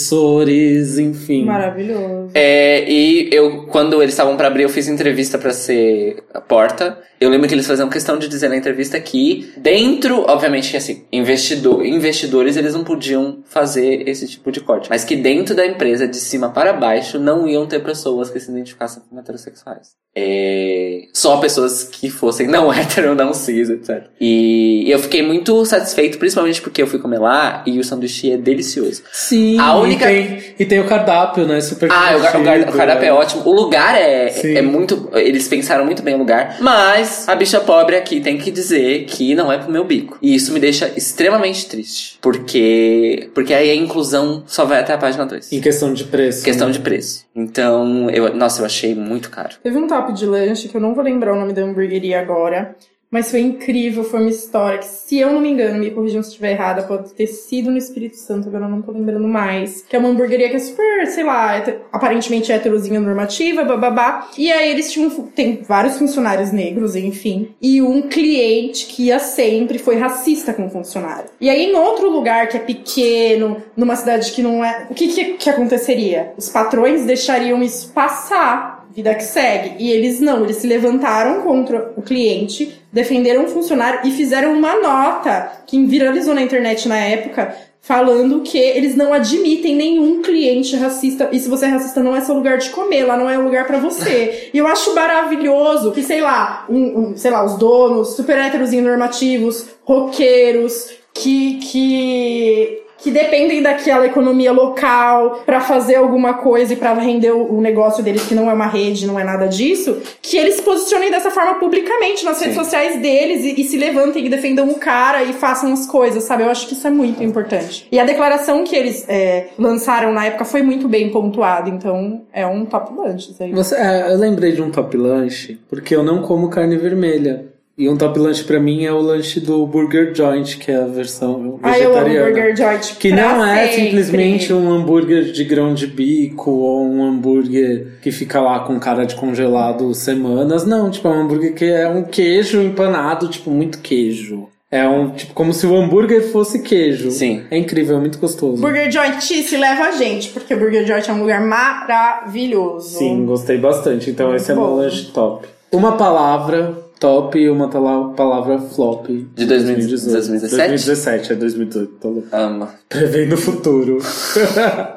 S3: transgressores, enfim.
S4: Maravilhoso.
S2: É, e eu, quando eles estavam pra abrir, eu fiz entrevista pra ser a porta. Eu lembro que eles faziam questão de dizer na entrevista que, dentro, obviamente que assim, investidor, investidores eles não podiam fazer esse tipo de corte, mas que dentro da empresa, de cima para baixo, não iam ter pessoas que se identificassem como heterossexuais. É, só pessoas que fossem não <laughs> hétero, não cis, etc. E eu fiquei muito satisfeito, principalmente porque eu fui comer lá e o sanduíche é delicioso.
S3: Sim,
S2: A única-
S3: e, tem, e tem o cardápio, né? Super
S2: Ah, o, gar- o gar- o
S3: divertido,
S2: cardápio é
S3: né?
S2: ótimo. O lugar
S3: Sim.
S2: é, é muito. Eles pensaram muito bem o lugar. Mas a bicha pobre aqui tem que dizer que não é pro meu bico. E isso me deixa extremamente triste. Porque. Porque aí a inclusão só vai até a página 2. Em
S3: questão de preço.
S2: Questão de preço. né? Então, eu, nossa, eu achei muito <laughs> caro.
S4: Teve um top de lanche que eu não vou lembrar o nome da hamburgueria agora. Mas foi incrível, foi uma história que, se eu não me engano, me corrijam se estiver errada, pode ter sido no Espírito Santo, agora eu não tô lembrando mais. Que é uma hamburgueria que é super, sei lá, hete- aparentemente heterozinha normativa, bababá. E aí eles tinham, um fu- tem vários funcionários negros, enfim. E um cliente que ia sempre foi racista com o funcionário. E aí em outro lugar que é pequeno, numa cidade que não é. O que que, que aconteceria? Os patrões deixariam isso passar vida que segue. E eles não, eles se levantaram contra o cliente, defenderam o funcionário e fizeram uma nota que viralizou na internet na época, falando que eles não admitem nenhum cliente racista. E se você é racista, não é seu lugar de comer, lá não é o lugar pra você. e eu acho maravilhoso que, sei lá, um, um, sei lá, os donos, super héterozinhos normativos, roqueiros, que, que que dependem daquela economia local pra fazer alguma coisa e pra render o o negócio deles, que não é uma rede, não é nada disso, que eles se posicionem dessa forma publicamente nas redes sociais deles e, e se levantem e defendam o cara e façam as coisas, sabe? Eu acho que isso é muito importante. E a declaração que eles é, lançaram na época foi muito bem pontuada, então é um top lunch. Aí.
S3: Você, é, eu lembrei de um top lanche, porque eu não como carne vermelha. E um top lanche pra mim é o lanche do Burger Joint, que é a versão
S4: Ah, eu amo
S3: vegetariana.
S4: Burger Joint
S3: Que
S4: pra
S3: não é
S4: sempre.
S3: simplesmente um hambúrguer de grão de bico ou um hambúrguer que fica lá com cara de congelado semanas. Não, tipo, é um hambúrguer que é um queijo empanado, tipo, muito queijo. É um tipo como se o hambúrguer fosse queijo. Sim. É incrível, é muito gostoso.
S4: Burger Joint se leva a gente, porque Burger Joint é um lugar maravilhoso.
S3: Sim, gostei bastante. Então esse é
S4: bom.
S3: meu lanche top. Uma palavra top e uma tala- palavra flop. De
S2: 2018.
S3: 2017, é 2018. Tô louco. Ama. Prevendo o <laughs> futuro.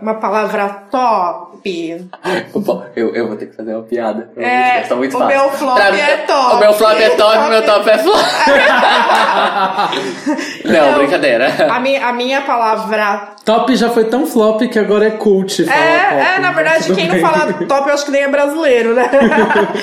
S4: Uma palavra top.
S2: Opa, eu, eu vou ter que fazer uma piada.
S4: É,
S2: tá muito
S4: o
S2: fácil.
S4: meu flop
S2: Pra mim,
S4: é top.
S2: O meu flop é top,
S4: <laughs>
S2: o meu top é flop.
S4: Então,
S2: Não, brincadeira.
S4: A minha, a minha palavra.
S3: Top já foi tão flop que agora é cult. falar top,
S4: É, é, na
S3: então
S4: verdade,
S3: tudo
S4: quem não
S3: bem.
S4: fala top, eu acho que nem é brasileiro, né?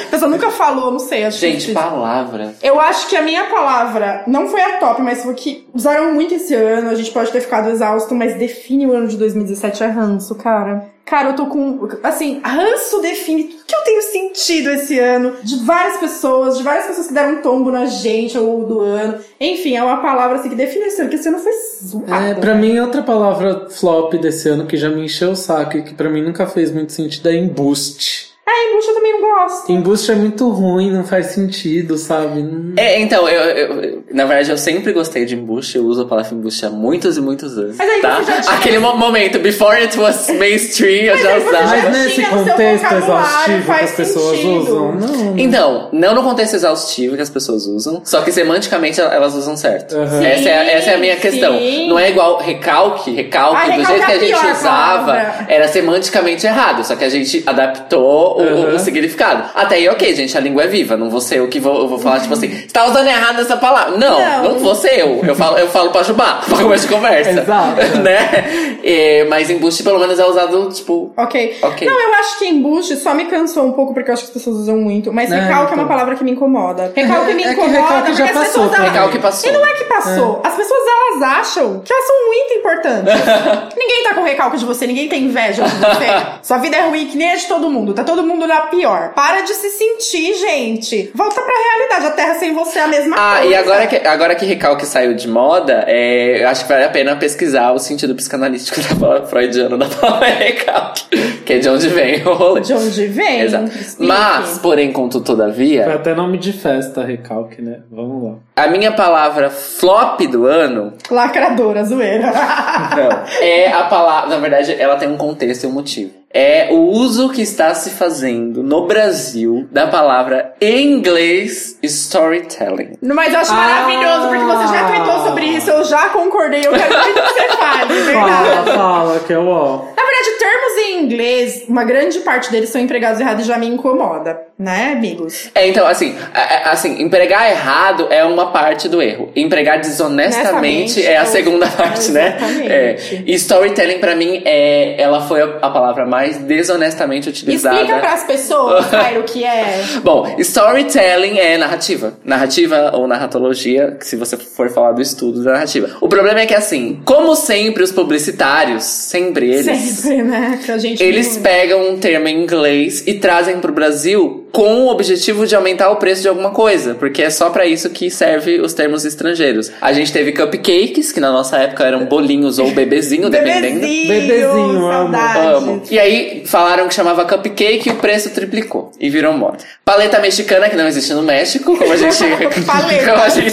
S4: A pessoa nunca falou, eu não sei. Acho
S2: Gente,
S4: difícil.
S2: palavra.
S4: Eu acho que a minha palavra não foi a top, mas foi que usaram muito esse ano. A gente pode ter ficado exausto, mas define o ano de 2017 é ranço, cara. Cara, eu tô com. Assim, ranço define tudo que eu tenho sentido esse ano. De várias pessoas, de várias pessoas que deram um tombo na gente ao longo do ano. Enfim, é uma palavra assim que define esse ano, que esse ano foi zoado.
S3: <laughs> É, pra mim, outra palavra flop desse ano que já me encheu o saco e que pra mim nunca fez muito sentido é embuste.
S4: É, embuste eu também não gosto.
S3: Embuste é muito ruim, não faz sentido, sabe? Hum.
S2: É, então, eu, eu- eu- na verdade, eu sempre gostei de embuste. Eu uso a palavra embuste há muitos e muitos anos.
S4: Mas aí
S2: tá?
S4: você já tinha-
S2: Aquele mo- momento, before it was mainstream, eu já usava.
S3: Mas né, nesse contexto exaustivo que as pessoas usam, não.
S2: Então, não no contexto exaustivo que as pessoas usam, só que semanticamente el- elas usam certo.
S3: Sim,
S2: essa, é, a- essa é a minha
S3: sim.
S2: questão. Não é igual recalque, recalque,
S3: Ah,
S2: do
S3: recalque
S2: jeito que
S3: é
S2: a
S3: a
S2: gente
S3: pior
S2: usava,
S3: palavra.
S2: era semanticamente errado, só que a gente adaptou o- o, o significado. Até aí, ok, gente, a língua é viva, não vou ser eu que vou, eu vou falar, tipo assim, você tá usando errado essa palavra. Não, não,
S23: Não.
S2: vou ser eu. Eu falo, eu falo pra Jubá, <laughs> pra começo de conversa. Exato. <laughs> né? É, mas embuste pelo menos é usado, tipo,
S4: Ok.
S2: Ok.
S4: Não, eu acho que embuste só me cansou um pouco, porque eu acho que as pessoas usam muito. Mas
S2: É,
S4: recalque é
S2: então.
S4: uma palavra que me incomoda. Recalque me
S2: É que
S4: incomoda,
S2: recalque
S4: porque
S2: já
S4: as
S2: passou
S4: pessoas...
S2: também.
S4: elas-
S2: Recalque passou.
S4: E não é que passou. As pessoas, elas acham que elas são muito
S2: <laughs>
S4: importantes. ninguém tá com recalque de você, ninguém tem inveja de você. Sua vida é ruim que nem é de todo mundo. Tá todo mundo na pior. Para de se sentir, gente. Volta pra realidade. A Terra sem você é a mesma
S2: Ah,
S4: coisa.
S2: e agora que, agora que recalque saiu de moda, é, eu acho que vale a pena pesquisar o sentido psicanalítico <laughs> da palavra freudiana da palavra <laughs> recalque, que é de onde vem o rolê.
S4: De onde vem?
S2: Exato.
S4: Explique.
S2: Mas, porém, contudo,
S3: Foi
S2: todavia,
S3: até nome de festa, recalque, né? Vamos lá.
S2: a minha palavra flop do ano
S4: Lacradora, zoeira. <laughs>
S3: Ah,
S2: é a palavra. Na verdade, ela tem um contexto e um motivo. É o uso que está se fazendo no Brasil da palavra em inglês storytelling.
S4: Mas eu acho
S2: Ah.
S4: maravilhoso, porque você já tweetou sobre isso, eu já concordei, eu quero muito que você fale, é
S3: Fala,
S4: verdade.
S3: fala, que é o ó.
S4: Na verdade, termos em inglês, uma grande parte deles são empregados errados e já me incomoda, né, amigos?
S2: É, então, assim, a- a- assim, empregar errado é uma parte do erro. Empregar desonestamente
S23: Honestamente,
S2: é a
S23: eu-
S2: segunda parte, né? É. E storytelling, pra mim, é, ela foi a, a palavra mais desonestamente utilizada.
S4: Explica pras pessoas, Cairo, o que é.
S2: Bom, storytelling é narrativa. Narrativa ou narratologia, que se você for falar do estudo da narrativa. O problema é que, assim, como sempre, os publicitários, sempre eles,
S4: Sempre, né? Que a gente
S2: eles pegam um termo em inglês e trazem pro Brasil com o objetivo de aumentar o preço de alguma coisa, porque é só pra isso que serve os termos estrangeiros. A gente teve cupcakes, que na nossa época eram bolinhos ou bebezinho,
S4: <laughs>
S2: dependendo.
S4: Bebezinho, Bebezinho, amo. saudades.
S2: amo. E aí falaram que chamava cupcake e o preço triplicou e virou moda. Paleta mexicana, que não existe no México, como a gente,
S4: <laughs> Paleta.
S2: como a gente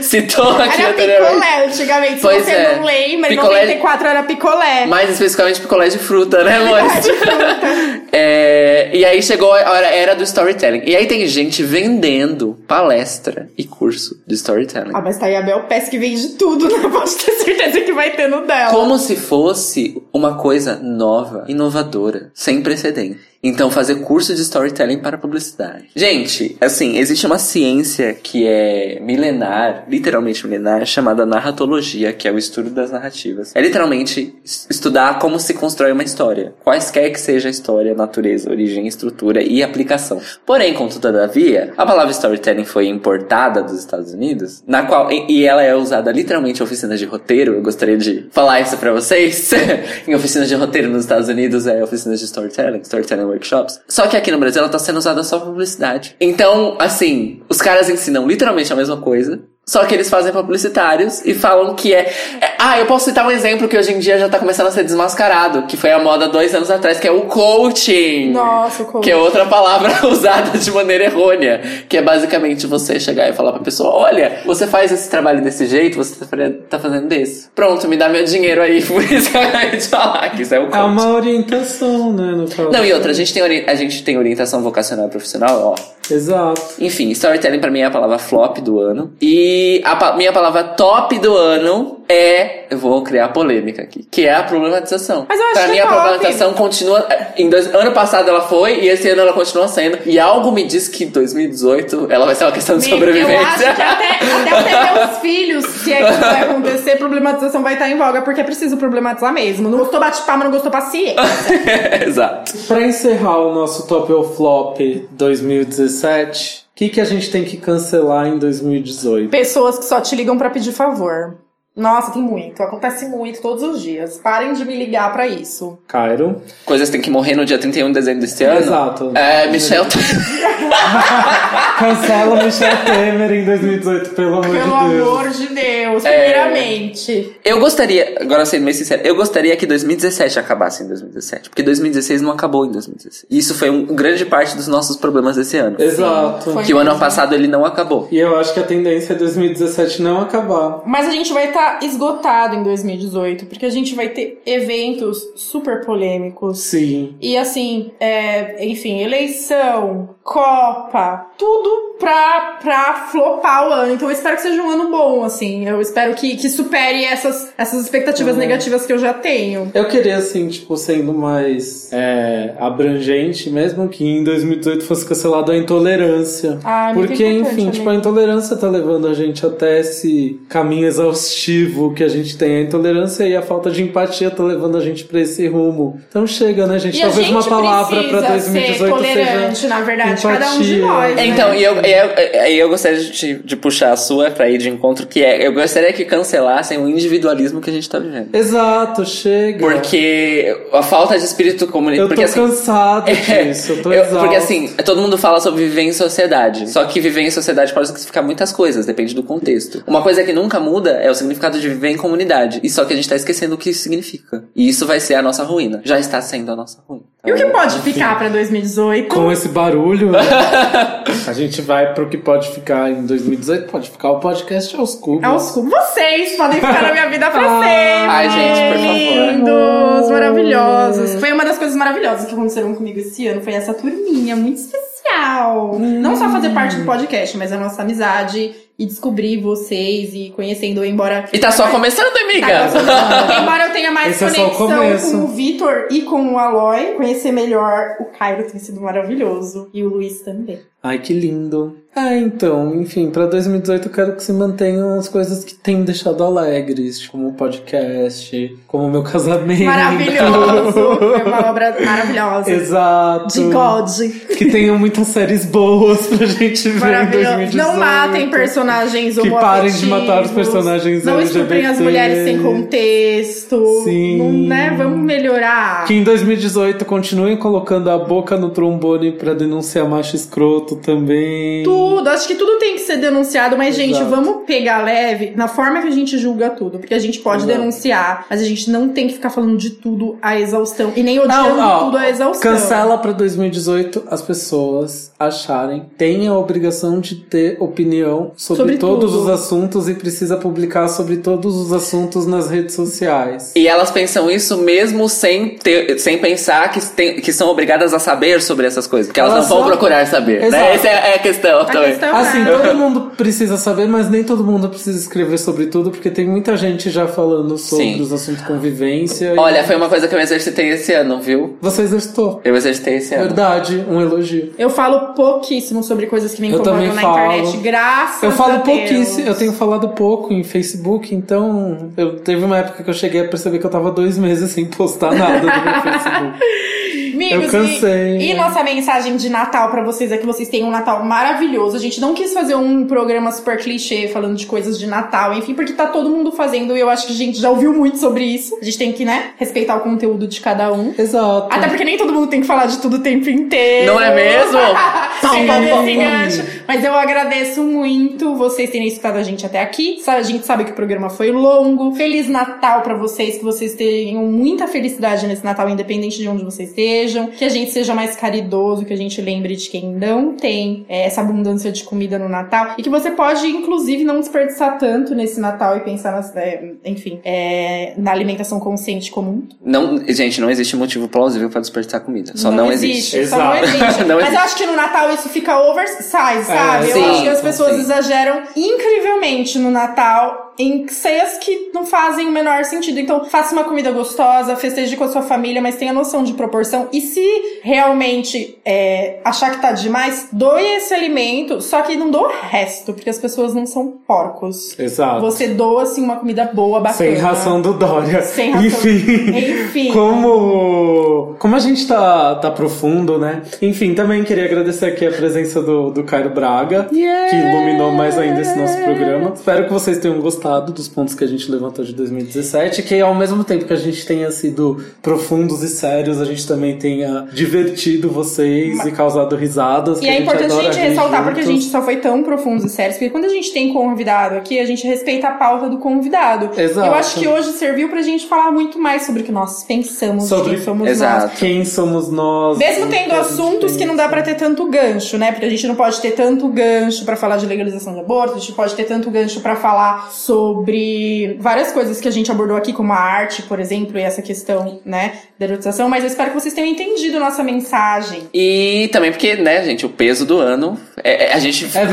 S2: citou aqui
S4: Era
S2: anteriormente.
S4: picolé antigamente, se
S2: Pois
S4: você
S2: é.
S4: não lembra,
S2: Picolé-
S4: em 94 era picolé.
S2: Mais especificamente picolé de fruta, né, amores?
S4: Picolé de fruta.
S2: <laughs> É, e aí chegou a hora, era do storytelling. E aí tem gente vendendo palestra e curso de storytelling.
S4: Ah, mas tá aí a Bel Pes que vende tudo, né? Posso ter certeza que vai ter no dela.
S2: Como se fosse uma coisa nova, inovadora, sem precedente. Então, fazer curso de storytelling para publicidade. Gente, assim, existe uma ciência que é milenar, literalmente milenar, chamada narratologia, que é o estudo das narrativas. É literalmente es- estudar como se constrói uma história, quaisquer que seja a história, natureza, origem, estrutura e aplicação. Porém, contudo, todavia, a palavra storytelling foi importada dos Estados Unidos, na qual e, e ela é usada literalmente em oficinas de roteiro. Eu gostaria de falar isso pra vocês. <laughs> em oficinas de roteiro nos Estados Unidos é oficinas de storytelling, storytelling workshops. Só que aqui no Brasil ela tá sendo usada só pra publicidade. Então, assim, os caras ensinam literalmente a mesma coisa. Só que eles fazem publicitários e falam que é, é- Ah, eu posso citar um exemplo que hoje em dia já tá começando a ser desmascarado, que foi a moda dois anos atrás, que é o coaching.
S4: Nossa, como.
S2: Que é outra palavra <laughs> usada de maneira errônea. Que é basicamente você chegar e falar pra pessoa: olha, você faz esse trabalho desse jeito, você tá fazendo- tá fazendo desse. Pronto, me dá meu dinheiro aí. <laughs> Por isso que eu acabei de falar que isso é o
S3: É uma orientação, né? No caso.
S2: não, e outra, a
S3: <laughs>
S2: gente tem, ori- a gente tem orientação vocacional e profissional, ó.
S3: Exato.
S2: Enfim, storytelling pra mim é a palavra flop do ano. E a pa- minha palavra top do ano é. Eu vou criar polêmica aqui. Que é a problematização.
S24: Mas eu acho
S2: pra
S24: que
S2: mim,
S24: é
S2: a
S24: top.
S2: problematização continua. é, Em dois- ano passado ela foi e esse ano ela continua sendo. E algo me diz que em 2018 ela vai ser uma questão de
S4: Amigo, Eu acho que
S2: sobrevivência.
S24: é
S2: <laughs>
S4: até, até eu ter meus filhos, se é que isso vai acontecer, problematização vai estar em voga, porque é preciso problematizar mesmo. Não gostou, bate palma, não gostou, paciência.
S2: Exato.
S3: Pra encerrar o nosso Top ou Flop 2017, o que, que a gente tem que cancelar em 2018?
S4: Pessoas que só te ligam pra pedir favor. Nossa, tem muito. Acontece muito todos os dias. Parem de me ligar pra isso.
S3: Cairo.
S2: Coisas que tem que morrer no dia 31 de dezembro deste ano.
S3: Exato.
S2: É, Michel.
S3: Cancela Michel Temer em 2018, pelo amor
S4: Pelo
S3: de Deus.
S4: amor de Deus,
S2: É.
S4: primeiramente.
S2: Eu gostaria, agora sendo meio sincero, eu gostaria que 2017 acabasse em 2017. Porque 2016 não acabou em 2016. E isso foi um, grande parte dos nossos problemas desse ano.
S3: Exato. Sim, foi
S2: que o ano
S3: mesmo.
S2: passado ele não acabou.
S3: E eu acho que a tendência é 2017 não acabar.
S4: Mas a gente vai estar esgotado em 2018, porque a gente vai ter eventos super polêmicos.
S3: Sim.
S4: E assim, é, enfim, eleição, Copa, tudo pra, pra flopar o ano. Então eu espero que seja um ano bom, assim. Eu espero que, que supere essas, essas expectativas
S3: Uhum.
S4: negativas que eu já tenho.
S3: Eu queria, assim, tipo, sendo mais é, abrangente, mesmo que em 2018 fosse cancelado a intolerância.
S4: Ah, muito
S3: Porque,
S4: importante,
S3: enfim, tipo, a intolerância tá levando a gente até esse caminho exaustivo que a gente tem. A intolerância e a falta de empatia tá levando a gente pra esse rumo. Então chega, né, gente?
S4: E a
S3: Talvez
S4: gente
S3: uma palavra pra
S4: precisa
S3: 2018
S4: ser tolerante,
S3: seja
S4: na verdade, cada um de
S3: empatia.
S4: nós, né?
S2: Então, e eu, e eu, e eu gostaria de, de puxar a sua pra ir de encontro, que é, eu gostaria que cancelassem o individualismo que a gente tá vivendo.
S3: Exato, chega.
S2: Porque a falta de espírito comunitário.
S3: Eu tô
S2: porque, assim,
S3: cansado
S2: É,
S3: disso, eu
S2: <laughs>
S3: tô
S2: eu-
S3: exausto.
S2: porque assim, todo mundo fala sobre viver em sociedade. Só que viver em sociedade pode significar muitas coisas, depende do contexto. Uma coisa que nunca muda é o significado de viver em comunidade. E só que a gente tá esquecendo o que isso significa. E isso vai ser a nossa ruína. Já está sendo a nossa ruína.
S4: E o que pode ficar pra 2018?
S3: Com esse barulho, né? <laughs> a gente vai pro que pode ficar em 2018. Pode ficar o podcast aos cubos.
S4: Aos cubos. Vocês podem ficar na minha vida pra sempre.
S3: Ai, gente, por favor.
S4: Lindos, maravilhosos. Foi uma das coisas maravilhosas que aconteceram comigo esse ano. Foi essa turminha muito especial. Não só fazer parte do podcast, mas a nossa amizade e descobrir vocês e conhecendo, embora.
S2: E tá só começando, amiga?
S4: Tá só começando. <laughs> embora eu tenha mais
S2: Esse é só o
S4: conexão
S2: começo.
S4: com o Vitor e com o Aloy, conhecer melhor o Cairo tem sido maravilhoso. E o Luiz também.
S3: Ai, que lindo. Ah, então, enfim, pra 2018 eu quero que se mantenham as coisas que têm me deixado alegres, tipo, como o podcast, como o meu casamento. <laughs>
S4: Maravilhoso! Foi uma obra maravilhosa.
S3: Exato.
S4: De God.
S3: Que tenham muitas séries boas pra gente ver em
S4: Maravilhoso.
S3: 2018.
S4: Não matem personagens
S3: Que parem de matar os
S4: homoafetivos.
S3: personagens
S4: Não
S3: LGBT.
S4: estuprem as mulheres sem contexto.
S3: Sim.
S4: Não, né? Vamos melhorar.
S3: Que em 2018 continuem colocando a boca no trombone pra denunciar macho escroto também.
S4: Tudo, acho que tudo tem que ser denunciado, mas, gente,
S3: Exato.
S4: vamos pegar leve na forma que a gente julga tudo. Porque a gente pode
S3: Exato.
S4: denunciar, mas a gente não tem que ficar falando de tudo à exaustão. E nem odiando
S3: Não, ó,
S4: tudo à exaustão.
S3: Cancela pra 2018 as pessoas acharem tem a obrigação de ter opinião sobre,
S4: Sobre
S3: todos
S4: tudo.
S3: os assuntos e precisa publicar sobre todos os assuntos nas redes sociais.
S2: E elas pensam isso mesmo sem, ter, sem pensar que, tem- que são obrigadas a saber sobre essas coisas. Porque elas,
S3: Elas
S2: não vão
S3: só-
S2: procurar saber.
S3: Exato.
S2: Né? Essa é, é a questão também. <laughs>
S3: assim, todo mundo precisa saber, mas nem todo mundo precisa escrever sobre tudo, porque tem muita gente já falando sobre
S2: Sim.
S3: os assuntos de convivência. e-
S2: Olha, foi uma coisa que eu exercitei esse ano, viu?
S3: Você exercitou.
S2: Eu exercitei esse ano.
S3: Verdade, um elogio.
S4: Eu falo pouquíssimo sobre coisas que me
S3: Eu
S4: incomodam
S3: também
S4: na
S3: falo.
S4: internet, graças
S3: Eu
S4: a
S3: falo
S4: Deus. <laughs>
S3: pouquíssimo, eu tenho falado pouco em Facebook, então eu teve uma época que eu cheguei a perceber que eu tava dois meses sem postar nada no meu Facebook.
S4: <laughs> Amigos,
S3: Eu cansei.
S4: E, e nossa mensagem de Natal pra vocês é que vocês tenham um Natal maravilhoso. A gente não quis fazer um programa super clichê falando de coisas de Natal, enfim, porque tá todo mundo fazendo e eu acho que a gente já ouviu muito sobre isso. A gente tem que, né, respeitar o conteúdo de cada um.
S3: Exato.
S4: Até porque nem todo mundo tem que falar de tudo o tempo inteiro.
S2: Não é
S4: <laughs>
S2: mesmo? Tá
S4: Sim,
S2: Pom, pom, pom,
S4: esse
S2: pom.
S4: gancho. Mas eu agradeço muito vocês terem escutado a gente até aqui. Sa- A gente sabe que o programa foi longo. Feliz Natal pra vocês, que vocês tenham muita felicidade nesse Natal, independente de onde vocês estejam. Que a gente seja mais caridoso, que a gente lembre de quem não tem eh, essa abundância de comida no Natal. E que você pode, inclusive, não desperdiçar tanto nesse Natal e pensar, nas, eh, enfim, eh, na alimentação consciente um comum.
S15: Não, gente, não existe motivo plausível pra desperdiçar comida. Só não, existe.
S4: Só não
S2: <laughs>
S4: existe.
S15: <laughs> Não
S4: Mas
S15: existe.
S4: eu acho que no Natal isso fica oversize,
S3: É,
S4: sabe?
S15: sim,
S4: eu acho que as
S15: sim.
S4: pessoas exageram incrivelmente no Natal em ceias que não fazem o menor sentido. Então, faça uma comida gostosa, festeje com a sua família, mas tenha noção de proporção. E se realmente é, achar que tá demais, doe esse alimento, só que não doa o resto, porque as pessoas não são porcos.
S3: Exato.
S4: Você doa, assim, uma comida boa, bacana.
S3: Sem ração do Dória.
S4: Sem ração.
S3: Enfim.
S4: Enfim.
S3: Como, como a gente tá, tá profundo, né? Enfim, também queria agradecer aqui a presença do, do Cairo Braga, que iluminou mais ainda esse nosso programa. Espero que vocês tenham gostado dos pontos que a gente levantou de 2017, que ao mesmo tempo que a gente tenha sido profundos e sérios, a gente também tenha divertido vocês e causado risadas. que
S4: E é
S3: a gente
S4: importante a
S3: adora
S4: gente
S3: rir
S4: ressaltar, porque a
S3: juntos.
S4: gente só foi tão profundo e sério, porque quando a gente tem convidado aqui, a gente respeita a pauta do convidado.
S3: Exato.
S4: Eu acho que hoje serviu pra gente falar muito mais sobre o que nós pensamos,
S3: sobre
S4: quem somos nós.
S3: quem somos nós.
S4: Mesmo tendo assuntos que não dá pra ter tanto gancho, né? Porque a gente não pode ter tanto gancho pra falar de legalização de aborto, a gente não pode ter tanto gancho pra falar sobre várias coisas que a gente abordou aqui, como a arte, por exemplo, e essa questão, né, da erotização, mas eu espero que vocês tenham entendido nossa mensagem.
S15: E também porque, né, gente, o peso do ano. é- é- a gente veio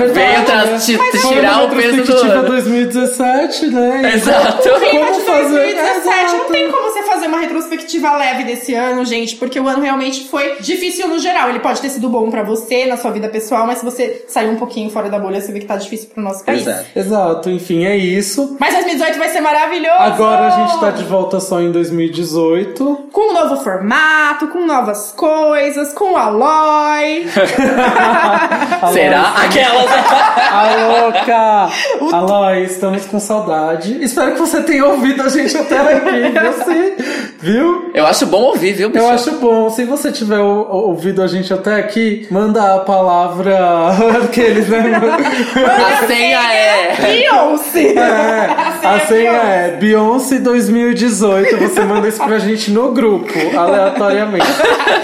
S15: tra-
S3: né?
S15: ti-
S3: Mas foi
S15: tirar
S3: uma
S15: o peso do
S3: retrospectiva
S15: ano.
S3: 2017, <laughs> né?
S15: Exato.
S4: O clima
S3: Como
S4: de
S3: fazer?
S4: 2017 não tem como você fazer uma retrospectiva leve desse ano, gente, porque o ano realmente foi difícil no geral. Ele pode ter sido bom pra você, na sua vida pessoal, mas se você sair um pouquinho fora da bolha, você vê que tá difícil pro nosso país.
S3: Exato. Exato, enfim, é isso.
S4: Mas 2018 vai ser maravilhoso!
S3: Agora a gente tá de volta só em 2018.
S4: Com um novo formato, com novas coisas, com o Aloy.
S15: Será? Aquelas.
S3: <laughs> A louca! Aloy, estamos com saudade. Espero que você tenha ouvido a gente <laughs> até aqui, viu? Sim. Viu?
S15: Eu acho bom ouvir, viu, bicho?
S3: Eu acho bom. Se você tiver ou- ouvido a gente até aqui, manda a palavra <laughs> aqueles, né?
S15: <laughs> A senha é.
S4: Beyoncé!
S3: <laughs> É, a senha é Beyoncé 2018. Você manda isso pra gente no grupo, aleatoriamente.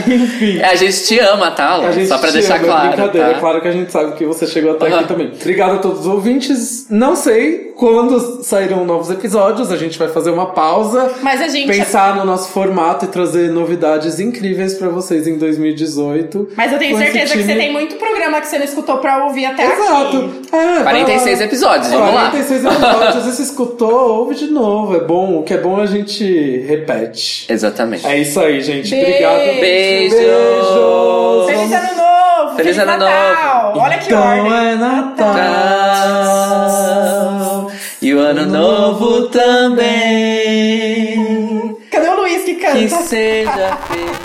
S3: Enfim.
S15: É, A gente te ama, tá? Alô?
S3: A gente
S15: Só pra
S3: te
S15: deixar
S3: ama, é
S15: claro.
S3: Brincadeira,
S15: tá?
S3: é claro que a gente sabe que você chegou até aqui também. Obrigado a todos os ouvintes. Não sei quando sairão novos episódios, a gente vai fazer uma pausa.
S4: Mas a gente-
S3: Pensar no nosso formato e trazer novidades incríveis pra vocês em 2018.
S4: Mas eu tenho
S3: Com esse
S4: certeza que você
S3: time-
S4: tem muito programa que você não escutou pra ouvir até
S3: Exato.
S4: aqui.
S3: É, vai
S15: 46
S3: lá.
S15: episódios, vamos lá.
S3: 46
S15: <laughs>
S3: episódios, um você escutou, ouve de novo. É bom, o que é bom a gente repete.
S15: Exatamente.
S3: É isso aí, gente.
S4: Beijo.
S3: Obrigado.
S4: Beijo.
S3: Beijos.
S4: Feliz ano novo!
S3: Feliz ano
S4: Natal! Olha que
S3: então
S4: ordem!
S3: é Natal.
S15: E o ano novo também.
S4: Cadê o Luiz que canta? <laughs>
S15: Que seja feito.